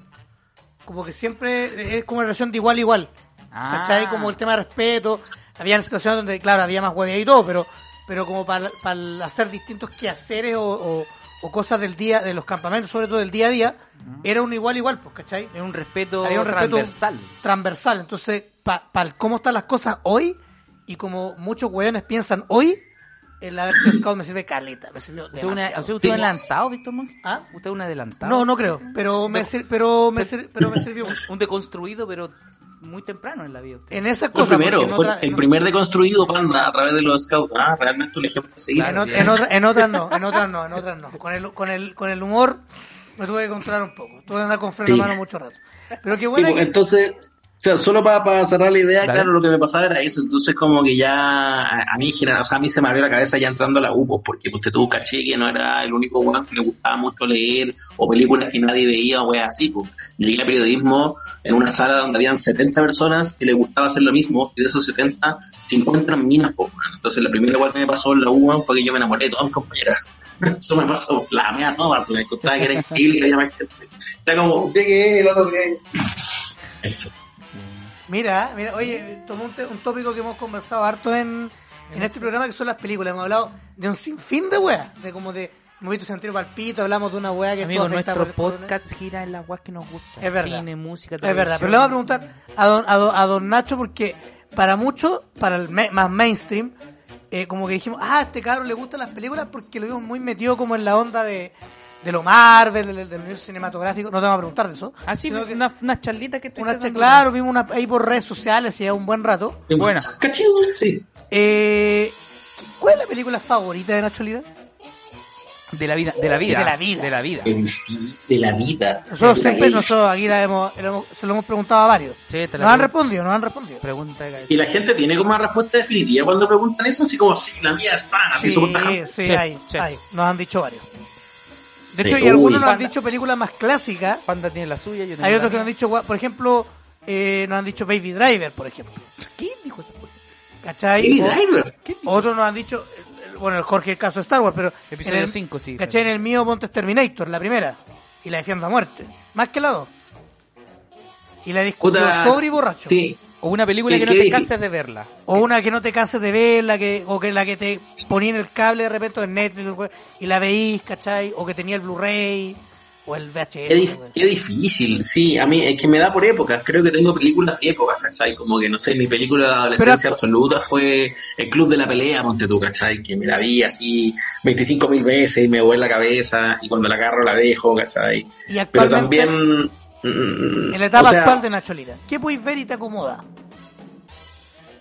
Speaker 2: Como que siempre es como una relación de igual a igual.
Speaker 3: Ah.
Speaker 2: ¿Cachai? Como el tema de respeto. Había situaciones donde, claro, había más huevía y todo, pero, pero como para, para hacer distintos quehaceres o, o- o cosas del día, de los campamentos, sobre todo del día a día, era un igual a igual, pues, ¿cachai?
Speaker 3: Era un respeto,
Speaker 2: Había un respeto
Speaker 3: transversal.
Speaker 2: transversal. Entonces, para cómo están las cosas hoy y como muchos hueones piensan hoy, el haber sido scout me sirve caleta. Me sirvió
Speaker 3: ¿Usted, es una,
Speaker 2: demasiado.
Speaker 3: usted es un adelantado, Víctor Montt?
Speaker 2: ¿Ah?
Speaker 3: ¿Usted es un adelantado?
Speaker 2: No, no creo, pero me, sir- pero me,
Speaker 3: Se-
Speaker 2: sir- pero me sirvió mucho.
Speaker 3: Un deconstruido, pero muy temprano en la vida. usted.
Speaker 2: En esas
Speaker 5: Fue el
Speaker 2: cosas.
Speaker 5: primero,
Speaker 2: porque en
Speaker 5: fue
Speaker 2: otra-
Speaker 5: el
Speaker 2: en-
Speaker 5: primer deconstruido, panda, a través de los scouts. Ah, realmente un ejemplo a seguir.
Speaker 2: En, ot- en otra- en otras no, en otras no, en otras no. Con el, con el, con el humor me tuve que controlar un poco. Tuve que andar con freno
Speaker 5: Sí.
Speaker 2: en mano mucho rato. Pero qué
Speaker 5: Sí,
Speaker 2: bueno
Speaker 5: pues,
Speaker 2: que...
Speaker 5: entonces, o sea, solo para, para cerrar la idea,
Speaker 3: Dale.
Speaker 5: claro, lo que me pasaba era eso. Entonces, como que ya a, a mí, en general, o sea, a mí se me abrió la cabeza ya entrando a la UPO, porque usted tuvo caché que no era el único weón que le gustaba mucho leer, o películas que nadie veía, o weas así. Pues. Llegué a periodismo en una sala donde habían 70 personas que le gustaba hacer lo mismo, y de esos 70, 50 eran minas. Pues, weón. entonces, la primera weá que me pasó en la UPO fue que yo me enamoré de todas mis compañeras. Eso me pasó, la mea todas, me encontraba que era increíble que había más gente. Era como, ¿de qué? El otro que. Eso.
Speaker 2: Mira, mira, oye, tomó un, te- un tópico que hemos conversado harto en, en este programa que son las películas. Hemos hablado de un sinfín de weas, de como de movimiento sentido palpito, hablamos de una wea que
Speaker 3: Amigo,
Speaker 2: estuvo afectada
Speaker 3: nuestro
Speaker 2: por el
Speaker 3: podcast gira en las guas que nos gusta.
Speaker 2: Es verdad.
Speaker 3: Cine, música,
Speaker 2: Es verdad, pero le vamos a preguntar a don, a don, a don Nacho porque para muchos, para el ma- más mainstream, eh, como que dijimos, ah, a este cabrón le gustan las películas porque lo vimos muy metido como en la onda de, de lo Marvel, del, del universo cinematográfico. No te vamos a preguntar de eso.
Speaker 3: Así,
Speaker 2: Sino que
Speaker 3: una, una charlita que te
Speaker 2: una
Speaker 3: Ah, estoy
Speaker 2: che-
Speaker 3: dando.
Speaker 2: claro, vimos una ahí por redes sociales y ya un buen rato.
Speaker 3: Buena.
Speaker 5: Cachido, sí.
Speaker 2: Eh, ¿Cuál es la película favorita de Nacho Lira?
Speaker 3: De la vida. De la vida.
Speaker 2: De la vida.
Speaker 3: De la vida.
Speaker 5: En fin, de la vida.
Speaker 2: Nosotros
Speaker 5: De la
Speaker 2: siempre,
Speaker 5: vida.
Speaker 2: nosotros aquí la hemos, la hemos- se lo hemos preguntado a varios.
Speaker 3: Sí, te la
Speaker 2: Nos han
Speaker 3: pregun-
Speaker 2: respondido, nos han respondido.
Speaker 3: Pregunta de cabeza.
Speaker 5: Y la gente tiene como una respuesta definitiva cuando preguntan eso, así como, sí, la mía está, así
Speaker 2: Sí,
Speaker 5: súper
Speaker 2: sí,
Speaker 5: tajante.
Speaker 3: Sí,
Speaker 2: hay,
Speaker 3: sí.
Speaker 2: hay. Nos han dicho varios. De hecho,
Speaker 5: Sí,
Speaker 2: y algunos
Speaker 5: uy.
Speaker 2: nos han
Speaker 3: Panda.
Speaker 2: dicho películas más clásicas.
Speaker 3: Panda tiene la suya, yo tengo
Speaker 2: Hay otros
Speaker 3: la
Speaker 2: que nos han
Speaker 3: mía.
Speaker 2: dicho, gua- por ejemplo, eh, nos han dicho Baby Driver, por ejemplo.
Speaker 3: ¿Qué dijo esa cosa?
Speaker 2: ¿Cachai?
Speaker 5: Baby
Speaker 2: O-
Speaker 5: Driver.
Speaker 2: otros nos han dicho, eh, bueno, el Jorge, el caso de Star Wars, pero.
Speaker 3: Episodio
Speaker 2: en el-
Speaker 3: cinco, sí,
Speaker 2: ¿Cachai? En
Speaker 3: pero-
Speaker 2: el mío, Ponte Terminator, la primera. Y la defiendo a muerte. Más que la dos. Y la discuto
Speaker 5: Puta.
Speaker 2: sobre y borracho.
Speaker 5: Sí.
Speaker 3: O una película
Speaker 5: ¿Qué-
Speaker 3: que no
Speaker 5: qué
Speaker 3: te
Speaker 5: dije?
Speaker 3: canses de verla.
Speaker 2: O una que no te canses de verla, que, o que la que te ponía en el cable de repente o en Netflix o- y la veís, ¿cachai? O que tenía el Blu-ray o el
Speaker 5: Qué,
Speaker 2: VHS.
Speaker 5: dif-
Speaker 2: güey.
Speaker 5: qué difícil, sí, a mí es que me da por épocas, creo que tengo películas de épocas, ¿cachai? Como que no sé, mi película de adolescencia
Speaker 2: Pero-
Speaker 5: absoluta fue El Club de la Pelea, ponte tú, ¿cachai? Que me la vi así 25 mil veces y me voy en la cabeza y cuando la agarro la dejo, ¿cachai?
Speaker 2: Y
Speaker 5: Pero
Speaker 2: actualmente,
Speaker 5: también... mm,
Speaker 2: en la etapa
Speaker 5: o sea,
Speaker 2: actual de Nacho Lira, ¿qué podéis ver y te acomoda?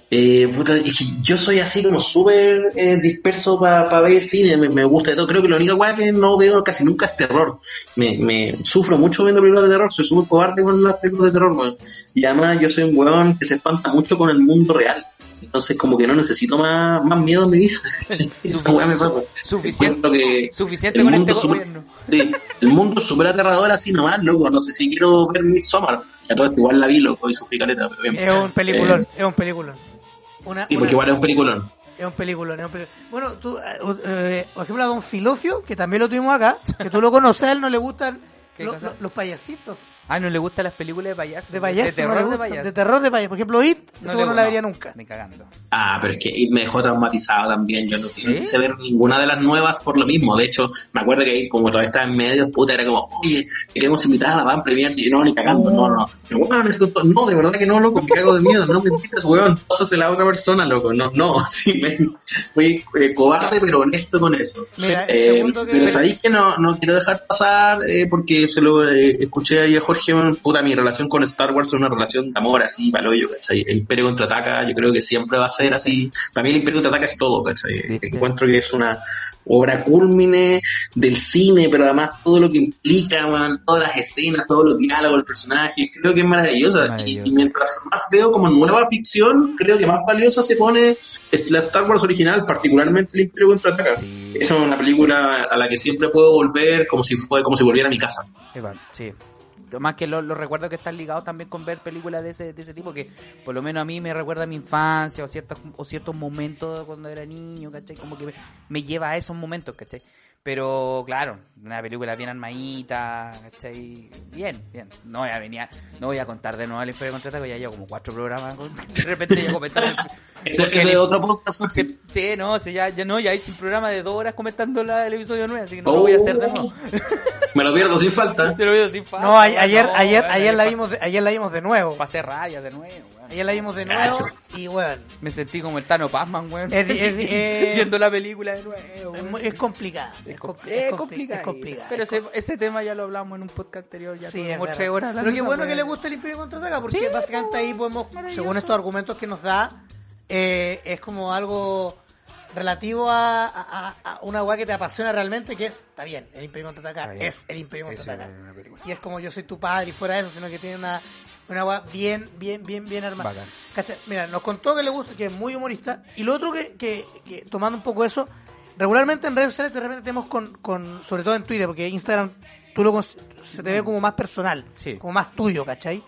Speaker 5: Eh, puta, es que yo soy así como súper eh, disperso para ver cine, me, me gusta de todo. Creo que la única weá que no veo casi nunca es terror. Me, me sufro mucho viendo películas de terror, soy súper cobarde con las películas de terror, weón. Y además yo soy un weón que se espanta mucho con el mundo real. Entonces como que no necesito más, más miedo en mi vida. Esa weá me pasa.
Speaker 3: Suficiente,
Speaker 5: Encuentro que
Speaker 3: suficiente
Speaker 5: el
Speaker 3: con este
Speaker 5: mundo, super,
Speaker 3: gobierno.
Speaker 5: sí, el mundo es súper aterrador así nomás, loco. No sé si quiero ver Midsommar. La verdad, igual la vi, loco, y sufrí caleta. pero bien.
Speaker 2: Es un peliculón,
Speaker 5: Eh,
Speaker 2: es un peliculón. Una,
Speaker 5: sí,
Speaker 2: una-
Speaker 5: porque igual es un peliculón.
Speaker 2: Es un peliculón, es un peliculón. Bueno, tú, eh, uh, eh, por ejemplo, a Don Filofio, que también lo tuvimos acá, que tú lo conoces, a él no le gustan
Speaker 3: ¿Qué
Speaker 2: lo-
Speaker 3: cosa?
Speaker 2: lo- los payasitos.
Speaker 3: Ah, no le gustan las películas de payasos.
Speaker 2: De payaso,
Speaker 3: De
Speaker 2: no
Speaker 3: terror
Speaker 2: le
Speaker 3: de
Speaker 2: gusta.
Speaker 3: payasos.
Speaker 2: De terror de payaso. Por ejemplo, It, eso
Speaker 3: le-
Speaker 2: no, la vería nunca.
Speaker 3: Me cagando.
Speaker 5: Ah, pero es que It me dejó traumatizado también. Yo no
Speaker 3: ¿Sí?
Speaker 5: no quise ver ninguna de las nuevas por lo mismo. De hecho, me acuerdo que It, como todavía estaba en medio, puta, era como, oye, queremos invitar a la van premier. Y yo, no, ni cagando, no, no. Pero, weón, es tonto. no, de verdad que no, loco, me cago de miedo. No me invites, weón. Pásasela a otra persona, loco. No, no, sí, me, fui eh, cobarde, pero honesto con eso.
Speaker 3: Mira, el
Speaker 5: Eh,
Speaker 3: segundo que-
Speaker 5: Pero sabéis que no, no quiero dejar pasar eh, porque se lo eh, escuché ahí a Jorge. bueno, Puta, mi relación con Star Wars es una relación de amor, así, paloyo, ¿cachai? El Imperio contraataca, yo creo que siempre va a ser así. Para mí, el Imperio contraataca es todo, ¿cachai?
Speaker 3: Viste.
Speaker 5: Encuentro que es una obra cúlmine del cine, pero además todo lo que implica, man, todas las escenas, todos los diálogos, el personaje, creo que es maravillosa. Y,
Speaker 3: Maravilloso.
Speaker 5: y mientras más veo como nueva ficción, creo que más valiosa se pone es la Star Wars original, particularmente el Imperio contraataca.
Speaker 3: Sí.
Speaker 5: Es una película a la que siempre puedo volver como si fue, como si volviera a mi casa.
Speaker 3: Eh, bueno, sí. Más que lo- los recuerdos que están ligados también con ver películas de ese, de ese tipo, que por lo menos a mí me recuerda a mi infancia o ciertos, o ciertos momentos cuando era niño, ¿cachai? Como que me, me lleva a esos momentos, ¿cachai? Pero claro, una película bien armadita, ¿cachai? Bien, bien. No voy a venir, a- no voy a contar de nuevo la historia de contrata, que ya llevo como cuatro programas. con- De repente llego a comentar el-
Speaker 5: Ese,
Speaker 3: porque
Speaker 5: ese
Speaker 3: el-
Speaker 5: es otro podcast. Jorge.
Speaker 3: Sí, sí, no, sí, ya, ya no, ya hice un programa de dos horas comentando la- el episodio 9, así que no lo
Speaker 5: Oh.
Speaker 3: voy a hacer de nuevo.
Speaker 5: Me lo pierdo sin falta.
Speaker 3: Se lo veo sin falta,
Speaker 2: ¿Ah? No, a-
Speaker 3: weón,
Speaker 2: ayer,
Speaker 3: no,
Speaker 2: ayer,
Speaker 3: weón,
Speaker 2: ayer la
Speaker 3: pasé-
Speaker 2: vimos, de, ayer la vimos de nuevo.
Speaker 3: Pasé raya de nuevo, weón.
Speaker 2: Ayer la vimos de nuevo
Speaker 5: Cacho.
Speaker 2: y bueno,
Speaker 3: Me sentí como el Tano Pazman, weón.
Speaker 2: Es di- es di- eh.
Speaker 3: Viendo la película de nuevo,
Speaker 2: es,
Speaker 3: weón.
Speaker 2: muy- es complicada. Es,
Speaker 3: com-
Speaker 2: compli- es compli-
Speaker 3: complicado.
Speaker 2: es complicada.
Speaker 3: Pero
Speaker 2: es
Speaker 3: ese, ese tema ya lo hablamos en un podcast anterior, ya
Speaker 2: Sí, es
Speaker 3: tuvimos
Speaker 2: verdad.
Speaker 3: tres horas.
Speaker 2: Pero
Speaker 3: hablando
Speaker 2: qué
Speaker 3: esa
Speaker 2: bueno que
Speaker 3: weá.
Speaker 2: le gusta el Imperio Contraataca, porque
Speaker 3: Sí,
Speaker 2: básicamente ahí podemos, según estos argumentos que nos da, eh, es como algo relativo a, a- a- a una weá que te apasiona realmente, que es, está bien, el Imperio Contraataca
Speaker 3: bien.
Speaker 2: es el Imperio
Speaker 3: Sí, sí,
Speaker 2: Contraataca.
Speaker 3: una película.
Speaker 2: y es como yo soy tu padre y fuera de eso, sino que tiene una, una weá bien, bien, bien, bien armada.
Speaker 3: Bacán.
Speaker 2: ¿Cachai? Mira, nos contó que le gusta, que es muy humorista. Y lo otro que, que, que, tomando un poco eso, regularmente en redes sociales de repente tenemos con, con sobre todo en Twitter, porque Instagram tú lo cons- se te ve como más personal,
Speaker 3: Sí.
Speaker 2: como más tuyo, ¿cachai?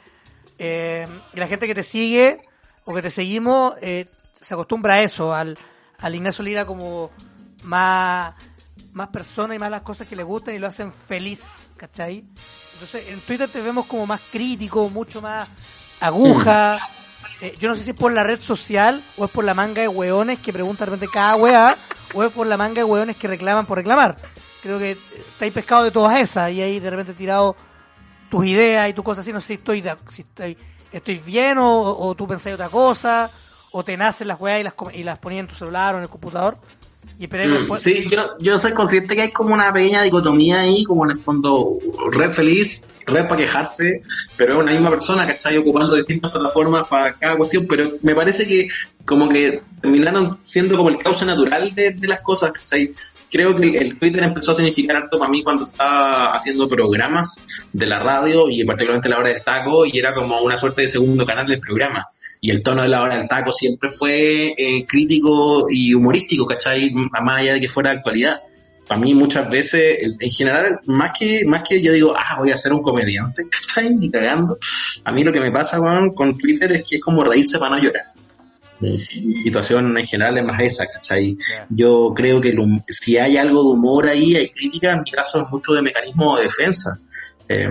Speaker 2: Eh, y la gente que te sigue o que te seguimos eh, se acostumbra a eso, al, al Ignacio Lira como más, más persona y más las cosas que le gustan y lo hacen feliz, ¿cachai? Entonces en Twitter te vemos como más crítico, mucho más aguja. Eh, yo no sé si es por la red social o es por la manga de hueones que preguntan de repente cada hueá o es por la manga de hueones que reclaman por reclamar. Creo que eh, estáis pescado de todas esas y ahí de repente tirado tus ideas y tus cosas así. No sé si estoy, de- si estoy, estoy bien o, o tú pensáis otra cosa o te nacen las weas y las, com- y las ponías en tu celular o en el computador. Y esperemos
Speaker 5: Mm,
Speaker 2: después-
Speaker 5: Sí, yo, yo soy consciente que hay como una pequeña dicotomía ahí, como en el fondo, red feliz, red para quejarse, pero es una misma persona que está ahí ocupando distintas plataformas para cada cuestión, pero me parece que como que terminaron siendo como el causa natural de, de las cosas, ¿cachai? Creo que el, el Twitter empezó a significar harto para mí cuando estaba haciendo programas de la radio y particularmente la hora del taco y era como una suerte de segundo canal del programa y el tono de la hora del taco siempre fue eh, crítico y humorístico, ¿cachai? M- Más allá de que fuera actualidad. Para mí muchas veces, en- en general, más que, más que yo digo, ah, voy a ser un comediante, ¿cachai? Ni cagando. A mí lo que me pasa, weón, con Twitter es que es como reírse para no llorar. Eh, Mi situación en general es más esa, ¿cachai?
Speaker 3: Ya.
Speaker 5: Yo creo que el hum- si hay algo de humor ahí, hay crítica, en mi caso es mucho de mecanismo de defensa. Eh,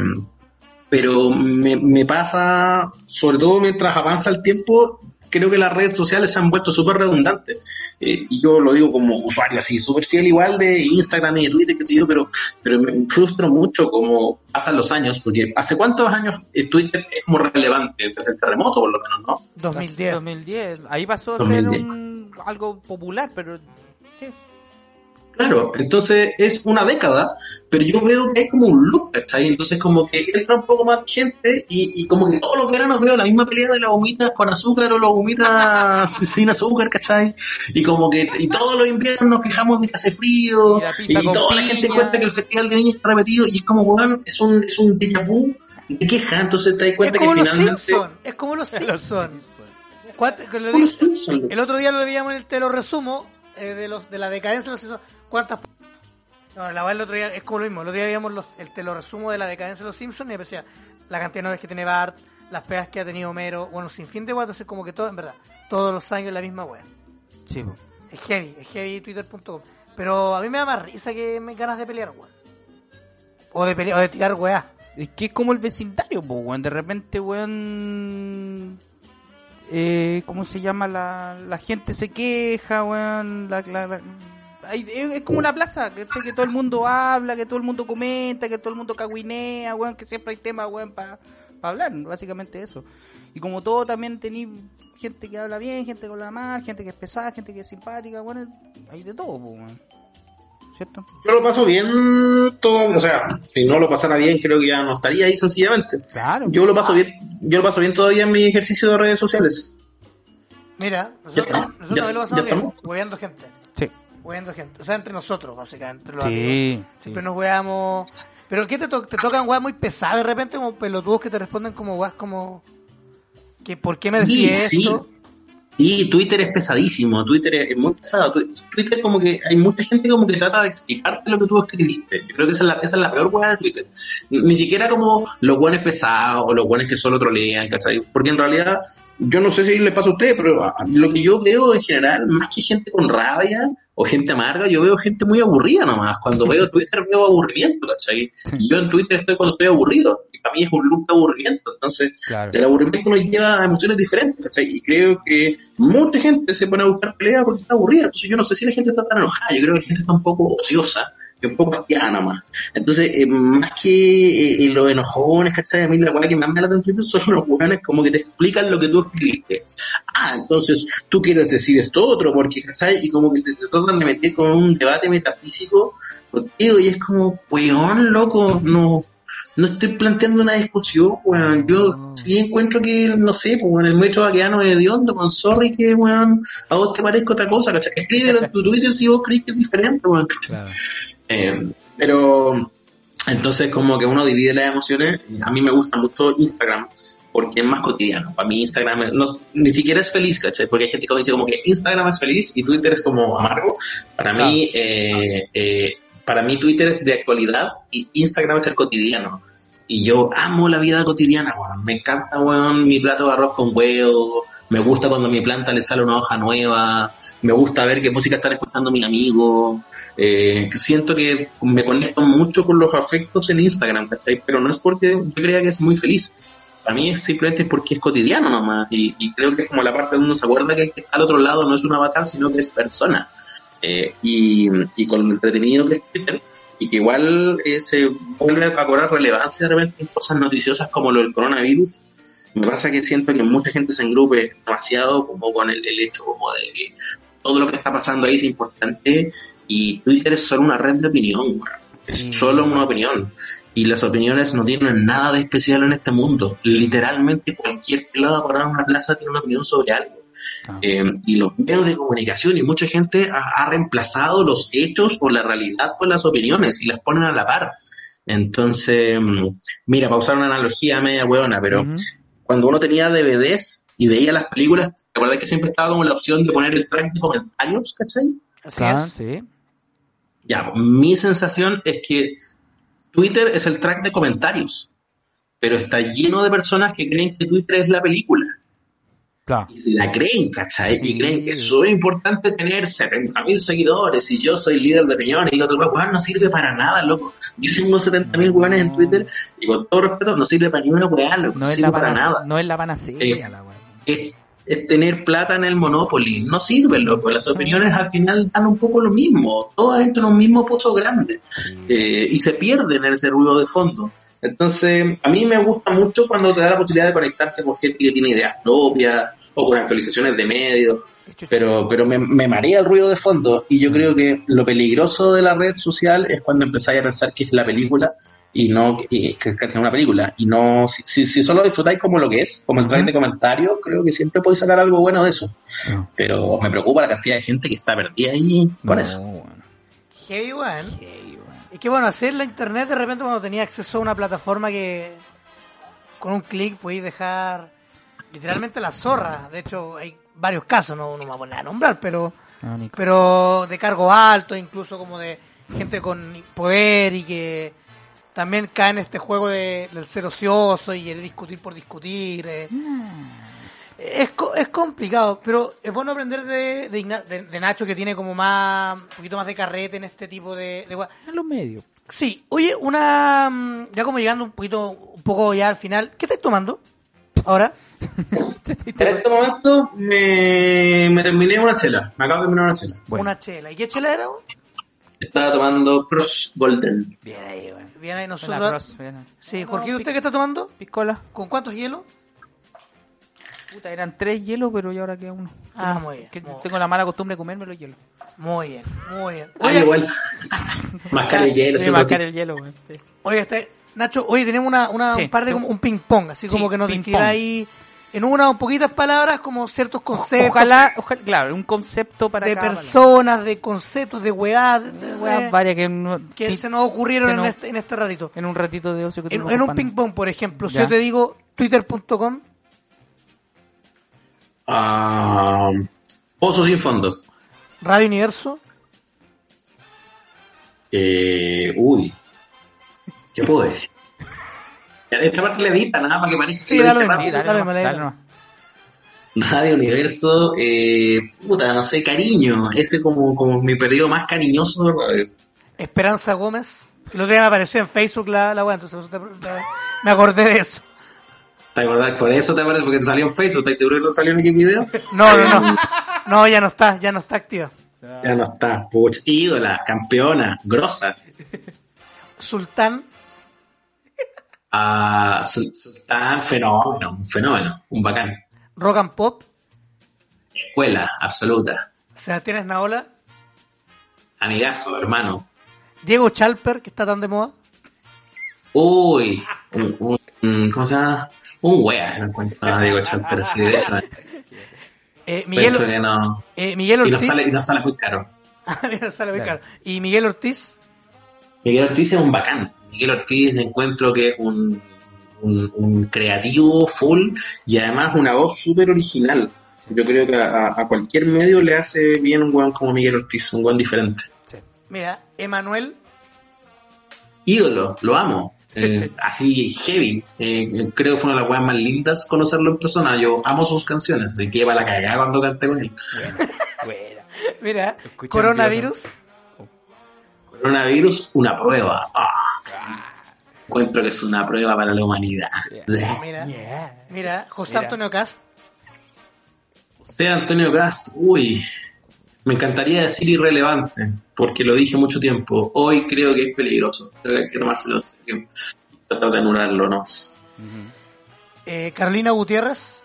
Speaker 5: pero me, me pasa, sobre todo mientras avanza el tiempo, creo que las redes sociales se han vuelto súper redundantes. Eh, y yo lo digo como usuario así, súper fiel igual de Instagram y de Twitter, qué sé yo, pero, pero me frustro mucho como pasan los años, porque ¿hace cuántos años eh, Twitter es como relevante? Desde el terremoto, por lo menos, ¿no?
Speaker 2: 2010.
Speaker 3: 2010. Ahí pasó a ser
Speaker 5: 2010.
Speaker 3: un, algo popular, pero... Sí.
Speaker 5: Claro, entonces es una década, pero yo veo que es como un loop, ¿cachai? Entonces como que entra un poco más gente y, y como que todos los veranos veo la misma pelea de las gomitas con azúcar o las gomitas sin azúcar, ¿cachai? Y como que y todos los inviernos nos quejamos de que hace frío
Speaker 3: Y la
Speaker 5: y,
Speaker 3: pizza con
Speaker 5: toda la gente
Speaker 3: piña.
Speaker 5: cuenta que el festival de viña está repetido y es como, weón, es un, es un déjà vu de queja, entonces te das
Speaker 2: Es
Speaker 5: cuenta
Speaker 2: como
Speaker 5: que
Speaker 2: los
Speaker 5: finalmente...
Speaker 2: Simpsons. Es como los Simpsons. ¿Cuánto- que lo
Speaker 5: Como los
Speaker 2: dije-
Speaker 5: Simpsons, loco.
Speaker 2: El otro día lo veíamos en el te lo resumo eh, de los de la decadencia de los Simpsons. ¿Cuántas? p- No, la verdad el otro día es como lo mismo. El otro día veíamos los, el te lo resumo de la decadencia de los Simpsons y aparecía la cantidad de novelas que tiene Bart, las pegas que ha tenido Homero, bueno, sin fin de guatos, es como que todo, en verdad, todos los años la misma web.
Speaker 3: Sí, pues. po.
Speaker 2: Es heavy, es heavy twitter.com. Pero a mí me da más risa que me ganas de pelear, weón. O de pelear, o de tirar weá.
Speaker 3: Es que es como el vecindario, po, weón. De repente, weón. Eh, ¿Cómo se llama? La, la gente se queja, weón. La, la- la- Ay, es, es como una plaza, que, que todo el mundo habla, que todo el mundo comenta, que todo el mundo caguinea, weón. Que siempre hay temas, weón, para hablar. Básicamente eso. Y como todo, también tení gente que habla bien, gente que habla mal, gente que es pesada, gente que es simpática, weón. Hay de todo, po, weón. ¿Cierto?
Speaker 5: Yo lo paso bien todo, o sea, si no lo pasara bien, creo que ya no estaría ahí sencillamente.
Speaker 3: Claro.
Speaker 5: Yo lo paso bien, yo lo paso bien todavía en mi ejercicio de redes sociales.
Speaker 2: Mira,
Speaker 5: Ya,
Speaker 2: nosotros, nosotros
Speaker 5: ya,
Speaker 2: también lo pasamos
Speaker 5: ya
Speaker 2: bien,
Speaker 5: estamos.
Speaker 2: hueveando gente.
Speaker 3: Sí.
Speaker 2: Hueveando gente. O sea, entre nosotros, básicamente. Entre los amigos.
Speaker 3: Sí, sí.
Speaker 2: Siempre nos hueamos. Pero ¿qué te, to- te tocan hueas muy pesadas de repente? Como pelotudos que te responden como hueas como... que ¿Por qué me
Speaker 5: Sí,
Speaker 2: decís
Speaker 5: sí.
Speaker 2: esto?
Speaker 5: Y Twitter es pesadísimo, Twitter es muy pesado. Tu- Twitter como que hay mucha gente como que trata de explicarte lo que tú escribiste. Yo creo que esa es la, esa es la peor hueá de Twitter. Ni siquiera como los buenos pesados o los buenos que solo trolean, ¿cachai? Porque en realidad, yo no sé si les pasa a ustedes, pero a- lo que yo veo en general, más que gente con rabia o gente amarga, yo veo gente muy aburrida nomás. Cuando veo Twitter veo aburrimiento, ¿cachai? Y yo en Twitter estoy cuando estoy aburrido. Y para mí es un loop de aburrimiento. Entonces,
Speaker 3: Claro.
Speaker 5: el aburrimiento nos lleva a emociones diferentes, ¿cachai? Y creo que mucha gente se pone a buscar peleas porque está aburrida. Entonces yo no sé si la gente está tan enojada, yo creo que la gente está un poco ociosa y un poco hastiada más. Entonces, eh, más que eh, los enojones, ¿cachai? A mí la weá que más me da la atención son los weones como que te explican lo que tú escribiste. Ah, entonces tú quieres decir esto otro, porque, ¿cachai? Y como que se te tratan de meter con un debate metafísico contigo y es como, weón, loco, no, no estoy planteando una discusión, weón. Yo sí encuentro que, no sé, pues, weón, el metro vaqueano es hediondo, con sorry que, weón, a vos te parezca otra cosa, ¿cachai? Escríbelo en tu Twitter si vos crees que es diferente, weón.
Speaker 3: Claro.
Speaker 5: Eh, pero entonces como que uno divide las emociones. A mí me gusta mucho Instagram porque es más cotidiano. Para mí Instagram es- no- ni siquiera es feliz, ¿cachai? Porque hay gente que dice como que Instagram es feliz y Twitter es como amargo. Para mí, eh, eh, para mí Twitter es de actualidad y Instagram es el cotidiano. Y yo amo la vida cotidiana, weón. Me encanta, weón, mi plato de arroz con huevo. Me gusta cuando a mi planta le sale una hoja nueva. Me gusta ver qué música están escuchando mis amigos. Eh, siento que me conecto mucho con los afectos en Instagram, ¿cachai? Pero no es porque yo crea que es muy feliz. Para mí es simplemente porque es cotidiano nomás. Y, y creo que es como la parte donde uno se acuerda que el que está al otro lado no es un avatar, sino que es persona. Eh, y, y con lo entretenido que es Twitter, y que igual eh, se vuelve a cobrar relevancia de repente en cosas noticiosas como lo del coronavirus. Me pasa que siento que mucha gente se engrupe demasiado como con el, el hecho como de que todo lo que está pasando ahí es importante y Twitter es solo una red de opinión, weón. es
Speaker 3: Sí.
Speaker 5: solo una opinión. Y las opiniones no tienen nada de especial en este mundo. Literalmente cualquier lado parado en una plaza tiene una opinión sobre algo.
Speaker 3: Ah.
Speaker 5: Eh, y los medios de comunicación y mucha gente ha, ha reemplazado los hechos o la realidad con las opiniones y las ponen a la par. Entonces, mm, mira, para usar una analogía media hueona, pero
Speaker 3: Ujú.
Speaker 5: cuando uno tenía DVDs y veía las películas, ¿te acuerdas que siempre estaba como la opción de poner el track de comentarios, cachai?
Speaker 2: Así
Speaker 3: Claro,
Speaker 2: es.
Speaker 3: sí.
Speaker 5: Ya, mi sensación es que Twitter es el track de comentarios, pero está lleno de personas que creen que Twitter es la película.
Speaker 3: Claro.
Speaker 5: Y se la creen, ¿cachai?
Speaker 3: Sí.
Speaker 5: Y creen que es súper importante tener 70.000 seguidores y yo soy líder de opiniones y otro weón no sirve para nada, loco. Yo tengo 70.000 weones en Twitter y con todo respeto no sirve para ninguna weá, loco.
Speaker 3: No
Speaker 5: No,
Speaker 3: es,
Speaker 5: sirve
Speaker 3: la
Speaker 5: para
Speaker 3: pana-
Speaker 5: nada.
Speaker 3: no es la panacea,
Speaker 5: Sí.
Speaker 3: la weón.
Speaker 5: Es, es tener plata en el Monopoly. No sirve, loco. Las opiniones al final dan un poco lo mismo. Todas entran en un mismo pozo grande eh, y se pierden en ese ruido de fondo. Entonces, a mí me gusta mucho cuando te da la posibilidad de conectarte con gente que tiene ideas propias o con actualizaciones de medios, pero, pero me, me marea el ruido de fondo y
Speaker 3: Mm.
Speaker 5: yo creo que lo peligroso de la red social es cuando empezáis a pensar que es la película y no y- que, que es una película y no si, si, si solo disfrutáis como lo que es como el track de comentarios creo que siempre podéis sacar algo bueno de eso
Speaker 3: No.
Speaker 5: pero me preocupa la cantidad de gente que está perdida ahí con
Speaker 3: No,
Speaker 5: eso
Speaker 3: weón.
Speaker 2: Heavy, weón.
Speaker 3: Ey, weón.
Speaker 2: Es que bueno, hacer la internet de repente cuando tenía acceso a una plataforma que con un clic podéis dejar literalmente la zorra. De hecho, hay varios casos, no, no me voy a poner a nombrar, pero,
Speaker 3: No, Nico.
Speaker 2: pero de cargo alto, incluso como de gente con poder y que también cae en este juego de- del ser ocioso y el discutir por discutir. eh. Es, co- es complicado, pero es bueno aprender de, de, Igna- de- de Nacho que tiene como más, un poquito más de carrete en este tipo de... de gua-
Speaker 3: En los medios.
Speaker 2: Sí, oye, una. mm, Ya como llegando un poquito, un poco ya al final, ¿qué estáis tomando? Ahora.
Speaker 5: En este momento me, me terminé una chela. Me acabo de terminar una chela.
Speaker 3: Bueno,
Speaker 2: Una chela. ¿Y qué chela era? vos?
Speaker 5: Estaba tomando Cross Golden.
Speaker 3: bien ahí, bueno.
Speaker 2: Bien ahí
Speaker 3: Buena
Speaker 2: nosotros.
Speaker 3: Ross, buena.
Speaker 2: Sí, Jorge, ¿y ¿usted qué está tomando?
Speaker 3: Piscola.
Speaker 2: ¿Con cuántos hielos?
Speaker 3: Puta, eran tres hielos, pero ya ahora queda uno.
Speaker 2: Ah, muy bien.
Speaker 3: Que
Speaker 2: Muy,
Speaker 3: tengo la mala costumbre de comerme los hielos.
Speaker 2: muy bien, muy bien.
Speaker 5: Ay,
Speaker 2: Oye,
Speaker 5: igual. Mascar el hielo.
Speaker 3: Sí,
Speaker 5: sí,
Speaker 3: marcar
Speaker 5: porque-
Speaker 3: el hielo, güey. Sí.
Speaker 2: oye, este- Nacho, oye, tenemos una, una-
Speaker 3: Sí,
Speaker 2: un par de
Speaker 3: tú-
Speaker 2: como un ping-pong, así
Speaker 3: Sí,
Speaker 2: como que nos
Speaker 3: ping-pong.
Speaker 2: describa ahí en unas poquitas palabras como ciertos consejos.
Speaker 3: Ojalá, ojalá, claro, un concepto para
Speaker 2: de
Speaker 3: cada
Speaker 2: personas, de conceptos, de weá, de, de
Speaker 3: palabra.
Speaker 2: weá
Speaker 3: Weas varias que, no-
Speaker 2: que
Speaker 3: pi-
Speaker 2: se nos ocurrieron
Speaker 3: se
Speaker 2: en,
Speaker 3: nos-
Speaker 2: este, en este ratito.
Speaker 3: en un ratito de ocio que
Speaker 2: En,
Speaker 3: tenemos
Speaker 2: en un
Speaker 3: con
Speaker 2: ping
Speaker 3: Panda.
Speaker 2: pong, por ejemplo, si
Speaker 3: Ya.
Speaker 2: yo te digo twitter.com,
Speaker 5: Ah, Pozo sin fondo.
Speaker 2: Radio Universo,
Speaker 5: Eh, uy. ¿Qué puedo decir? Esta parte le edita, nada, para que maneje.
Speaker 2: Sí,
Speaker 5: lo
Speaker 2: dale,
Speaker 5: dice
Speaker 2: dale.
Speaker 5: rápido.
Speaker 3: Sí, dale,
Speaker 2: Dale,
Speaker 3: nomás,
Speaker 2: dale,
Speaker 3: dale
Speaker 2: dale.
Speaker 3: nomás.
Speaker 5: Radio Universo, eh, puta, no sé, cariño. Ese como, como mi periodo más cariñoso. eh,
Speaker 2: Esperanza Gómez. El otro día me apareció en Facebook la, la weá, entonces resulta- me- me acordé de eso.
Speaker 5: ¿Te acordás? Por eso te acuerdas, porque te salió en Facebook. ¿Estás seguro que no salió en el video?
Speaker 2: No, no, no. No, ya no está, ya no está activa.
Speaker 5: Ya no está, pucha. Ídola, campeona, grosa.
Speaker 2: Sultán,
Speaker 5: Ah, su- sultán, fenómeno, un fenómeno, un bacán.
Speaker 2: Rock and Pop,
Speaker 5: Escuela, absoluta.
Speaker 2: Sebastián Esnaola,
Speaker 5: Amigazo, hermano.
Speaker 2: Diego Chalper, que está tan de moda.
Speaker 5: Uy, un, un- un- ¿cómo se llama? Un wea, en cuanto a Diego Chalper, así derecho.
Speaker 2: Eh,
Speaker 5: Miguel,
Speaker 2: Miguel,
Speaker 5: no.
Speaker 2: eh, Miguel
Speaker 5: Y no
Speaker 2: Ortiz.
Speaker 5: sale, y no sale muy caro.
Speaker 2: Ah, mira, sale muy
Speaker 3: Claro.
Speaker 2: caro. Y Miguel Ortiz,
Speaker 5: Miguel Ortiz es un bacán. Miguel Ortiz encuentro que es un, un, un creativo full y además una voz súper original. Yo creo que a, a- a cualquier medio le hace bien un weón como Miguel Ortiz, un weón diferente.
Speaker 2: mira, Emanuel,
Speaker 5: Ídolo, lo amo. Eh, así heavy. Eh, creo que fue una de las weas más lindas conocerlo en persona. Yo amo sus canciones, así que va la cagada cuando cante con él.
Speaker 3: Buena.
Speaker 2: mira,
Speaker 3: Escucha,
Speaker 2: Coronavirus,
Speaker 5: Coronavirus, una prueba. Ah. Encuentro que es una prueba para la humanidad.
Speaker 2: mira,
Speaker 3: Yeah.
Speaker 2: mira, José
Speaker 3: Mira.
Speaker 2: Antonio Cast,
Speaker 5: José Antonio Cast, uy, me encantaría decir irrelevante, porque lo dije mucho tiempo. Hoy creo que es peligroso, creo que hay que tomárselo en serio. y Tratar de anularlo, ¿no?
Speaker 2: eh, Carolina Gutiérrez,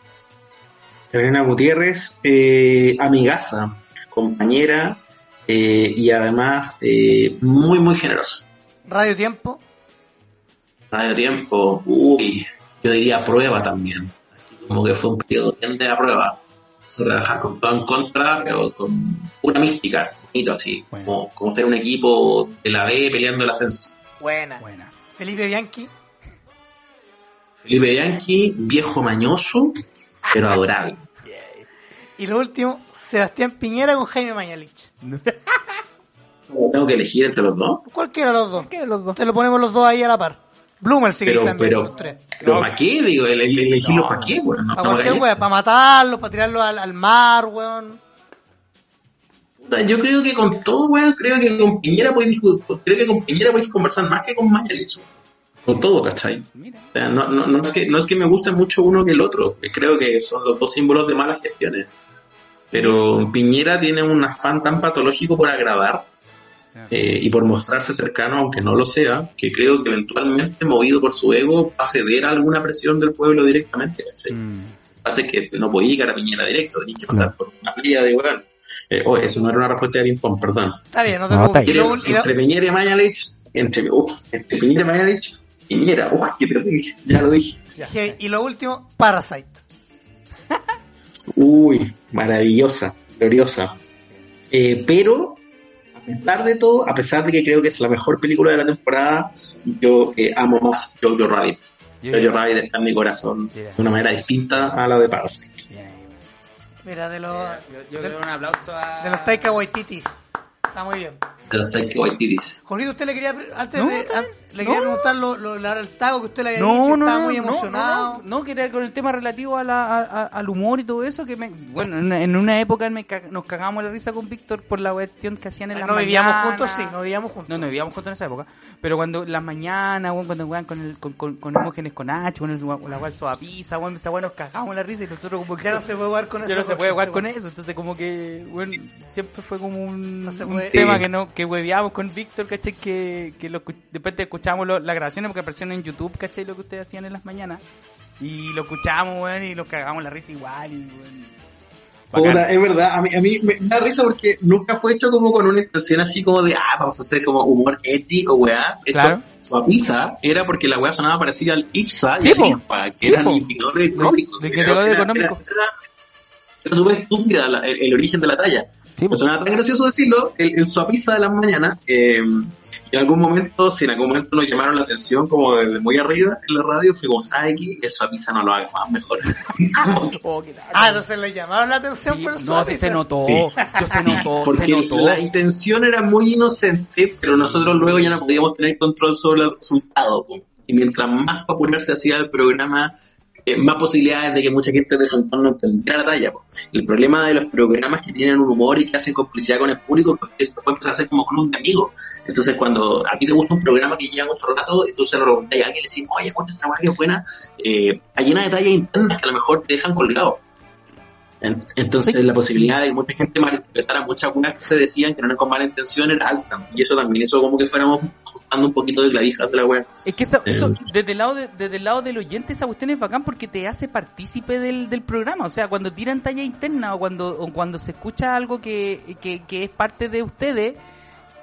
Speaker 5: Carolina Gutiérrez, eh, amigaza, compañera eh, y además eh, muy, muy generoso.
Speaker 2: Radio Tiempo,
Speaker 5: Radio Tiempo, uy, yo diría prueba también. Así como que fue un periodo bien de la prueba. Se trabajar con todo en contra, pero con una mística, bonito así,
Speaker 3: Bueno.
Speaker 5: como, como ser un equipo de la B peleando el ascenso.
Speaker 2: buena.
Speaker 3: Buena.
Speaker 2: Felipe Bianchi,
Speaker 5: Felipe Bianchi, viejo mañoso, pero adorable.
Speaker 2: y lo último, Sebastián Piñera con Jaime Mañalich.
Speaker 5: Tengo que elegir entre los dos.
Speaker 2: Cualquiera de los dos.
Speaker 3: ¿Qué de los dos?
Speaker 2: Te lo ponemos los dos ahí a la par. Blumel sigue
Speaker 5: Pero,
Speaker 2: también,
Speaker 5: pero,
Speaker 2: los tres.
Speaker 5: pero ¿para qué? Digo, el- el- elegirlo
Speaker 3: No.
Speaker 5: para qué, weón. No,
Speaker 2: Para
Speaker 5: no me
Speaker 2: cualquier
Speaker 5: hagáis
Speaker 2: wea,
Speaker 5: esto.
Speaker 2: para matarlo, para tirarlo al, al mar, weón.
Speaker 5: Puta, Yo creo que con todo, weón, creo que con Piñera podéis discu- creo que con Piñera podéis conversar más que con Mañalich. weón. Con todo, ¿cachai?
Speaker 3: Mira.
Speaker 5: O sea, no, no, no, es que, no es que me guste mucho uno que el otro, que creo que son los dos símbolos de malas gestiones. Pero Piñera tiene un afán tan patológico por agradar
Speaker 2: Ah.
Speaker 5: eh, y por mostrarse cercano, aunque no lo sea, que creo que eventualmente, movido por su ego, va a ceder a alguna presión del pueblo directamente. ¿cachai?
Speaker 3: Mm.
Speaker 5: Hace que no podía llegar a Piñera directo, tenías que
Speaker 2: Mm.
Speaker 5: pasar por una playa de weón. Eh, oh, eso no era una respuesta de ping-pong, perdón.
Speaker 2: Está bien, no te
Speaker 3: No,
Speaker 2: preocupes.
Speaker 3: está
Speaker 2: Y lo
Speaker 5: Creo
Speaker 2: ul-
Speaker 5: que
Speaker 2: y lo-
Speaker 5: entre Piñera y Mañalich, entre, uh, entre Piñera y Mañalich, Piñera, uy, qué terrible, ya lo dije.
Speaker 2: je- y lo último, Parasite.
Speaker 5: Uy, maravillosa, gloriosa. Eh, pero, a pesar de todo, a pesar de que creo que es la mejor película de la temporada, yo eh, amo más Jojo Rabbit. Jojo Rabbit está en mi corazón
Speaker 3: Yeah.
Speaker 5: de una manera distinta a la de Parasite.
Speaker 3: Bien ahí, bueno.
Speaker 2: Mira, de los,
Speaker 3: Yo, yo le doy un aplauso a...
Speaker 2: de los Taika Waititi. Está muy bien.
Speaker 5: de los Taika Waititis.
Speaker 2: Jorito, usted le quería, pre- antes
Speaker 3: No,
Speaker 2: de-
Speaker 3: está
Speaker 2: an-
Speaker 3: bien.
Speaker 2: le quería
Speaker 3: No,
Speaker 2: preguntar lo, lo- la- el tago que usted le había dicho,
Speaker 3: No, no,
Speaker 2: estaba
Speaker 3: no,
Speaker 2: muy
Speaker 3: no,
Speaker 2: emocionado.
Speaker 3: No, no, no, que era con el tema relativo a la, a- a- al humor y todo eso. que me- Bueno, en una, en una época me ca- nos cagábamos la risa con Víctor por la cuestión que hacían en
Speaker 2: Ah,
Speaker 3: la
Speaker 2: No vivíamos juntos, sí, no vivíamos
Speaker 3: No,
Speaker 2: juntos.
Speaker 3: no vivíamos juntos en esa época. Pero cuando las mañanas, weón, cuando jugaban con, el, con, con, con Hermógenes con H, con el, la cual soba pizza, weón, esa weón nos cagábamos la risa y nosotros como que.
Speaker 2: Ya no se puede jugar con
Speaker 3: ya
Speaker 2: eso.
Speaker 3: no se puede jugar con
Speaker 2: él.
Speaker 3: eso. Entonces, como que, bueno, siempre fue como un,
Speaker 2: No se
Speaker 3: un
Speaker 2: puede.
Speaker 3: tema
Speaker 5: Sí.
Speaker 3: que no que hueveábamos con Víctor, ¿cachai? Que, que lo, escu- después te escuchábamos lo- las grabaciones porque aparecieron en YouTube, ¿cachai? Lo que ustedes hacían en las mañanas. Y lo escuchábamos, weón, y lo cagábamos la risa igual. Y, weón, bacán.
Speaker 5: Puta, es verdad, a mí, a mí me da risa porque nunca fue hecho como con una intención así como de, ah, vamos a hacer como humor edgy o weá. Esto,
Speaker 3: Claro.
Speaker 5: Su pizza era porque la weá sonaba parecida al Ipsa
Speaker 3: Sí,
Speaker 5: y al
Speaker 3: po.
Speaker 5: Impa, que
Speaker 3: Sí,
Speaker 5: eran
Speaker 3: po.
Speaker 5: indicadores económicos.
Speaker 3: De- de
Speaker 5: Era-
Speaker 3: indicadores
Speaker 5: era-
Speaker 3: económicos.
Speaker 5: Era, era súper estúpida la- el, el origen de la talla.
Speaker 3: Sí, pues.
Speaker 5: Pues sonaba tan gracioso decirlo, el, el suapiza de las mañanas, eh, en algún momento, si en algún momento nos llamaron la atención como desde muy arriba en la radio, fue como, ¿sabe qué? El suapiza no lo haga más, mejor.
Speaker 3: Oh, qué lata.
Speaker 2: Ah, entonces le llamaron la atención
Speaker 3: Sí,
Speaker 2: por el
Speaker 3: no, sí
Speaker 2: suapiza.
Speaker 3: se notó.
Speaker 5: Sí.
Speaker 3: Yo se notó, se
Speaker 5: Porque
Speaker 3: notó.
Speaker 5: la intención era muy inocente, pero nosotros luego ya no podíamos tener control sobre el resultado. po. Y mientras más popular se hacía el programa, eh, más posibilidades de que mucha gente de su entorno entendiera la talla. po. El problema de los programas que tienen un humor y que hacen complicidad con el público es que después empieza a ser como club de amigos. Entonces, cuando a ti te gusta un programa que lleva mucho rato, y tú se lo preguntas a alguien y le decís, oye, cuántas esta weá que es buena, eh, hay una de tallas internas que a lo mejor te dejan colgado. En- Entonces la posibilidad de que mucha gente malinterpretara muchas algunas que se decían que no eran con mala intención era alta. Y eso también hizo como que fuéramos juntando un poquito de clavijas de la web.
Speaker 3: Es que esa- eso,
Speaker 5: Eh.
Speaker 3: desde, el lado de- desde el lado del oyente, esa cuestión es bacán porque te hace partícipe del, del programa. O sea, cuando tiran talla interna o cuando, o cuando se escucha algo que, que, que es parte de ustedes,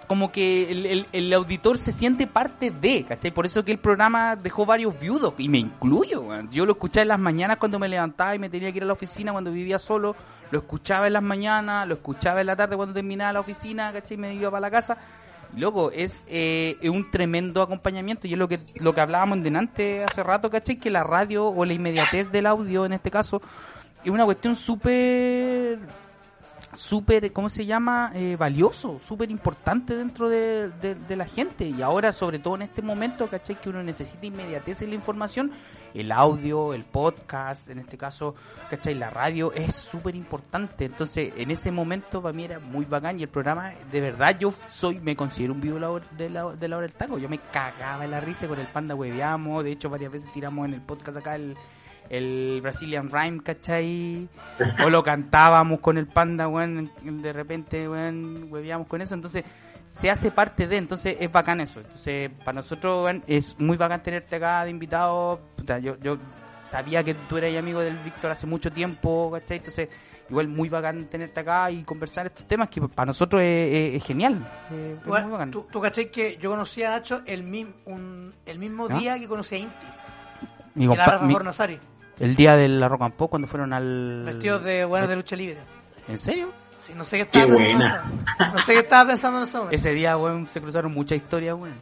Speaker 3: como que el, el- el auditor se siente parte de, ¿cachai? Por eso que el programa dejó varios viudos, y me incluyo, weón. Yo lo escuchaba en las mañanas cuando me levantaba y me tenía que ir a la oficina cuando vivía solo, lo escuchaba en las mañanas, lo escuchaba en la tarde cuando terminaba la oficina, ¿cachai? Me iba para la casa. Loco, es eh, es un tremendo acompañamiento y es lo que, lo que hablábamos en delante hace rato, ¿cachai? Que la radio o la inmediatez del audio, en este caso, es una cuestión súper súper, ¿cómo se llama? Eh, valioso, súper importante dentro de, de- de la gente. Y ahora, sobre todo en este momento, ¿cachai? Que uno necesita inmediatez en la información, el audio, el podcast, en este caso, ¿cachai? La radio es súper importante. Entonces, en ese momento para mí era muy bacán y el programa, de verdad, yo soy, me considero un vivo de la hora- de la, de la hora del taco. Yo me cagaba en la risa con el panda hueveamos, de hecho, varias veces tiramos en el podcast acá el el Brazilian Rhyme, ¿cachai? O lo cantábamos con el panda, weón, de repente, weón, hueveábamos con eso, entonces se hace parte de, entonces es bacán eso. Entonces, para nosotros, weón, es muy bacán tenerte acá de invitado, puta, yo, yo sabía que tú eras amigo del Víctor hace mucho tiempo, ¿cachai? Entonces, igual muy bacán tenerte acá y conversar estos temas que para nosotros es, es- es genial, eh, es muy
Speaker 2: Igual,
Speaker 3: bacán.
Speaker 2: Tú, tú cachai que yo conocí a Nacho el, mismo un, el mismo
Speaker 3: ¿Ah?
Speaker 2: día que conocí a Inti.
Speaker 3: Mi
Speaker 2: Y la
Speaker 3: compa-
Speaker 2: Rafa
Speaker 3: mi-
Speaker 2: Fornasari,
Speaker 3: el día de la Rock and Pop cuando fueron al...
Speaker 2: vestidos de buenas de lucha libre.
Speaker 3: ¿En serio?
Speaker 2: Sí, no sé qué estaba
Speaker 5: Qué
Speaker 2: pensando.
Speaker 5: buena.
Speaker 2: en eso. No sé qué estaba pensando en ese momento.
Speaker 3: Ese día, weón, se cruzaron muchas historias, weón.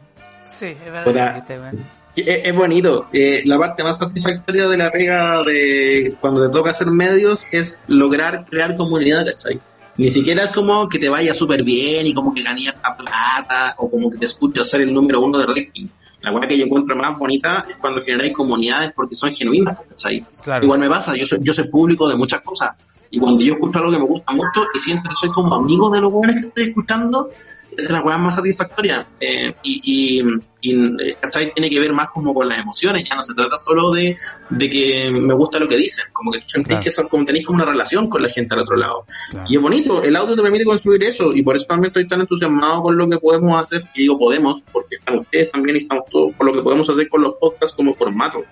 Speaker 2: Sí, es verdad.
Speaker 5: Puta.
Speaker 3: Este, weón.
Speaker 5: Es, es bonito. Eh, la parte más satisfactoria de la pega de cuando te toca hacer medios es lograr crear comunidad, ¿cachai? Ni siquiera es como que te vaya súper bien y como que gané harta plata o como que te escucho ser el número uno de ranking. La buena que yo encuentro más bonita es cuando generáis comunidades porque son genuinas, ¿cachai?
Speaker 3: Claro.
Speaker 5: Igual me pasa, yo soy, yo soy público de muchas cosas. Y cuando yo escucho algo que me gusta mucho y siento que soy como amigo de los buenos que estoy escuchando, es de las weas más satisfactorias. Eh, y, y, y, ¿cachai? Tiene que ver más como con las emociones, ya no se trata solo de, de que me gusta lo que dicen, como que sentís
Speaker 3: Claro.
Speaker 5: que son, como tenéis como una relación con la gente al otro lado.
Speaker 3: Claro.
Speaker 5: Y es bonito, el audio te permite construir eso, y por eso también estoy tan entusiasmado con lo que podemos hacer, y digo podemos, porque están ustedes también y estamos todos, por lo que podemos hacer con los podcasts como formato.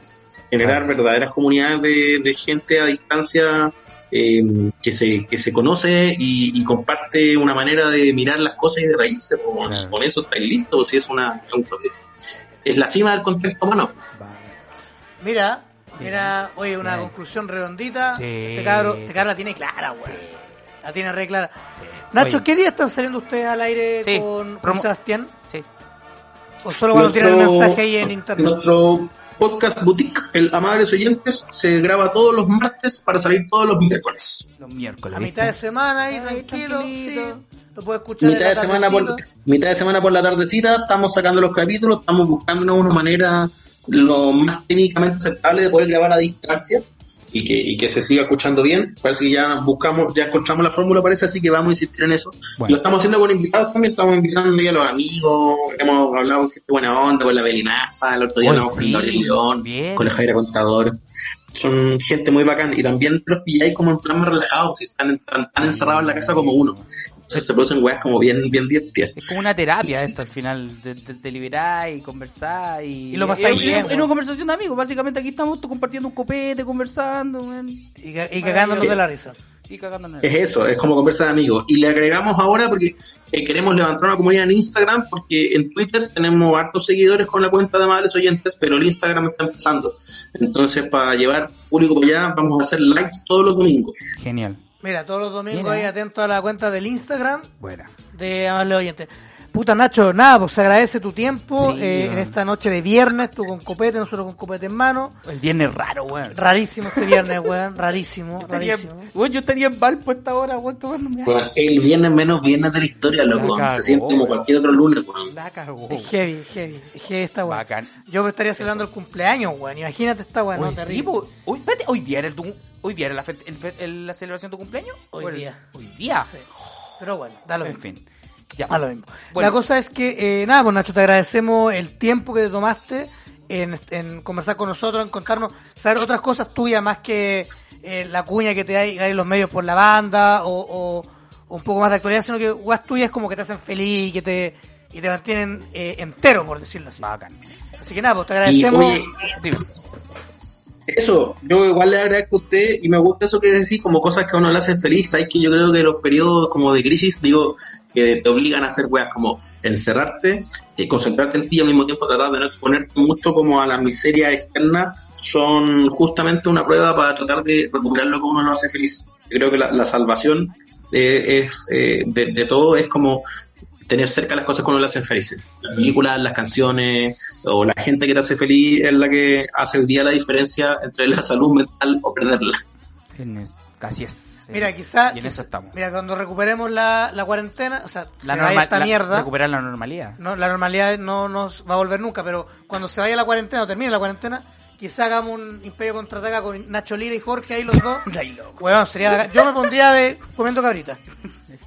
Speaker 5: Generar
Speaker 3: Claro.
Speaker 5: verdaderas comunidades de, de gente a distancia eh, que, se, que se conoce y, y comparte una manera de mirar las cosas y de reírse, po, y
Speaker 3: Claro.
Speaker 5: con eso estáis listos, si es una... es un- es la cima del contacto humano.
Speaker 2: Mira, mira, oye, una
Speaker 3: Mira.
Speaker 2: conclusión redondita.
Speaker 3: Sí.
Speaker 2: Este cabro, este cabro la tiene clara, güey. La tiene re clara.
Speaker 3: Sí.
Speaker 2: Nacho,
Speaker 3: Oye,
Speaker 2: ¿qué día están saliendo ustedes al aire
Speaker 3: Sí.
Speaker 2: con, con
Speaker 3: Promo-
Speaker 2: Sebastián?
Speaker 3: sí.
Speaker 2: O solo cuando tiran el
Speaker 5: Nuestro-
Speaker 2: mensaje ahí en internet.
Speaker 5: Nuestro podcast boutique, el Amables Oyentes, se graba todos los martes para salir todos los miércoles.
Speaker 3: Los miércoles.
Speaker 2: A
Speaker 3: ¿viste?
Speaker 2: mitad de semana ahí, tranquilo. Sí, lo puedes escuchar. en la
Speaker 5: Mitad de, semana por,
Speaker 2: tardecita.
Speaker 5: mitad de semana por la tardecita, estamos sacando los capítulos, estamos buscando una manera lo más técnicamente aceptable de poder grabar a distancia y que, y que se siga escuchando bien. Parece que ya buscamos, ya encontramos la fórmula, parece, así que vamos a insistir en eso.
Speaker 3: Bueno.
Speaker 5: Y Lo estamos haciendo con invitados también, estamos invitando ya a los amigos, hemos hablado con gente buena onda, con la Belinaza, el otro día
Speaker 3: Oye,
Speaker 5: hablamos con
Speaker 3: sí,
Speaker 5: el Gabriel León,
Speaker 3: bien.
Speaker 5: con la Jaira Contador. Son gente muy bacán y también los pilláis como en plan más relajados, si están en- tan, tan encerrados en la casa como uno. Entonces se producen weas como bien, bien divertidas.
Speaker 3: Es como una terapia esto al final. Te, te, te liberáis, conversáis. Y,
Speaker 2: Y lo pasáis
Speaker 3: es-
Speaker 2: bien,
Speaker 3: Es, es una
Speaker 2: weón.
Speaker 3: conversación de amigos. Básicamente aquí estamos tú compartiendo un copete, conversando, weón,
Speaker 2: Y, ca- y cagándonos de la risa.
Speaker 3: Y cagándonos.
Speaker 5: Es eso, es como conversa de amigos. Y le agregamos ahora porque eh, queremos levantar una comunidad en Instagram, porque en Twitter tenemos hartos seguidores con la cuenta de amables oyentes, pero el Instagram está empezando. Entonces, para llevar público para allá, vamos a hacer likes todos los domingos.
Speaker 3: Genial.
Speaker 2: Mira, todos los domingos
Speaker 3: Mira.
Speaker 2: ahí atento a la cuenta del Instagram
Speaker 3: Buena.
Speaker 2: de Amables Oyentes. Puta Nacho, nada, pues se agradece tu tiempo
Speaker 3: Sí,
Speaker 2: eh,
Speaker 3: weón.
Speaker 2: en esta noche de viernes, tú con copete, nosotros con copete en mano.
Speaker 3: El viernes raro, weón.
Speaker 2: Rarísimo este viernes, weón, rarísimo,
Speaker 3: Estaría-
Speaker 2: rarísimo.
Speaker 3: weón, yo estaría en Valpo a esta hora, weón, tomándome algo.
Speaker 5: Bueno, el viernes menos viernes de la historia, loco.
Speaker 3: La
Speaker 5: Se siente
Speaker 3: cagó,
Speaker 5: como
Speaker 3: weón.
Speaker 5: cualquier otro lunes, weón.
Speaker 3: La cagó.
Speaker 2: Es heavy, heavy, es heavy esta weón.
Speaker 3: Bacán.
Speaker 2: Yo me estaría celebrando el cumpleaños, weón, imagínate esta weón,
Speaker 3: Oye,
Speaker 2: no,
Speaker 3: sí,
Speaker 2: terrible.
Speaker 3: po. Oye, espérate, hoy día era, tu- hoy día era la, fe- el fe- el- la celebración de tu cumpleaños.
Speaker 2: Hoy
Speaker 3: ¿O el-
Speaker 2: día.
Speaker 3: Hoy día.
Speaker 2: Sí. Pero bueno, da lo
Speaker 3: En
Speaker 2: mismo.
Speaker 3: fin. Ya.
Speaker 2: A lo mismo.
Speaker 3: Bueno.
Speaker 2: La cosa es que, eh, nada, pues Nacho, te agradecemos el tiempo que te tomaste en, en conversar con nosotros, en contarnos, saber otras cosas tuyas más que eh, la cuña que te hay, hay en los medios por la banda o, o- o un poco más de actualidad, sino que guas tuyas como que te hacen feliz y que te, y te mantienen eh, entero, por decirlo así.
Speaker 3: Bacán.
Speaker 2: Así que nada, pues te
Speaker 5: Y
Speaker 2: agradecemos.
Speaker 5: oye,
Speaker 3: Dime.
Speaker 5: eso, yo igual le agradezco a usted y me gusta eso que decís, como cosas que a uno le hacen feliz. Sabes que yo creo que los periodos como de crisis, digo, que te obligan a hacer weas como encerrarte, eh, concentrarte en ti y al mismo tiempo tratar de no exponerte mucho como a la miseria externa, son justamente una prueba para tratar de recuperar lo que uno lo hace feliz. Yo creo que la, la salvación eh, es, eh, de, de todo es como tener cerca las cosas que uno le hacen felices. Las películas, las canciones o la gente que te hace feliz es la que hace hoy día la diferencia entre la salud mental o perderla.
Speaker 3: En- Así es.
Speaker 2: Mira,
Speaker 3: Eh,
Speaker 2: quizá-
Speaker 3: Y en eso estamos.
Speaker 2: Mira, cuando recuperemos la, la cuarentena, o sea,
Speaker 3: la
Speaker 2: se vaya
Speaker 3: norma-
Speaker 2: esta
Speaker 3: la-
Speaker 2: mierda.
Speaker 3: Recuperar la normalidad.
Speaker 2: No, la normalidad no nos va a volver nunca, pero cuando se vaya la cuarentena o termine la cuarentena, quizá hagamos un imperio contraataca con Nacho Lira y Jorge ahí los dos.
Speaker 3: Ay, loco.
Speaker 2: Weón, sería bacán. Yo me pondría de comiendo cabrita.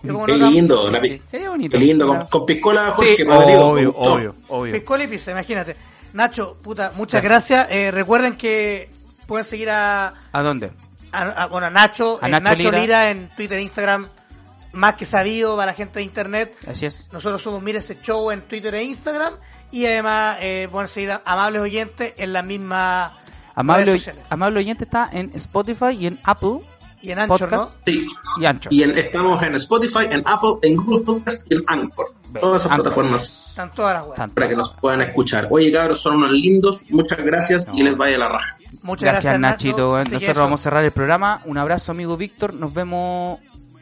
Speaker 2: Yo como
Speaker 5: Qué
Speaker 2: no tan-
Speaker 5: lindo, la pi-
Speaker 3: Sería bonito.
Speaker 5: qué lindo, con,
Speaker 3: Mira.
Speaker 5: con piscola Jorge,
Speaker 3: Sí,
Speaker 5: prometido,
Speaker 3: obvio,
Speaker 5: con gusto.
Speaker 3: obvio, obvio.
Speaker 2: Piscola y pizza, imagínate. Nacho, puta, muchas gracias. Eh, recuerden que pueden seguir a,
Speaker 3: ¿A dónde?
Speaker 2: a, a- bueno, a Nacho,
Speaker 3: A
Speaker 2: eh,
Speaker 3: Nacho
Speaker 2: Nacho,
Speaker 3: Lira.
Speaker 2: Lira. en Twitter, Instagram, más que sabido para la gente de internet.
Speaker 3: Así es.
Speaker 2: Nosotros somos Mira ese show en Twitter e Instagram. Y además eh, pueden seguir a Amables Oyentes en la misma
Speaker 3: Amable,
Speaker 2: redes sociales.
Speaker 3: Amable Oyente está en Spotify y en Apple
Speaker 2: y en Anchor,
Speaker 3: Podcast.
Speaker 2: ¿no?
Speaker 5: Sí.
Speaker 3: y Ancho.
Speaker 5: Y en- estamos en Spotify, en Apple, en Google Podcast y en Anchor. Todas esas
Speaker 3: Anchor.
Speaker 5: plataformas
Speaker 2: Están todas las webs.
Speaker 3: Tanto.
Speaker 5: para que nos puedan escuchar. Oye, cabros, son unos lindos. Muchas gracias y les vaya la raja.
Speaker 2: Muchas
Speaker 3: Gracias,
Speaker 2: gracias,
Speaker 3: Nachito.
Speaker 2: Nacho.
Speaker 3: weón.
Speaker 2: Así que
Speaker 3: Nosotros
Speaker 2: eso,
Speaker 3: vamos a cerrar el programa. Un abrazo, amigo Víctor. Nos vemos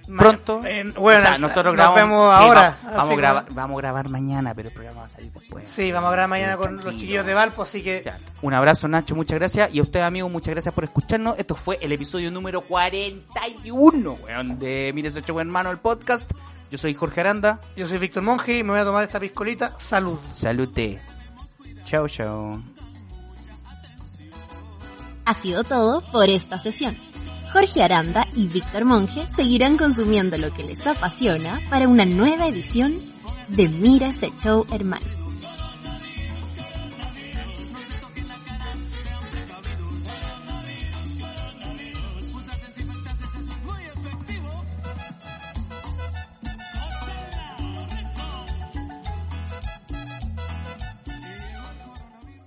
Speaker 2: ma-
Speaker 3: pronto.
Speaker 2: eh, bueno,
Speaker 3: O sea,
Speaker 2: nos
Speaker 3: nosotros grabamos.
Speaker 2: vemos
Speaker 3: sí,
Speaker 2: ahora.
Speaker 3: va- vamos,
Speaker 2: Así
Speaker 3: a
Speaker 2: que-
Speaker 3: grabar, vamos a grabar mañana, pero el programa va a salir después.
Speaker 2: Sí, vamos a grabar mañana
Speaker 3: Sí,
Speaker 2: con los
Speaker 3: tranquilo.
Speaker 2: chiquillos de Valpo, así que
Speaker 3: Ya. Un abrazo, Nacho. Muchas gracias. Y a ustedes, amigos, muchas gracias por escucharnos. Esto fue el episodio número 41, weón, de Mire ese show, hermano, el podcast. Yo soy Jorge Aranda.
Speaker 2: yo soy Víctor Monge y me voy a tomar esta piscolita. Salud.
Speaker 3: Salute. Chao, chao.
Speaker 4: Ha sido todo por esta sesión. Jorge Aranda y Víctor Monge seguirán consumiendo lo que les apasiona para una nueva edición de Mira ese show hermano.